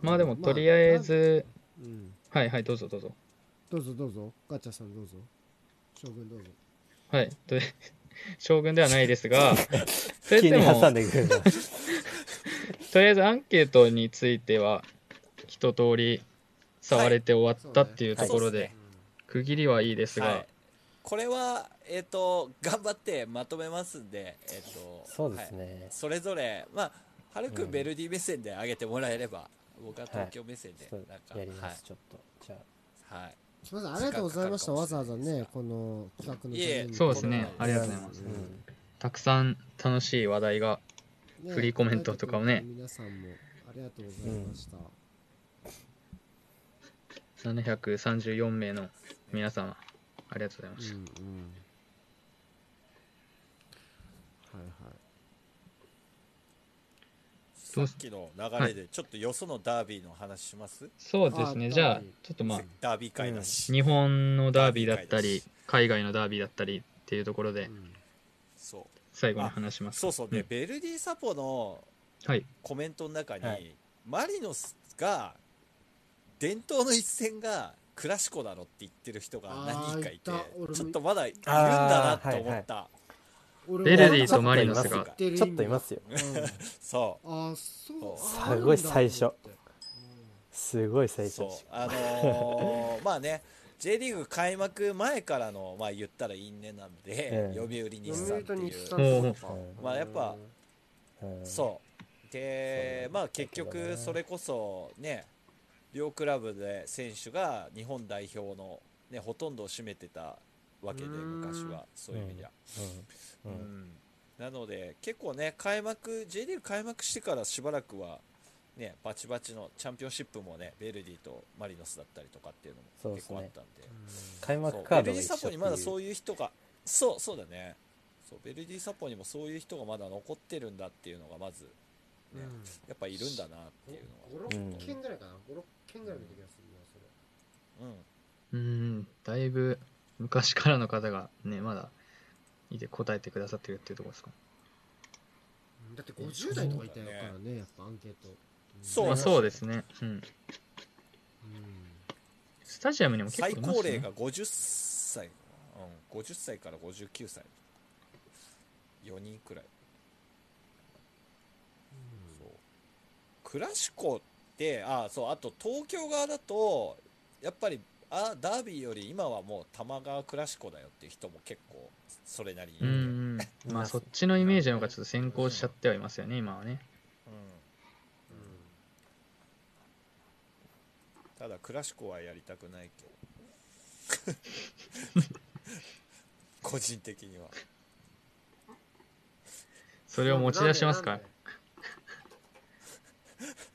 まあでもとりあえず
うん
はいはいどうぞどうぞ
どうぞどうぞガチャさんどうぞ将軍どうぞ
はいと 将軍ではないです がそれ
急
で
に
も
挟んでく るな
とりあえずアンケートについては一通り触れて終わったってい
は
うと
い
ころで、
そうです
区切りはいいですが、
はい、これは、えっと頑張ってまとめますんで、えっと
そうですね、
はいそれぞれ、まあ、はるくんベルディ目線で上げてもらえれば、僕は東京目線で
ちょっ
なんか、
とやります、
はい
ちょっとじゃ
はい、
すみません、ありがとうございました。わざわざね、この企画の
いえ
ために
そうですね
あ
あ
あ
りがとうございます、
うん
たくさん楽しい話題が
ね
フリーコメントとかもね
皆さんもありがとうございました。
734名の皆様ありがとうございま
うん
し
う
た、
ん。はいはい。
ど
さ
う
っ
す
きの流れでちょっとよそのダービーの話します、
そうですね
あ
じゃ
ダー
あ
ビー
ちょっとまあ
ダービー会だし、
日本のダービーだった
ダービ
り
ー
海外のダービーだったりっていうところで
うん
そう
最後に話します
そうそうね、
うん
ベルディサポの
はい
コメントの中に、
はい
マリノスが伝統の一戦がクラシコだろって言ってる人が何人かいて
あーいた俺も
ちょっとまだいるんだなと思った、
俺
ベルディ
と
マリノス
が
知ってる
あ
意味
ちょっといますよ
そ
あそう
そう
あ
すごい最初
あるんだと思って
すごいう最初
そう
でし
あ のーまあね J リーグ開幕前からのまあ言ったら因縁なんで、
ええ
読売日産
読
って
売と
いう
日産
うん
とか
うん
まあやっぱ
たうん
そうで
そう
ま
な
あ
んだけ
結
どね
局それこそね両クラブで選手が日本代表の、ね、ほとんどを占めてたわけで
うーん
昔はそういう意味では、う
うんんうん
なので結構ね開幕 J リーグ開幕してからしばらくはねバチバチのチャンピオンシップもねベルディとマリノスだったりとかっていうの
そう
も
で
結
すね
構あったんで
開幕カ
そう
ードが
ベルディ
一緒
サ
って
ポ
い
に
う
まだそういう人がそうそうだねそうベルディサポにもそういう人がまだ残ってるんだっていうのがまずねやっぱいるんだなっていうのは、
うん、5、6件ぐらいかな、5、6件ぐらい見てきまするな、それ。
うん、
うんだいぶ昔からの方がねまだいて答えてくださってるっていうところですか
うんだって50代とかいたよからね、やっぱアンケート。
そう
まあ、そうですね、うん、
うん
スタジアムにも結構
最
いますね
高齢が50歳、うん、50歳から59歳4人くらい、そうクラシコってあそうあと東京側だとやっぱりあダービーより今はもう多摩川クラシコだよっていう人も結構それなりにいて
うんうんまあそっちのイメージの方がちょっと先行しちゃってはいますよね今はね
うんただクラシコはやりたくないけど 個人的には
それを持ち出します
な
か
んで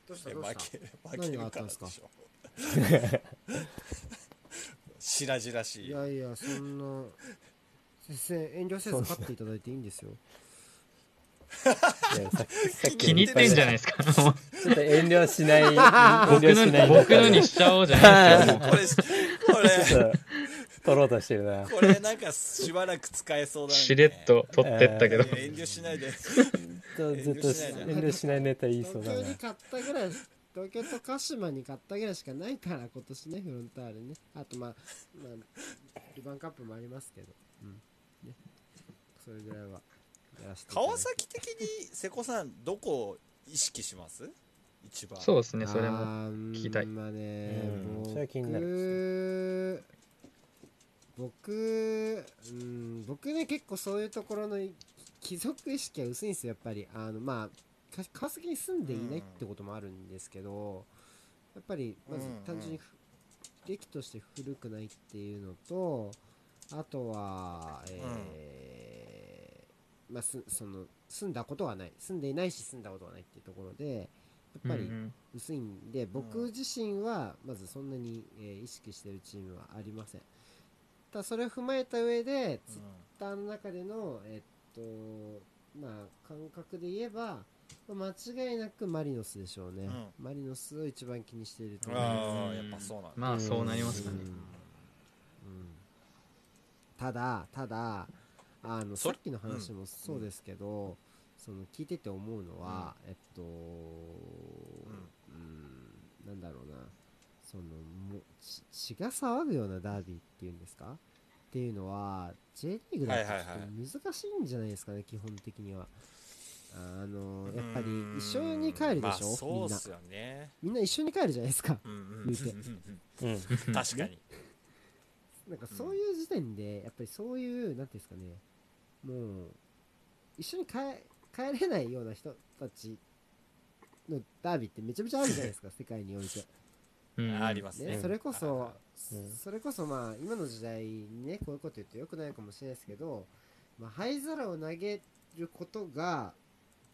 どうした
え
どうし
負
た
け負け
何
る
があ
か
った
ら
ん
ですし
か
ょ 白々し
い
い
やいや、そんな、先生、遠慮せず勝っていただいていいんですよ。
いやさっ きさっき
気に入ってんじゃないですかもう
ちょっと遠慮 しない遠慮しない
僕のにしちゃおうじゃないですよもう
これこ
ち
れ
ょっと取ろうとしてるな
これなんかしばらく使 えそうだね
しれっと取ってったけど
いや遠慮 しないで
ずっとずっと遠慮しないネタ言いそう
東
だ
京
な
に勝ったぐらい、東京と鹿島に勝ったぐらいしかないから、今年ね、フロンターレね。あと、まあ、まあ、リバンカップもありますけど、うんね、それぐらいはやらせていただいて。
川崎的に瀬古さんどこを意識します一番
そうですねそれも聞
聞
きたい
まあね
うん
僕
それは気になる
僕、うん、僕ね、結構そういうところのい貴族意識は薄いんですよ、やっぱり。あの、まあ、か川崎に住んでいないってこともあるんですけど、やっぱり、まず
うんうん
単純にふ、歴として古くないっていうのと、あとは、えーまあ、すその住んだことはない住んでいないし住んだことはないっていうところでやっぱり
うん
薄いんで、僕自身はまずそんなに、えー意識してるチームはありませんただそれを踏まえた上で
う
ツイッ
ん
ターの中でのえっとまあ感覚で言えばまあ間違いなくマリノスでしょうね、
う
マリノスを一番気にしていると思います
あ
う
あ
ん
やっぱそうなんだ
まあそうなりますかね
うんうんただただあの
そ
さ
れ
っきの話もそうですけど、その聞いてて思うのは、えっと、うん、なんだろうなそのも血血が騒ぐようなダービーっていうんですかっていうのは J リーグだとちょっと難しいんじゃないですかね、基本的には。あのやっぱり一緒に帰るでしょ、
まあ、そ
み
うっ
んな
すよね
みんな一緒に帰るじゃないですか
うんう
言
ん
うて
うん
確かに
なんかそういう時点でやっぱりそういうなんていうんですかねもう一緒に帰帰れないような人たちのダービーってめちゃめちゃあるじゃないです か世界において
うん
ありますね
ね、それこそ、
うん
それこそまあ今の時代にねこういうこと言ってよくないかもしれないですけど、まあ、灰皿を投げることが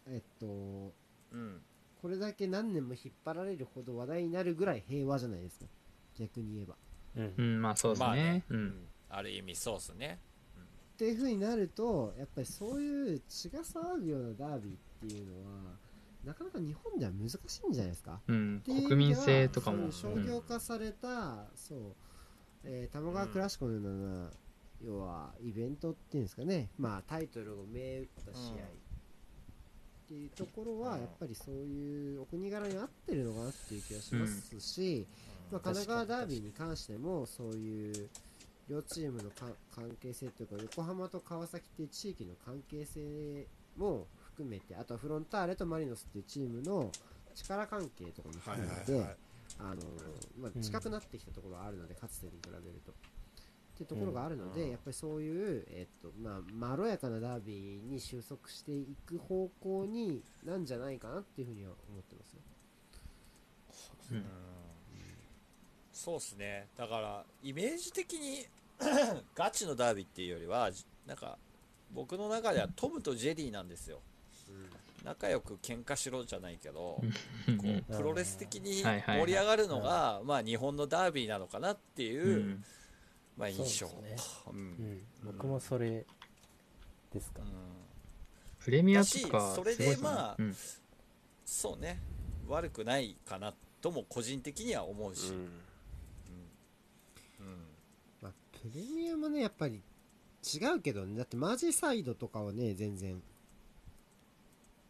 えっとこ
うん
れだけ何年も引っ張られるほど話題になるぐらい平和じゃないですか逆に言えば。
うん
うん、まあそうですね。
まあね
う。
うんんある意味そうっすね
っていう風になるとやっぱりそういう血が騒ぐようなダービーっていうのはなかなか日本では難しいんじゃないですか
うん
っていう意味では
国民性とかも。
そうういうん商業化された、そう、えー、玉川クラシコのような、要はイベントっていうんですかねまあタイトルを銘打った試合、
うん
っていうところ
う
は
ん
やっぱりそういうお国柄に合ってるのかなっていう気がしますし、
うん
まあ、神奈川ダービーに関してもそういう両チームのか関係性というか横浜と川崎っていう地域の関係性も含めてあとはフロンターレとマリノスっていうチームの力関係とかも含めて、あのま
う
あ、
ん
近くなってきたところはあるので、かつてに比べると。っていうところがあるので、
うん
やっぱりそういう、えっとまあ、まろやかなダービーに収束していく方向になんじゃないかなっていうふうには思ってますよ。
うん
そうっすねだからイメージ的に ガチのダービーっていうよりはじなんか僕の中ではトムとジェリーなんですよ仲良く喧嘩しろじゃないけど
うん
こうプロレス的に
はいはいはい
盛り上がるのがまあ日本のダービーなのかなっていうう、
ん
まあ印象
そうです
うん
うん僕もそれですか
うん
プレミアとか、
だしそれです
ごいすね
まあ
うん
そうね悪くないかなとも個人的には思うし、うんうん
まあ、プレミアもね、やっぱり違うけどね、だってマージサイドとかはね、全然。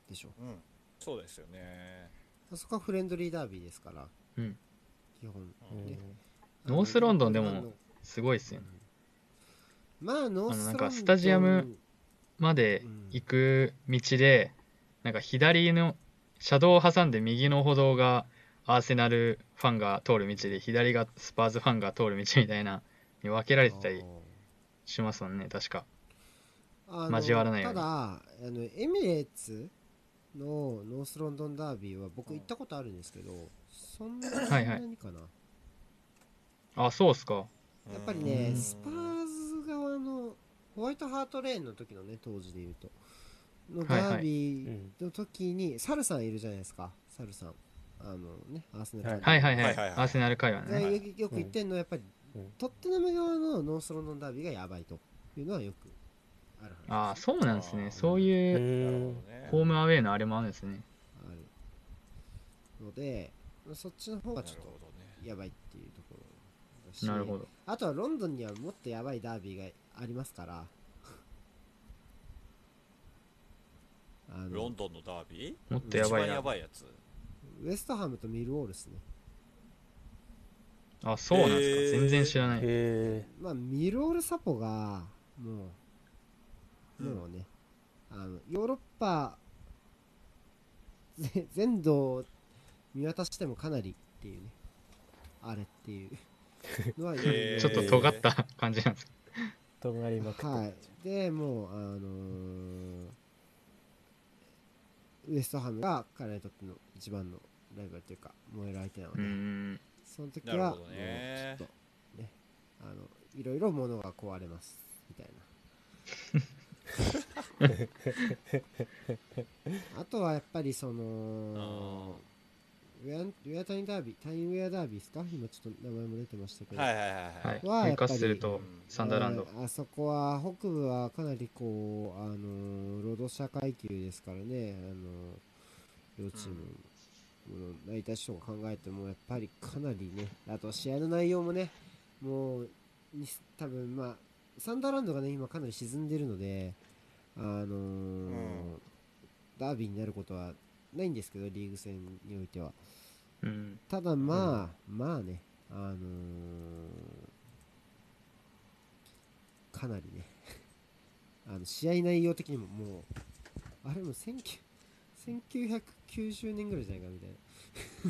でしょ。
うん、そうですよね。
あそこはフレンドリーダービーですから、
うん
基本。
うん
ね
ノースロンドンでも
あの
すごいですよね。
まあ、ノースロンドン
あのなんかスタジアムまで行く道で、なんか左の車道を挟んで右の歩道がアーセナルファンが通る道で、左がスパーズファンが通る道みたいなに分けられてたりしますもんね、確か。
あの
交わらないよう
た
に
だあのエミレーツのノースロンドンダービーは僕行ったことあるんですけどそんなに
はいはい
そんなにかな
あ、そうっすか。
やっぱり
う
ね
ん
スパーズ側のホワイトハートレーンの時のね当時で言うとの
はいはい
ダービ
う
ー
ん
の時に、サルさんいるじゃないですかサルさんあのねアーセナル
はい
はいはいは
はい
い。
はいはい
アーセナル会話
が
ね。
よくよく言ってんのはやっぱり、
うん
トッテナム側のノースロンドンダービーがやばいというのはよくある話
ああ、そうなんです
あ
ね。
ー
そう
う
いう
なる
ん
ほ
ホ
ど
ー
ね。
ムアウェイのあれもあるんですね。
あるのでそっちの方
な
が
る
ちょっと
ほどね。
やばいっていうところだし
なるほど。
あとはロンドンにはもっとやばいダービーがありますからあの
ロンドンのダービ
もっと
ー
や
一
ば
番
いな。
やばいやつ。
ウエストハムとミルウォールですね
あ、そうなんですか。
へー
全然知らない。
へ
まあミルウォールサポがもう
うん
もうね、あのヨーロッパぜ全土を見渡してもかなりっていうねあれっていうのは
えー
ちょっと尖った感じなんですけ
ーとがりまくってる
はい、でもう、あのーウエストハムが彼にとっての一番のライバルというか燃える相手なの
ど。
で、
うーん。
その時
なる
は
ほ
もう
ど
ち
ね
ょっとねあのいろいろ物が壊れますみ たいなあとはやっぱりそのウェアウェアタインダービータインウェアダービーですか今ちょっと名前も出てましたけど、
はいはいはい
は。
はいい。
ニ
はや
ュー
っぱ
カッ
り
スルと
うん
サンダーランド。
えーあそこは北部はかなりこう、あのー労働者階級ですからね、あのー両チームの成り立ちとか考えてもやっぱりかなりねあと試合の内容もねもうに多分まあサンダーランドがね今かなり沈んでるのであのー
ん
ダービーになることはないんですけどリーグ戦においては
うん。
ただまあ、まあねあのー かなりねあの試合内容的にももうあれも19
1990年ぐらいじゃないかみたいな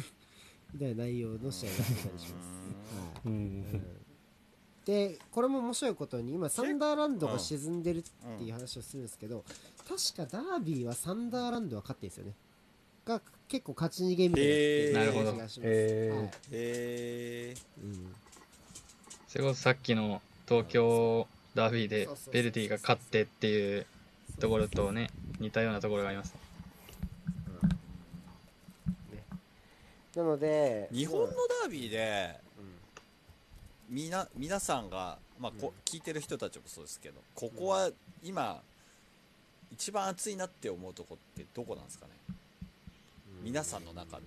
みたいな内容の試合だったりします。はい
うん
でこれも面白いことに今サンダーランド
うん
が沈んでるって
う
い
ん
う話をするんですけど確かダービーはサンダーランドは勝ってるんですよねが結構勝ち逃げみたい
ー
へ
な
な
って
る
い
ほ
う感
ど
じがします、
へー
はい
え
うん
それこそさっきの東京ダービーで
そうそうそう
ベルディが勝ってっていうところとね似たようなところがありますね
なので
日本の
ま
ダ
あ
ービーで
うん
みな皆さんが、まあこ聞いてる人たちもそうですけどここは今一番熱いなって思うとこってどこなんですかね皆さんの中で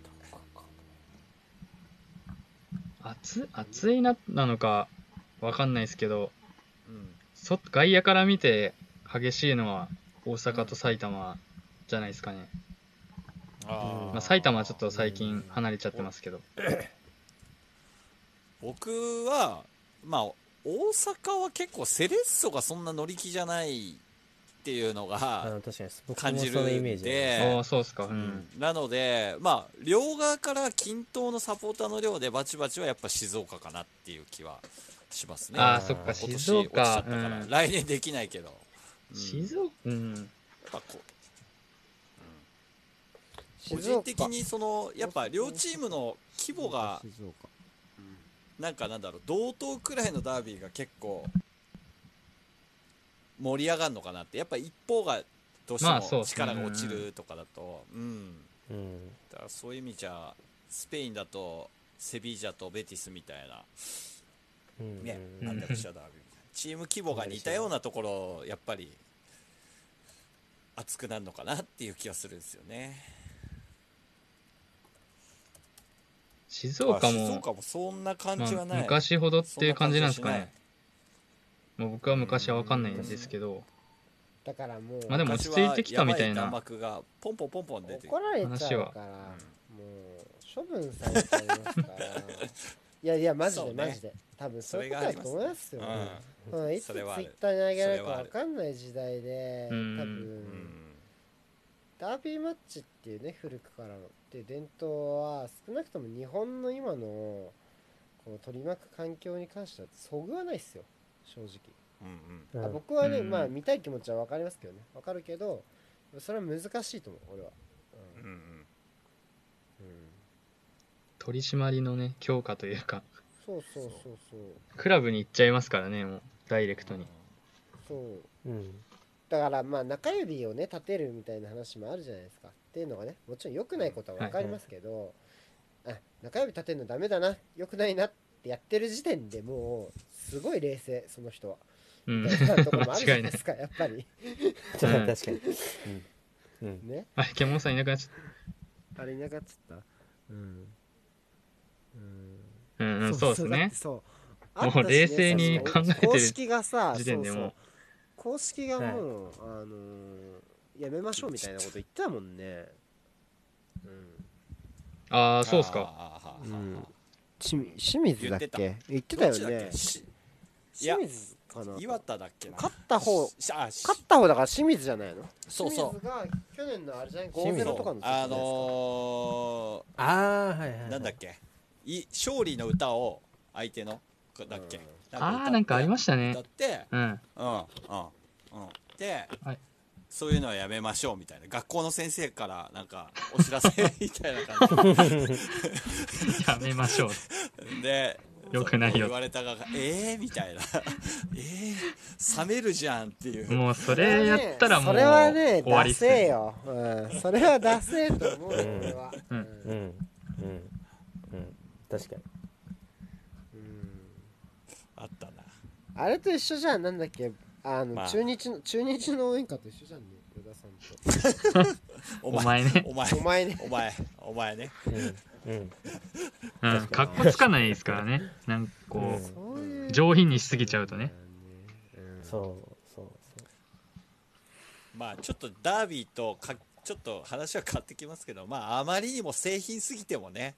暑暑いななのかわかんないですけど
うん
そ外野から見て激しいのは大阪と埼玉じゃないですかね、
あー
まあ、埼玉はちょっと最近離れちゃってますけど
僕はまあ大阪は結構セレッソがそんな乗り気じゃないっていうの
あ
が
の確かに僕
感
も
じ
その
る
イメー
ん
ジあります
ああ
で
ーそうですかうん、
なので、まあ、両側から均等のサポーターの量でバチバチはやっぱ静岡かなっていう気はしますね。
ああ
ー
そっか
今年
静
落ちちゃ
岡
った
う
から、
ん
来年できないけど、うん
静岡うん
やっぱこう個
静
人
岡
的にそのやっぱ両チームの規模が
静岡
なんかなんだろう同等くらいのダービーが結構盛り上がるのかなってやっぱ一方がどうして
まあそう
も
ですね
力が落ちるとかだと、うん、
うん
だからそういう意味じゃスペインだとセビージャとベティスみたいな、
うん
ね
うん
アンダルシアダービーみたいなチーム規模が似たようなところやっぱり熱くなるのかなっていう気がするんですよね
静岡
あ静
も
岡もそんな感
ま
じは
あ、
ない、
昔ほどっていう感じなんですか
そんな
ね
感じ
もう僕は昔は分かんないんですけど、
だからもう
まあでも落ち着いてきたみたいな
昔はやば弾幕がポンポンポンポン出てくる
怒られちゃうからもう処分されちゃいます からいやいやマジ
そ
で
うね
マジで多分そういうことだと思いますよ
う
うんいつ
そ
ツイ
れはある
ッターに上げられるか
それはあ
わ
る
かんない時代で多
うん
んう
分
ん
ダービーマッチっていうね古くからのっていう伝統は少なくとも日本の今のこの取り巻く環境に関してはそぐわないっすよ正直、
うん
うん
あ僕はね、
うん
まあ見たい気持ちは分かりますけどね分かるけどそれは難しいと思う俺は、
うんうんう
う
ん
んうん、
取り締まりのね強化というか
そうそうそうそう
クラブに行っちゃいますからねもうダイレクトに
そう
うん
だからまあ中指をね立てるみたいな話もあるじゃないですかっていうのがねもちろん良くないことは分かりますけど、あ中指立てるのダメだな良くないなってやってる時点でもうすごい冷静その人は
う
み
ん
たい なところもあるじゃない
間違いな
で
い
すかやっぱり
確かに確かにうんうん
ね
あれケモンさんいなくなっちゃっ
あれいなかっちゃったうんうん
たうんうんそうですね
そう
もう冷静に考えてる
公式がさ
時点で
そうそう
も
公式がもう、あのーやめましょうみたいなこと言ってたもんねうん
ああそうっすか
あーは
う
ーはーはー
んち清水だっけ言ってたよ
どっちだっ
ね
けしいや
清水かな
岩田だっけな
勝った方
しあし
勝った方だから清水じゃないの
そうそう
清水が去年のあれじゃない
そう
5ゼ0とかの時じゃな
あ
いですか
の
ああはいはいは
ー
い
なんだっけい勝利の歌を相手のだっけ
うん
ああーなんかありま
し
した
だっ
ね
て
うん
うんうんうんで、
はい
そういうのはやめましょうみたいな学校の先生からなんかお知らせ みたいな感
やめましょう
じで
よくないよ
言われたがええー、みたいな ええー、冷めるじゃんっ ていう
もうそれやったらも
そうれはね
終わり
出
っす
せ
ね
よ、うん、それは出せと思うよ俺は、
うん
うんうんうん確かに
うん
あったな
あれと一緒じゃんなんだっけあの、
まあ
中日の中日の応援歌と一緒じゃんね上田さんと
お
お前ね
お前
お前ね
お前お前ね
うんうん
うんかっこつかないですからねなんかこ
うん
そういう
う上品にしすぎちゃうとね
うん
そうそうそう
まあちょっとダービーとかちょっと話は変わってきますけどまああまりにも製品すぎてもね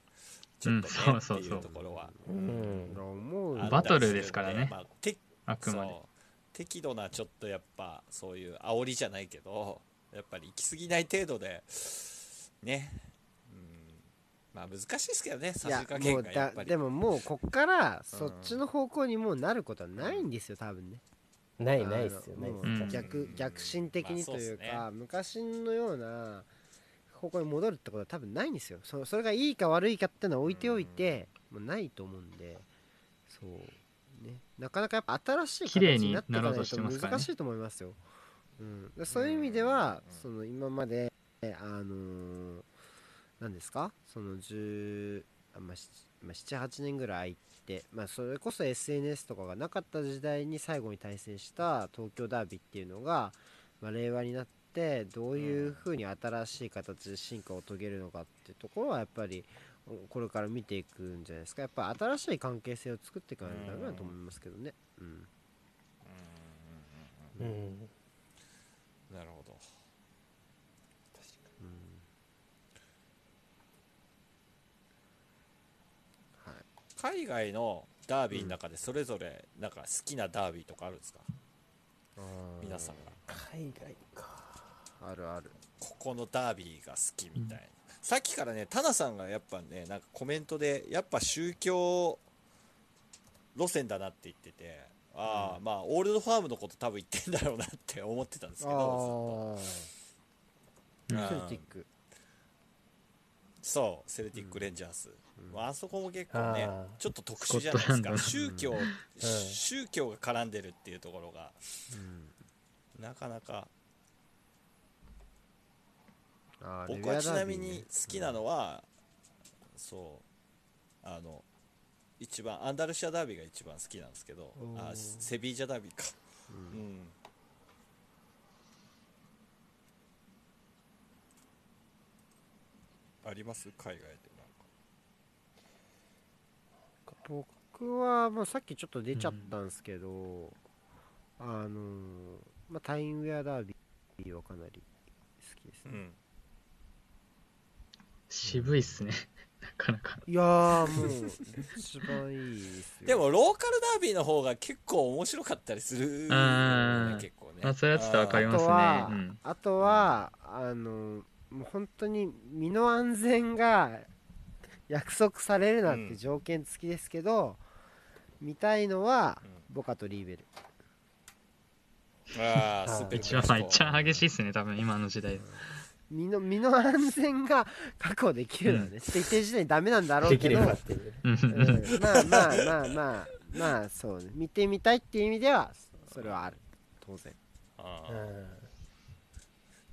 ちょっとね、
うんそうそう
って
そう
いうところは
うん
俺思うよ
あったりるん
バトルですからね
まあ、て
あくまで
そう適度なちょっとやっぱそういう煽りじゃないけどやっぱり行き過ぎない程度でね、うん、まあ難しいですけどね、
い
さ
や
じ加
も
減
う
がや
だ
っぱり。
でももうこっからそっちの方向にもうなることはないんですよ多分ね
ない
あ
ないっ
の
すよないっ
も
す
う
よ
うん
逆逆進的にというか、
まあ
昔のようなここに戻るってことは多分ないんですよそそれがいいか悪いかってのは置いておいて、もうないと思うんでそうねなかなかやっぱ新しい
綺麗
形
に
になっていか
な
な
ろうと
い
し
と
てますからね
難しいと思いますよ、うん、でそういう意味では、その今までえあのー何ですかその10あまあしまあ78年ぐらいでまあ、それこそ SNS とかがなかった時代に最後に対戦した東京ダービーっていうのが、まあ、令和になってどういうふうに新しい形で進化を遂げるのかっていうところはやっぱりおこれから見ていくんじゃないですかやっぱ新しい関係性を作っていかないとダメだと思いますけどね。うん
うん
なるほど。
はい
海外のダービーの中でそれぞれなんか好きなダービーとかあるんですか、皆さんが
海外か
あるある
ここのダービーが好きみたいな、さっきからねタナさんがやっぱねなんかコメントでやっぱ宗教路線だなって言っててああ、まあオールドファームのこと多分言ってんだろうなって思ってたんですけど
あ
ずっ
あ
と
セル
うん
ティック
そうセルティック・レンジャース、まああそこも結構ね
あー
ちょっと特殊じゃないですか
ス
宗教、
ん
宗教が絡んでるっていうところが、なかなか
あーレ
僕
ビア
は
ダ
ち
ー
な
ビ
み
ーね
に好きなのは、そうあの一番アンダルシアダービーが一番好きなんですけど
おー
あセビージャダービーか、うんあります海外で
僕は、まあ、さっきちょっと出ちゃったんですけど、あのーまあ、タインウェアダービーはかなり好きです
なん
ね、
か、
渋いっすね なかなか
いやーもう一番いいですよ
でもローカルダービーの方が結構面白かったりするよね、
あー
結構ね
まあそれはちょっとわかり
あ
ま
と
す
は、
ねうん
あとはあのーもう本当に身の安全が 約束されるなん
う
て
ん
条件付きですけど、見たいのは、
う
ボカとリーベル
あースーペル
一番ま
カ
あ
リ
一番激しいっすね多分今の時代
身の身の安全が確保できるのはね、ちょっと一定時点にダメなんだろう
でき
け
れ
ど
ばっていう
うん
うんまあまあまあまあまあそうね見てみたいっていう意味ではそそれはある当然
あー
うん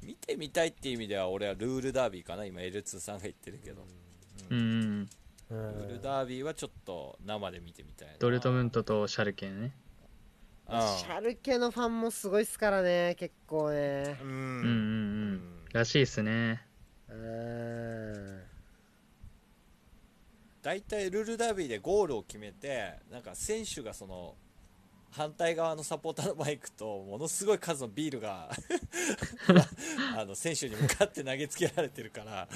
見てみたいっていう意味では俺はルールダービーかな今 L2 さんが言ってるけど、
うん
う
ルール
ん
ダービーはちょっと生で見てみたいな
ドルトムントとシャルケンね
シャルケのファンもすごいっすからね結構ね
うん、
うんう
う
ん
ん
うんらしいっすね
うーん
大体ルールダービーでゴールを決めてなんか選手がその反対側のサポーターのマイクとものすごい数のビー ルがあの選手に向かって投げつけられてるから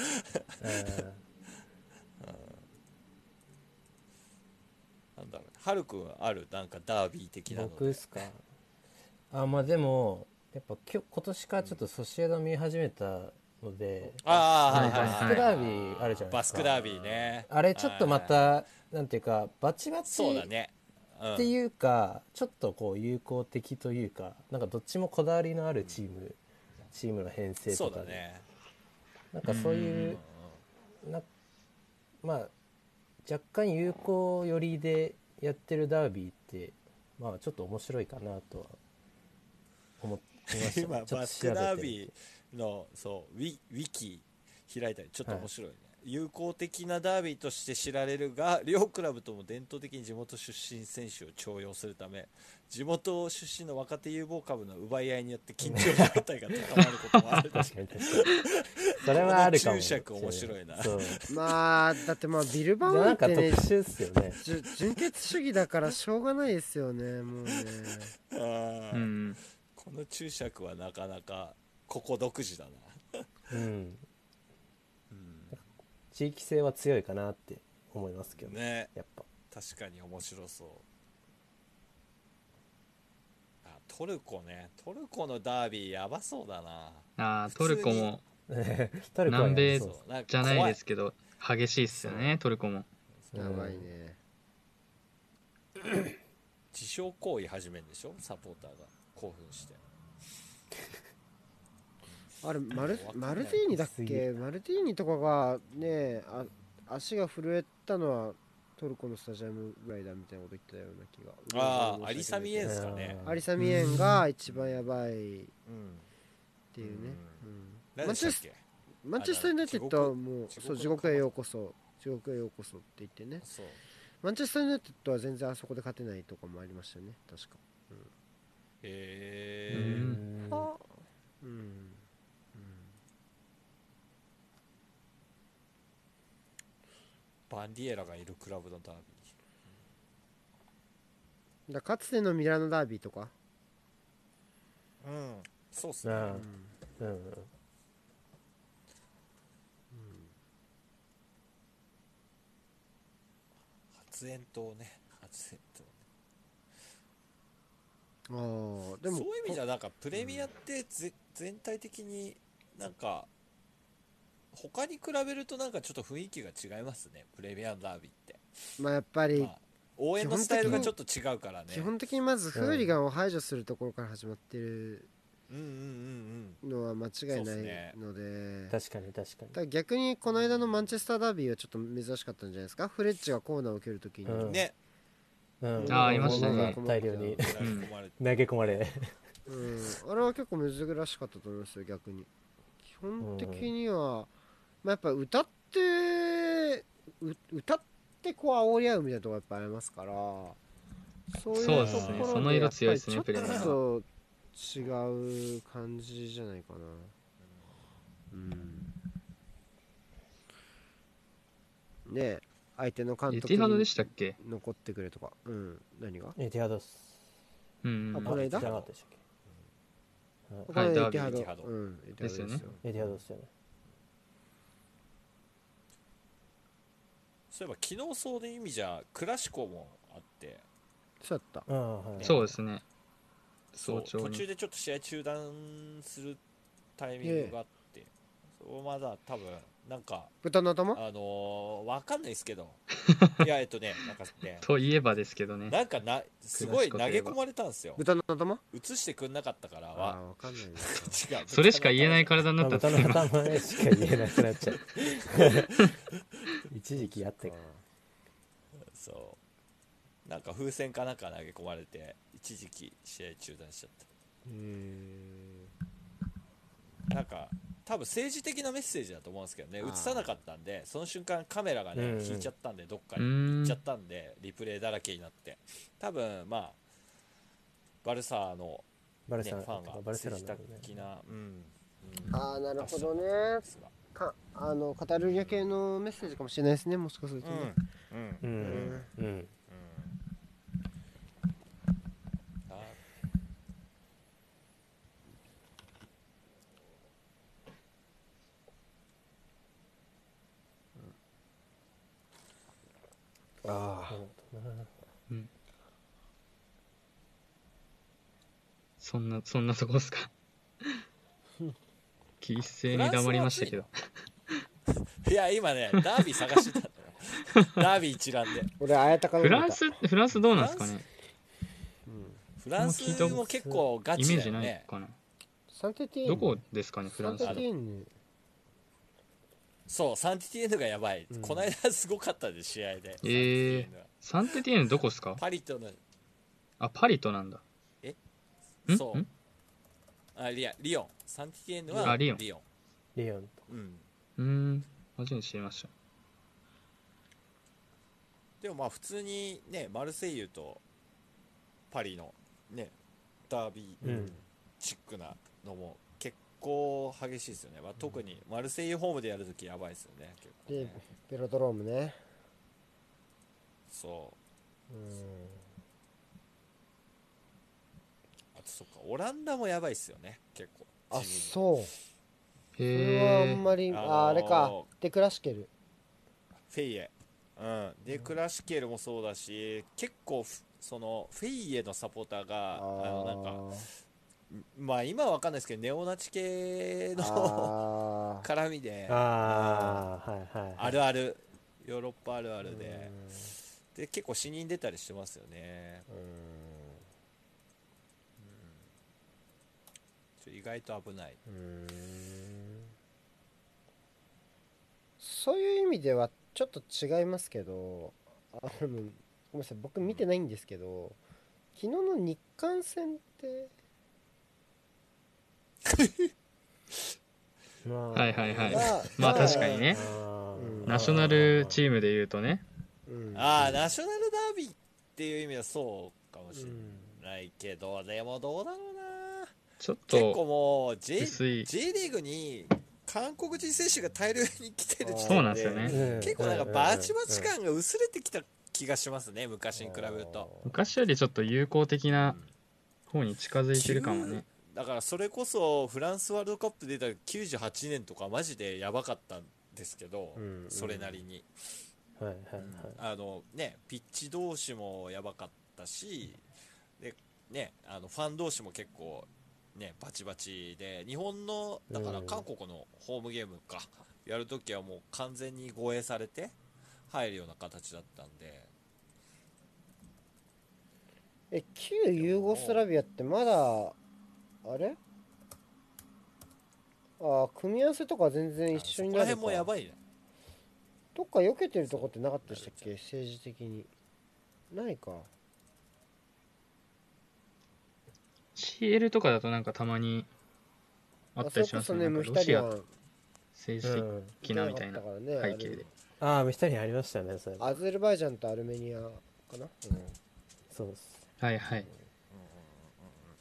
なんだろうねはるくんあるなんかダービー的なの
僕ですかあまあでもやっぱきょ今年からちょっとソシエダ見始めたので、
あ
は
あ、はいい
はい
バ
は
スク
いはい
ダービーあるじゃない
バ
です
ス
か
クダービーね
あれちょっとま
はい
たなんていうかバチバチ
そうだね、うん、
っていうかちょっとこう友好的というかなんかどっちもこだわりのあるチーム、チームの編成
そ
と
うだ
かで、
ね
なんかそういうなまあ若干友好寄りでやってるダービーってまあちょっと面白いかなとは思ってま した
今
ちょっと
バス
調べ
ク
て
ダービーのそうウィウィキ開いたりちょっと面白いね、友好的なダービーとして知られるが両クラブとも伝統的に地元出身選手を重用するため地元出身の若手有望株の奪い合いによって緊張状態が高まることもある
確かに確かにそれはあるかも
この注釈面白いな
そう
まあだってまあビルバ
じゃあ
ーン
なん
っ
か
て
特
ね
殊っすよね
じゅ純血主義だからしょうがないですよねもうね
あー
うん
この注釈はなかなかここ独自だな
うん地域性は強いかなって思いますけどね
ね
やっぱ
確かに面白そうあトルコねトルコのダービーやばそうだな
あートルコも
トルコはやば
南米
そう
そうなんか
じゃない
怖
ですけど激しいっすよねトルコも
うん
やばいね。
自傷行為始めるんでしょサポーターが興奮して
あれマル
終わってない
マルティーニだっ
す
け
げ
マルティーニとかがねあ足が震えたのはトルコのスタジアムぐらいだみたいなこと言ってたような気が
あ
うん
あアリサミエンスかね
うん
アリサミエンが一番やばいっ
うん
ていうね、うん、マ
何
ンチ
で
ェ
し
ス
たっけ
マンチェスター・ユナイテッドはもう
地獄
そう地獄へようこそ地獄へようこそって言ってね
そう
マンチェスター・ユナイテッドは全然あそこで勝てないとかもありましたよね確か
う
へえ
うん
うん、うん、
バンディエラがいるクラブのダービー
だからかつてのミラノダービーとか、
うん、そうっすね。
なあ
うん
うん
発煙筒ね、発煙筒。
あーで
でも
も
そういう意味じゃなんかプレミアってぜ、全体的になんか他に比べるとなんかちょっと雰囲気が違いますね。プレミアダービーって。
まあやっぱり
まあ応援のスタイルが
基
ちょ
本
っと違うからね。
基本的にまずフーリガンを排除するところから始まってる
うんうんうん
のは間違い
そうっ
な
す
い
ね
ので
確かに確かに
ただ逆にこの間のマンチェスターダービーはちょっと珍しかったんじゃないですかフレッチがコーナーを受けるときに、
う
うんん。ね、
うん
あーいましたね
なんか大量に
投げ込まれて
投げ込まれ
うん、あれは結構珍しかったと思いますよ逆に基本的には、まあ、やっぱ歌ってう歌ってこう煽り合うみたいなとこやっぱありますからそういうと
そう
ですね
こ
そ
ろ
の
でやっ
色
ぱ
強いで
り
す
ち
ね
ょっ
プレミア
と違う感じじゃないかなうんねえ相手の監
エ
督
ティハードで
に
したっけ
残ってくれとかうん何が
エティハドス
うん
あこれだ
じゃなかったでしたっ
こ
はい
れ
ダー
エ
ビ
ティ
ー
ハ
エティハ
ー
ド
ドうんエティハード
ですよね
けエティハドスじゃない
そういえば昨日そういう意味じゃクラシコもあって、
そうだっ
ああはい
そうですね
そう
早朝
途中
に
でちょっと試合中断するタイミングがあって、そうまだ多分なんか
た豚の頭
あのー、わかんないですけどいやえっとねなんかね
といえばですけどね
なんかなすごい投げ込まれたんですよ
豚の頭
映してくんなかったから
ああ
は
ーわかんないな
違う
それしか言えない
か
体に
ま
な
あ
ったんで
豚
す
の
ね今
頭でしか言えなくなっちゃう一時期あった け ど
そうなんか風船かなんか投げ込まれて一時期試合中断しちゃっ
へ
たなんか多分政治的なメッセージだと思うんですけどね
あー
映さなかったんでその瞬間カメラがね
うんうん
引いちゃったんでどっか
う
に行
ー
っ
ん
ちゃったんでリプレイだらけになって多分まあバルサーの、
バル
ね、
セ
フ
ロ
ァン
ナ
が
バルセロナ
政治
だ
的
もんね
な、うんうん、
ああなるほどね
ですが
かあのカタルーニャ系のメッセージかもしれないですねもしかするとね、
うんうん
うんうん
あ
あ
そんなそんなとこっすか一斉に黙りましたけど
いや今ねダービー探してたんだよダービー一覧で
俺綾鷹の
フランスフランスどうなんですかね
フランスも結構ガ
イメ
チ
ー
だ
ジ
よ
ない
ね
かな
サンテティー
どこですかねフ
サ
ラ
ン
ンス
テティーヌ
そうサンティティエンヌがやばい、
うん
この間すごかったで試合でサンティティエ
え
ンヌは
サンテティエンヌどこっすか
パリとの
あパリとなんだん
そうんあリアリヨンサンティティエンヌは
あリヨン
リヨン
リオン
うん
うーん初めて知りました
でもまあ普通にねマルセイユとパリのねダービ
う
ー
ん
チックなのも結構激しいですよね、まあ、特にマルセイユホームでやるときやばいですよね結構
で
ね
ベロドロームね
そう
うん
あとそっかオランダもやばいっすよね結構
あ
地味に
そうそれはあ
へ
んまり
あのー
ああれかでクラシケル
フェイエうんでクラシケルもそう だし結構ふそのフェイエのサポーターがあのなんか
ー
まあ今は分かんないですけどネオナチ系の
あー
絡みであ
あーはいはいはい
るあるヨーロッパあるあるで、
うん
で結構死人出たりしてますよね
う
ちょ意外と危ない
ーんうー
そういう意味ではちょっと違いますけどあでもごめんなさい僕見てないんですけど昨日の日韓戦って
んまあ
はいはいはい
まあ
まあ確かにね
あー
ナショナルチームで言うとね
うん
ああナショナルダービーっていう意味はそうかもし
うん
れないけど、でもどうだろうな
ちょっ
結構
と
もう J,
薄い
J リーグに韓国人選手が大量に来てる時点で
そうなんですよね
うん
結構なんかバチバチ感が薄れてきた気がしますね昔に比べると。
昔よりちょっと友好的な方に近づいてるかもね
だからそれこそフランスワールドカップ出た98年とかマジでやばかったんですけど、
うん
それなりに、
はいはいはい
あのねピッチ同士もやばかったしでねあのファン同士も結構ねバチバチで日本のだから
うん
韓国のホームゲームかやるときはもう完全に護衛されて入るような形だったんで
え旧ユーゴスラビアってまだあれああ組み合わせとか全然一緒にな
あ
る
そ
か
こら辺もやばいね
どっか避けてるとこってなかったでしたっけ政治的にないか
CL とかだとなんかたまにあったりします
あ
ね
それ
な
ム
ん
ヒ
かロ
タリ
シ
ア
ア
ン
と政治
うん
的なみたい
出
な
かったから
背
ね
景で
ああムヒタリアンありましたねそれ
あれアゼルバイジャンとアルメニアかな
そうです
はいはい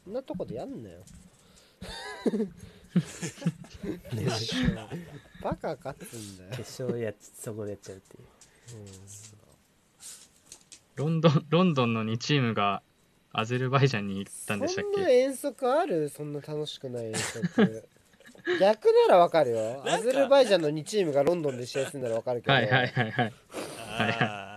そんなとこでやんなよバカ勝つんだよ
決勝やっそこでやっちゃうっていう
ロンドンロンドンの2チームがアゼルバイジャンに行ったんでしたっ
そんな
け
遠足あるそんな楽しくない遠足逆ならわかるよ
なんか
アゼルバイジャンの2チームがロンドンで試合するならわかるけど、
はいはいはいはい
あー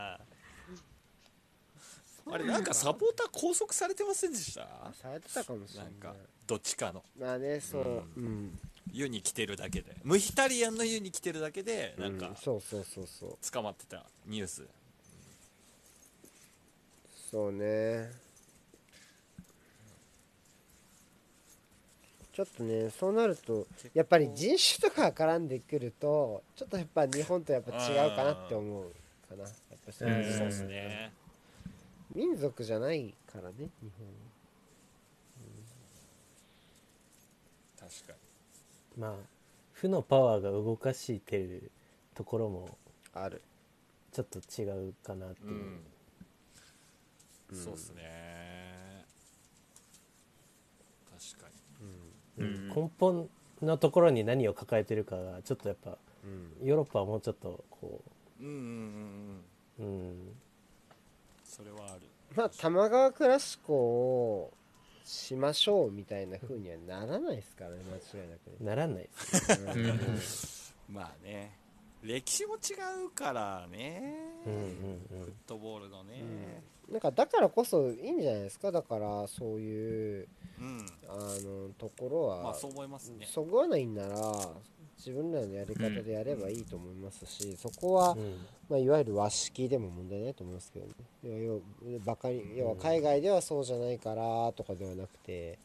あれなんかサポーター拘束されてませんでした
されてたかもしれ
な
なんい
かどっちかの
まあねそう、うん
湯に来てるだけでムヒタリアンの湯に来てるだけでなん
う
か
そうそうそうそう
捕まってたニュース
そうねちょっとねそうなるとやっぱり人種とか絡んでくるとちょっとやっぱ日本とやっぱ違うかなって思うかなやっぱそう
そう
いう
うん
ですね
民族じゃないからね日本は
確か
まあ負のパワーが動かしてるところも
ある
ちょっと違うかなってい
に
う、
うんそうですね確かに
うん
根本のところに何を抱えてるかがちょっとやっぱヨーロッパはもうちょっとこ
うんうんうんうん
ううん
それはある
まあ玉川クラシコをしましょうみたいな風にはならないですからね間違いなくね
ならないです
うんうん
まあね歴史も違うからね
うんうんう
フッ
ん
トボールのね
なんかだからこそいいんじゃないですかだからそういう
うん
あのところは、
まあそう思いますね
そぐわないんなら自分らのやり方でやればいいと思いますし、そこは、
うん
まあ、いわゆる和式でも問題ないと思いますけどね要は要はバカに要は海外ではそうじゃないからとかではなくて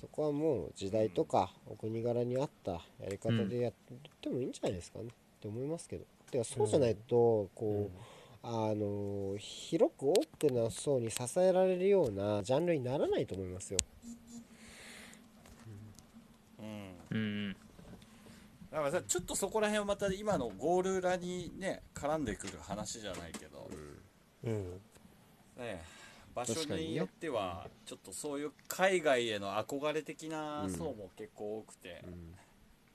そこはもう時代とかお国柄に合ったやり方でやってもいいんじゃないですかね、って思いますけど。てかそうじゃないとこう、あの広く多くの層に支えられるようなジャンルにならないと思いますよ。
うん
うん
だからさちょっとそこら辺はまた今のゴール裏にね絡んでくる話じゃないけど、
うん
ねえ場所
確かに
に
ね
よってはちょっとそういう海外への憧れ的な層も結構多くて、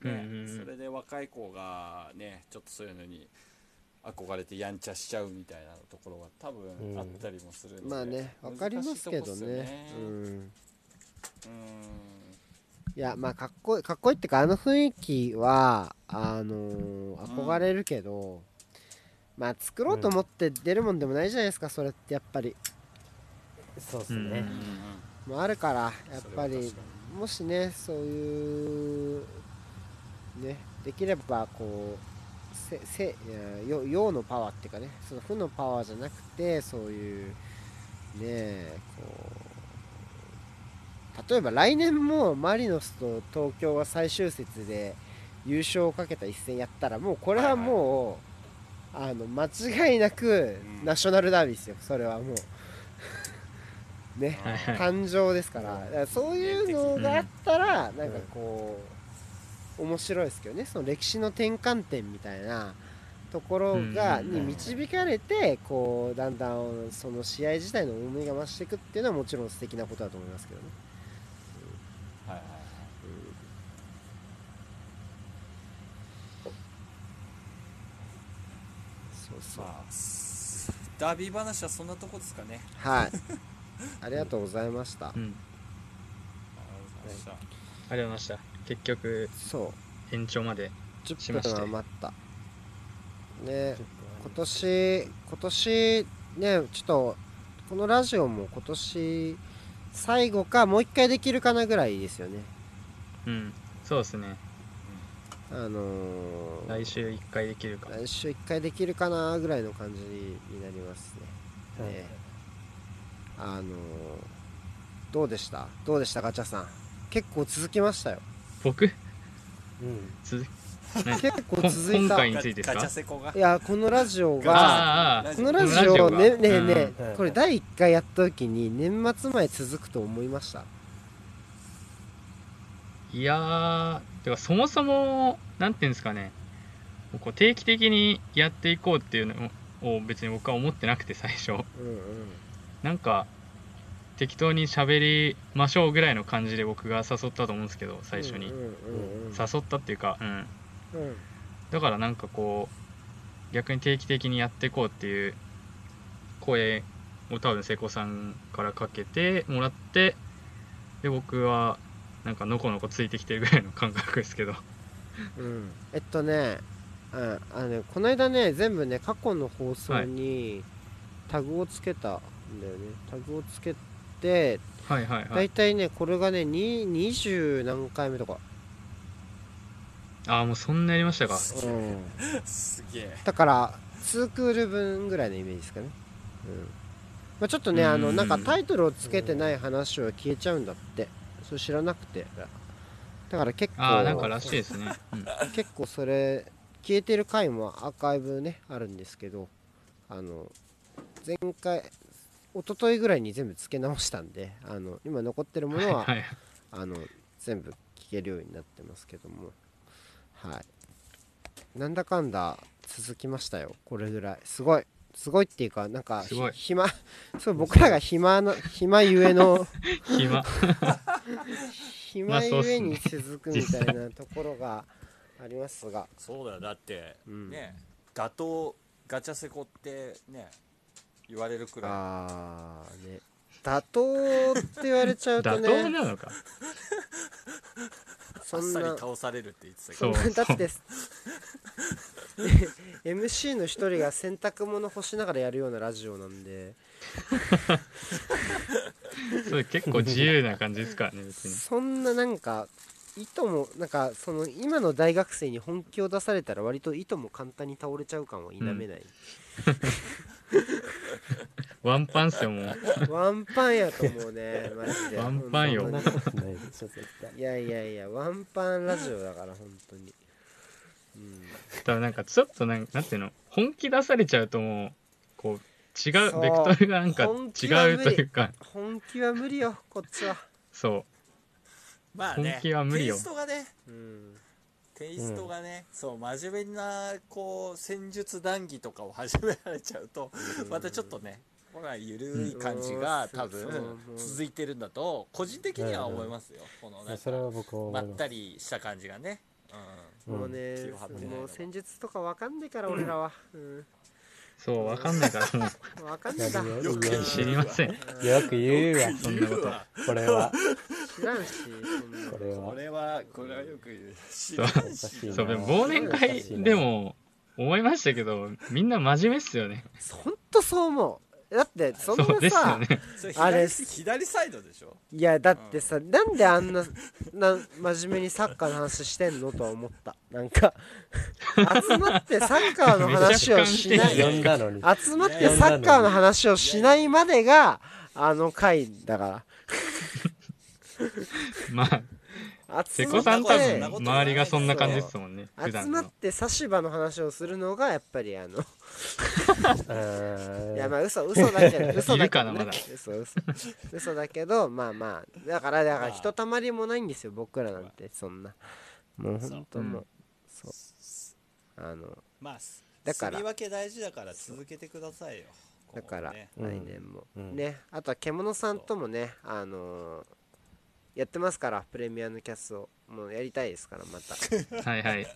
うん
ね
うんうん
それで若い子がねちょっとそういうのに憧れてやんちゃしちゃうみたいなところは多
う
分
ん
あったりもするので、
まあね、わかりますけど
難しいとこっすよ
ね。うん。
うん
いや、まあ、かっこいい、かっこいいってか、あの雰囲気は、あのー憧れるけど、まあ、作ろうと思って出るもんでもないじゃないですか、それってやっぱり。
そうですね
うん
もうあるから、やっぱ
それは
り
確か、
もしねそういうねできればこうせせいやよ陽のパワーっていうかねその負のパワーじゃなくてそういうねえこう例えば来年もマリノスと東京が最終節で優勝をかけた一戦やったらもうこれはもう、あの間違いなく
うん
ナショナルダービーですよそれはもうね
はいはい
感情ですからだからそういうのがあったら、なんかこう面白いですけどねその歴史の転換点みたいなところが、
うん
に導かれてこうだんだんその試合自体の重みが増していくっていうのはもちろん素敵なことだと思いますけどね。
はいはい
そうそう
まあすダービー話はそんなとこですかね
はいありがとうございました
うん、
ありがとうございました
ありがとうございました結局
そう
延長までし
10
まして
分余ったね今年今年ねちょっとこのラジオも今年最後かもう一回できるかなぐらいですよね
うんそうですね
あのー
来週1回できるか
来週一回できるかなぐらいの感じになりますねねあのーどうでしたどうでしたガチャさん結構続きましたよ
僕
うん
つ
結構
こ
続い
今
た
回についてです
ガガチャ
か
セコが
いやこのラジオが
ああああ
このラ
こ
ジ
のラジオ
オ
が
ねねえね
うん
えこれ第1回やった時に年末まで続くと思いました
いやーてかそもそもなんていうんですかねこう定期的にやっていこうっていうのを別に僕は思ってなくて最初
うんうん
なんか適当に喋りましょうぐらいの感じで僕が誘ったと思うんですけど最初に、
うんうんうんうん
誘ったっていうか、うん、
うん
だからなんかこう逆に定期的にやっていこうっていう声を多分聖子さんからかけてもらってで僕はなんかのこのこついてきてるぐらいの感覚ですけど
うんえっとね、うん、あのねこの間ね全部ね過去の放送にタグをつけたんだよね、タグをつけて
はいはいは
大
い
体ねこれがねに20何回目とか、
ああもうそんなやりましたか
うん、
すげえ
だから2クール分ぐらいのイメージですかね、うんまあ、ちょっとねあ
う
の
ん
なんかタイトルをつけてない話は消えちゃうんだってそれ知らなくてだから結構
ああなんからしいですね、うん
結構それ消えてる回もアーカイブねあるんですけどあの前回一昨日ぐらいに全部付け直したんであの今残ってるものは、
はい
あの全部聞けるようになってますけどもはいなんだかんだ続きましたよこれぐらいすごいすごいっていうかなんかひ
すごい
暇そう僕らが暇な暇ゆえの
暇 まあ
暇
そう
ゆ
っすね
えに続くみたいなところがありますが
そうだよだって、
うん
ね打倒ガチャセコってね言われるくら
あーね妥当って言われちゃうと
妥当
ね
なのか
いあ
そ
っ
ん
さり
な
倒されるって言ってたけ
そん
ど
な
そう
だって MC の一人が洗濯物干しながらやるようなラジオなんで
それ結構自由な感じですからね別に
そんななんかいともなんかその今の大学生に本気を出されたら割といとも簡単に倒れちゃう感は否めない、
ワンパンっすよもう
ワンパンやと思うね マジで
ワンパンよ
そ
本
ん
当
な
に
ことないでしょ絶対
いやいやいやワンパンラジオだから本当にうん
ただなんかちょっとなんなんていうの本気出されちゃうともうこう違
そうう
ベクトルがなんか
本
違
気は無
う
理
というか
本気は無理よこっちは
そ
まあね
本気は無理よ
テイストがね
うん
テイストがね、そう真面目なこう戦術談義とかを始められちゃうと、またちょっとねほら緩い感じが
うん
多
そう
分
そう
続いてるんだと個人的には思いますよ、この
い
な
や
ん
それ
か
は僕は思
ま
い
っ
ま
た
す
りした感じがね、う
うん
もうね
気を張ってないのが
もう戦術とかわかんねえから俺らは、うん、
うそうわかんないからも
わかんねえだ
よ
よく
く
う知りません
よく言うわ
そんなこと
言うわ
これは
知らんしそんな
これ
こ
は
れはこれはよく言う知らん
おか
し
しいな
そうでも忘年会でも思いましたけどみんな真面目っすよね
ほんとそう思うだってそん
そうで
な
すよ
さ、
ね。
それ
あれ
左左サイドでしょ
いやだってさ、なんであんなな真面目にサッカーの話してんのとは思ったなんか集まってサッカーの話をしな
めちゃくちゃ関係ない
い
よ
呼んだのに
集まってサッカーの話をしないまでがあの回だか
まあ、
ら集
瀬
ま
古
っ
さん多
て
分周りがそんな感じですもんね。普
集
段
ま
の。
って差し歯の話をするのがやっぱりあの
あー
いやまあ嘘嘘だけど嘘だけ
いるかな
ど、
ま
ね
だ、
嘘嘘嘘だけどまあまあだからだからひとたまりもないんですよ僕らなんてそんなもう
そう
本当もうそうあの
まあす
だから
すり分け大事だから続けてくださいよ
だから
今後ね
来年も、
うん
ねあとは獣さんともねあのーやってますからプレミアムキャスをもうやりたいですからまた
はいはい。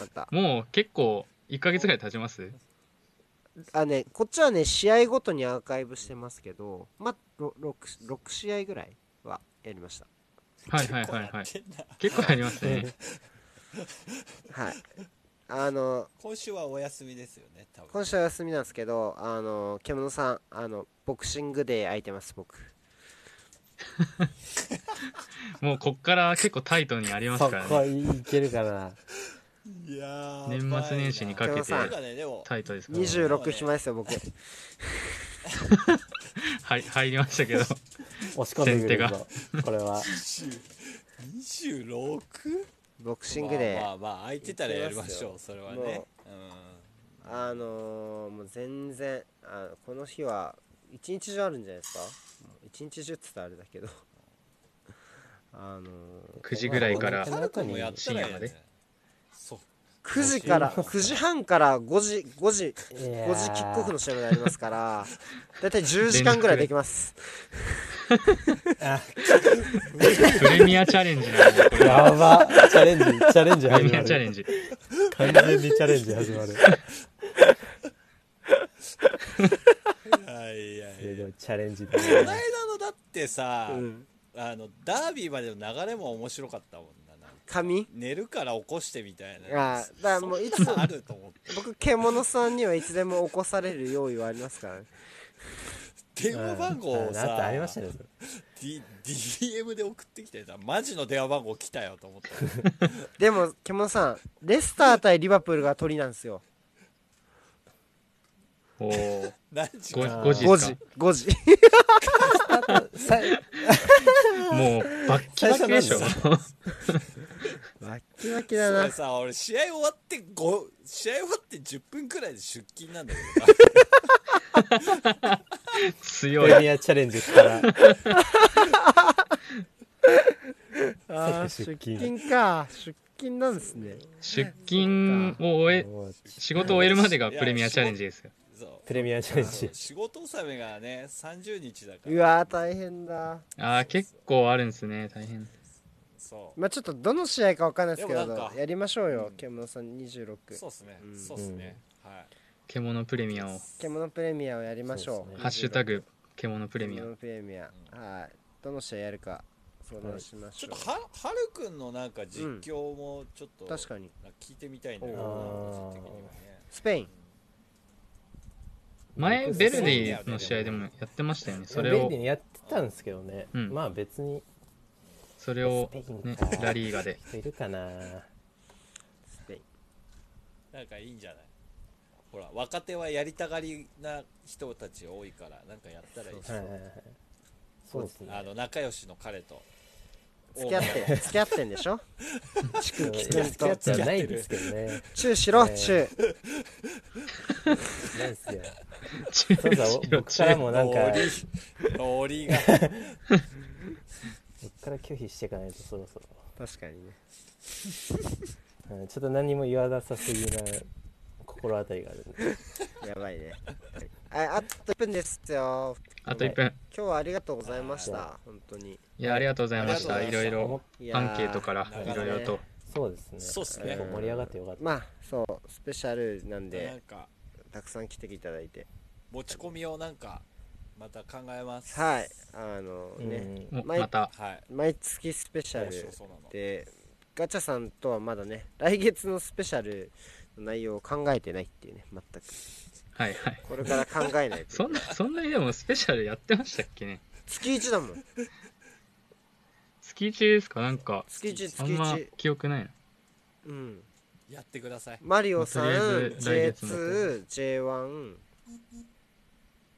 また
もう結構1ヶ月ぐらい経ちます
あねこっちはね試合ごとにアーカイブしてますけどまあ 6, 6試合ぐらいはやりました
はいはいはい
結構
は
や
い
っ。
結
てんな
構ありますね。
はいあの
今週はお休みですよね多分
今週は休みなんですけどあの獣さんあのボクシングデー空いてます僕
もうこっから結構タイトにあります
そ
から
こ
ね。
いけるかな。
いやー
年末年始にかけ
け
て
てさ
てねでも
タイトですから、ね。
26暇ですよ僕
はい、入りましたけど。
押し込んでくる
先
ぞ。これは。
26?
ボクシングデ
ま
ー
あまあまあ空いてたらやりましょ
いうけ
それはね
あのーもう全然あのこの日は一日中あるんじゃないですかもう一日中って言ったらあれだけど あのー
9時ぐらいから
うんハル君もやった
深
ら
夜ま
いい
で
ねそう
9時から9時半から5時5時
いやー
5時キックオフの試合までありますから大体10時間ぐらいできます
プレミアチャレンジなんで、これ。
やば。チャレンジ、チャレンジ
プレ
始
ミ
ま
アチャ
る。
レンジ。
完全にチャレンジ始まる。
はいやいや
す
い
ご
や
いチャレンジだね。
この間のだってさ、
うん
あのダービーまでの流れも面白かったもんななんか
髪
寝るから起こしてみたいな
あーだからもういつ
そんなのあると思って
僕獣さんにはいつでも起こされる用意はありますからね
電話番号を
うんあ
さ、
あありましたね。
D、DM で送ってきてさマジの電話番号来たよ と思った
でも獣さんレスター対リバプールが鳥なんですよ
おお。
何時か
5, 時
5
です
時
か
5時
さ
もうバッキバキでしょ
最
わっきわきだ
そ
な
れさ俺試合終わって5試合終わって10分くらいで出勤なん だけど
プ
強
レ
い
ミアチャレンジから。
あー
出
出
勤
勤か出勤なんですね
出勤を終え
もう
仕事を終えるまでがプレミアチャレンジですよ
さそう
プレミアチャレンジ。
仕事納めがね30日だから
うわー大変だ
ああ結構あるんですね大変
そう
まあちょっとどの試合かわかんないですけ
でもなん
ど
か
やりましょうよ獣さん26
そうっすね、
うん
そうっすね、はい
獣プレミアを
獣プレミアをやりましょ
そう
う
です
ハッシュタグ獣プレミア
獣プレミアはいどの試合やるか相談しまし
ちょ
ょ
っと
う
ははるくんのなんか実況もちょっと、
確かに
なんか聞いてみたいんだけど
お
ー
個人的にはね
スペイン
前ベルディの試合でもやってましたよねそれ
ベル
を
ディやってたんですけどね。
うん
まあ別に
それを、
スペイン
ね
か、
ラリーガで
人いるかな。
スペイン
なんかいいんじゃないほら若手はやりたがりな人たち多いからなんかやったらいいし
はいはいはいそうですね。
あの仲良しの彼と
付き合って付き合ってんでしょちくき
い
く
や
ん
付き合
と
ってはないですけどね。
チューしろ
えー
チュー
ないです よ。
中
そうだ、
止を
僕からもなんか、
ノ
僕
リノリが
から拒否していかないとそろそ
確かにね
ろ。うんちょっと何も言わなさすぎな心当たりがあるんで。
やばいねはいああと1分ですよ
あと1分
今日はありがとうございました本当に
いやありがとうございました
あ
い
りが
ろいう
と
ろ
いや
アンケートからいろいろと
そうですね。
そうっすね
結構盛り上がってよかった。
まあそうスペシャルなん
な
で
んか
たくさん来ていただいて
持ち込みをなんかまた考えます
はいあの
うん
ね
もう
まい
また
はい
毎月スペシャ
面白
ル
そうなの
でガチャさんとはまだね来月のスペシャルの内容を考えてないっていうね全く
はいはい。
これから考えないと
そんな、そんなにでもスペシャルやってましたっけね。
月1だもん
月1ですかなんか、
月1月
あんま
1
記憶ないな。
うん
やってください
マリオさん
まあとりあえず来月の
J2J1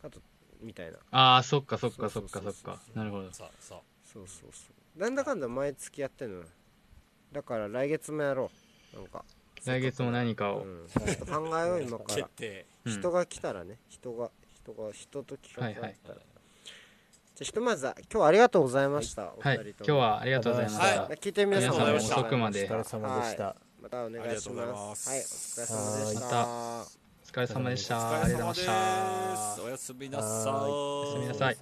あとみたいな
ああ、そっかそっかそっ
そ
かそ
うそう
っ
そうそう
か。なるほど。
そうそう
そうそうそうなんだかんだ毎月やってんのよだから来月もやろうなんか
来月も何か
う
を。
んちょっと考えよう今か
決
ら
定
うん
人が来たらね人が人が人と企画があったら、
はいはい
じゃあひとまずは今日はありがとうございました、お
は
二
い。
人とも
今日はありがとうございました。
聞いてる皆さんもありがとうございま
皆様遅くま
お
で
疲れ様でした。
またお願いします
ありがとうございます
はいお疲れ様でした、
はいお疲れ様でし
お
た。あ
疲
り
れ
がとうございま
様で
すした。
おやすみなさ
はいい
おやすみなさい。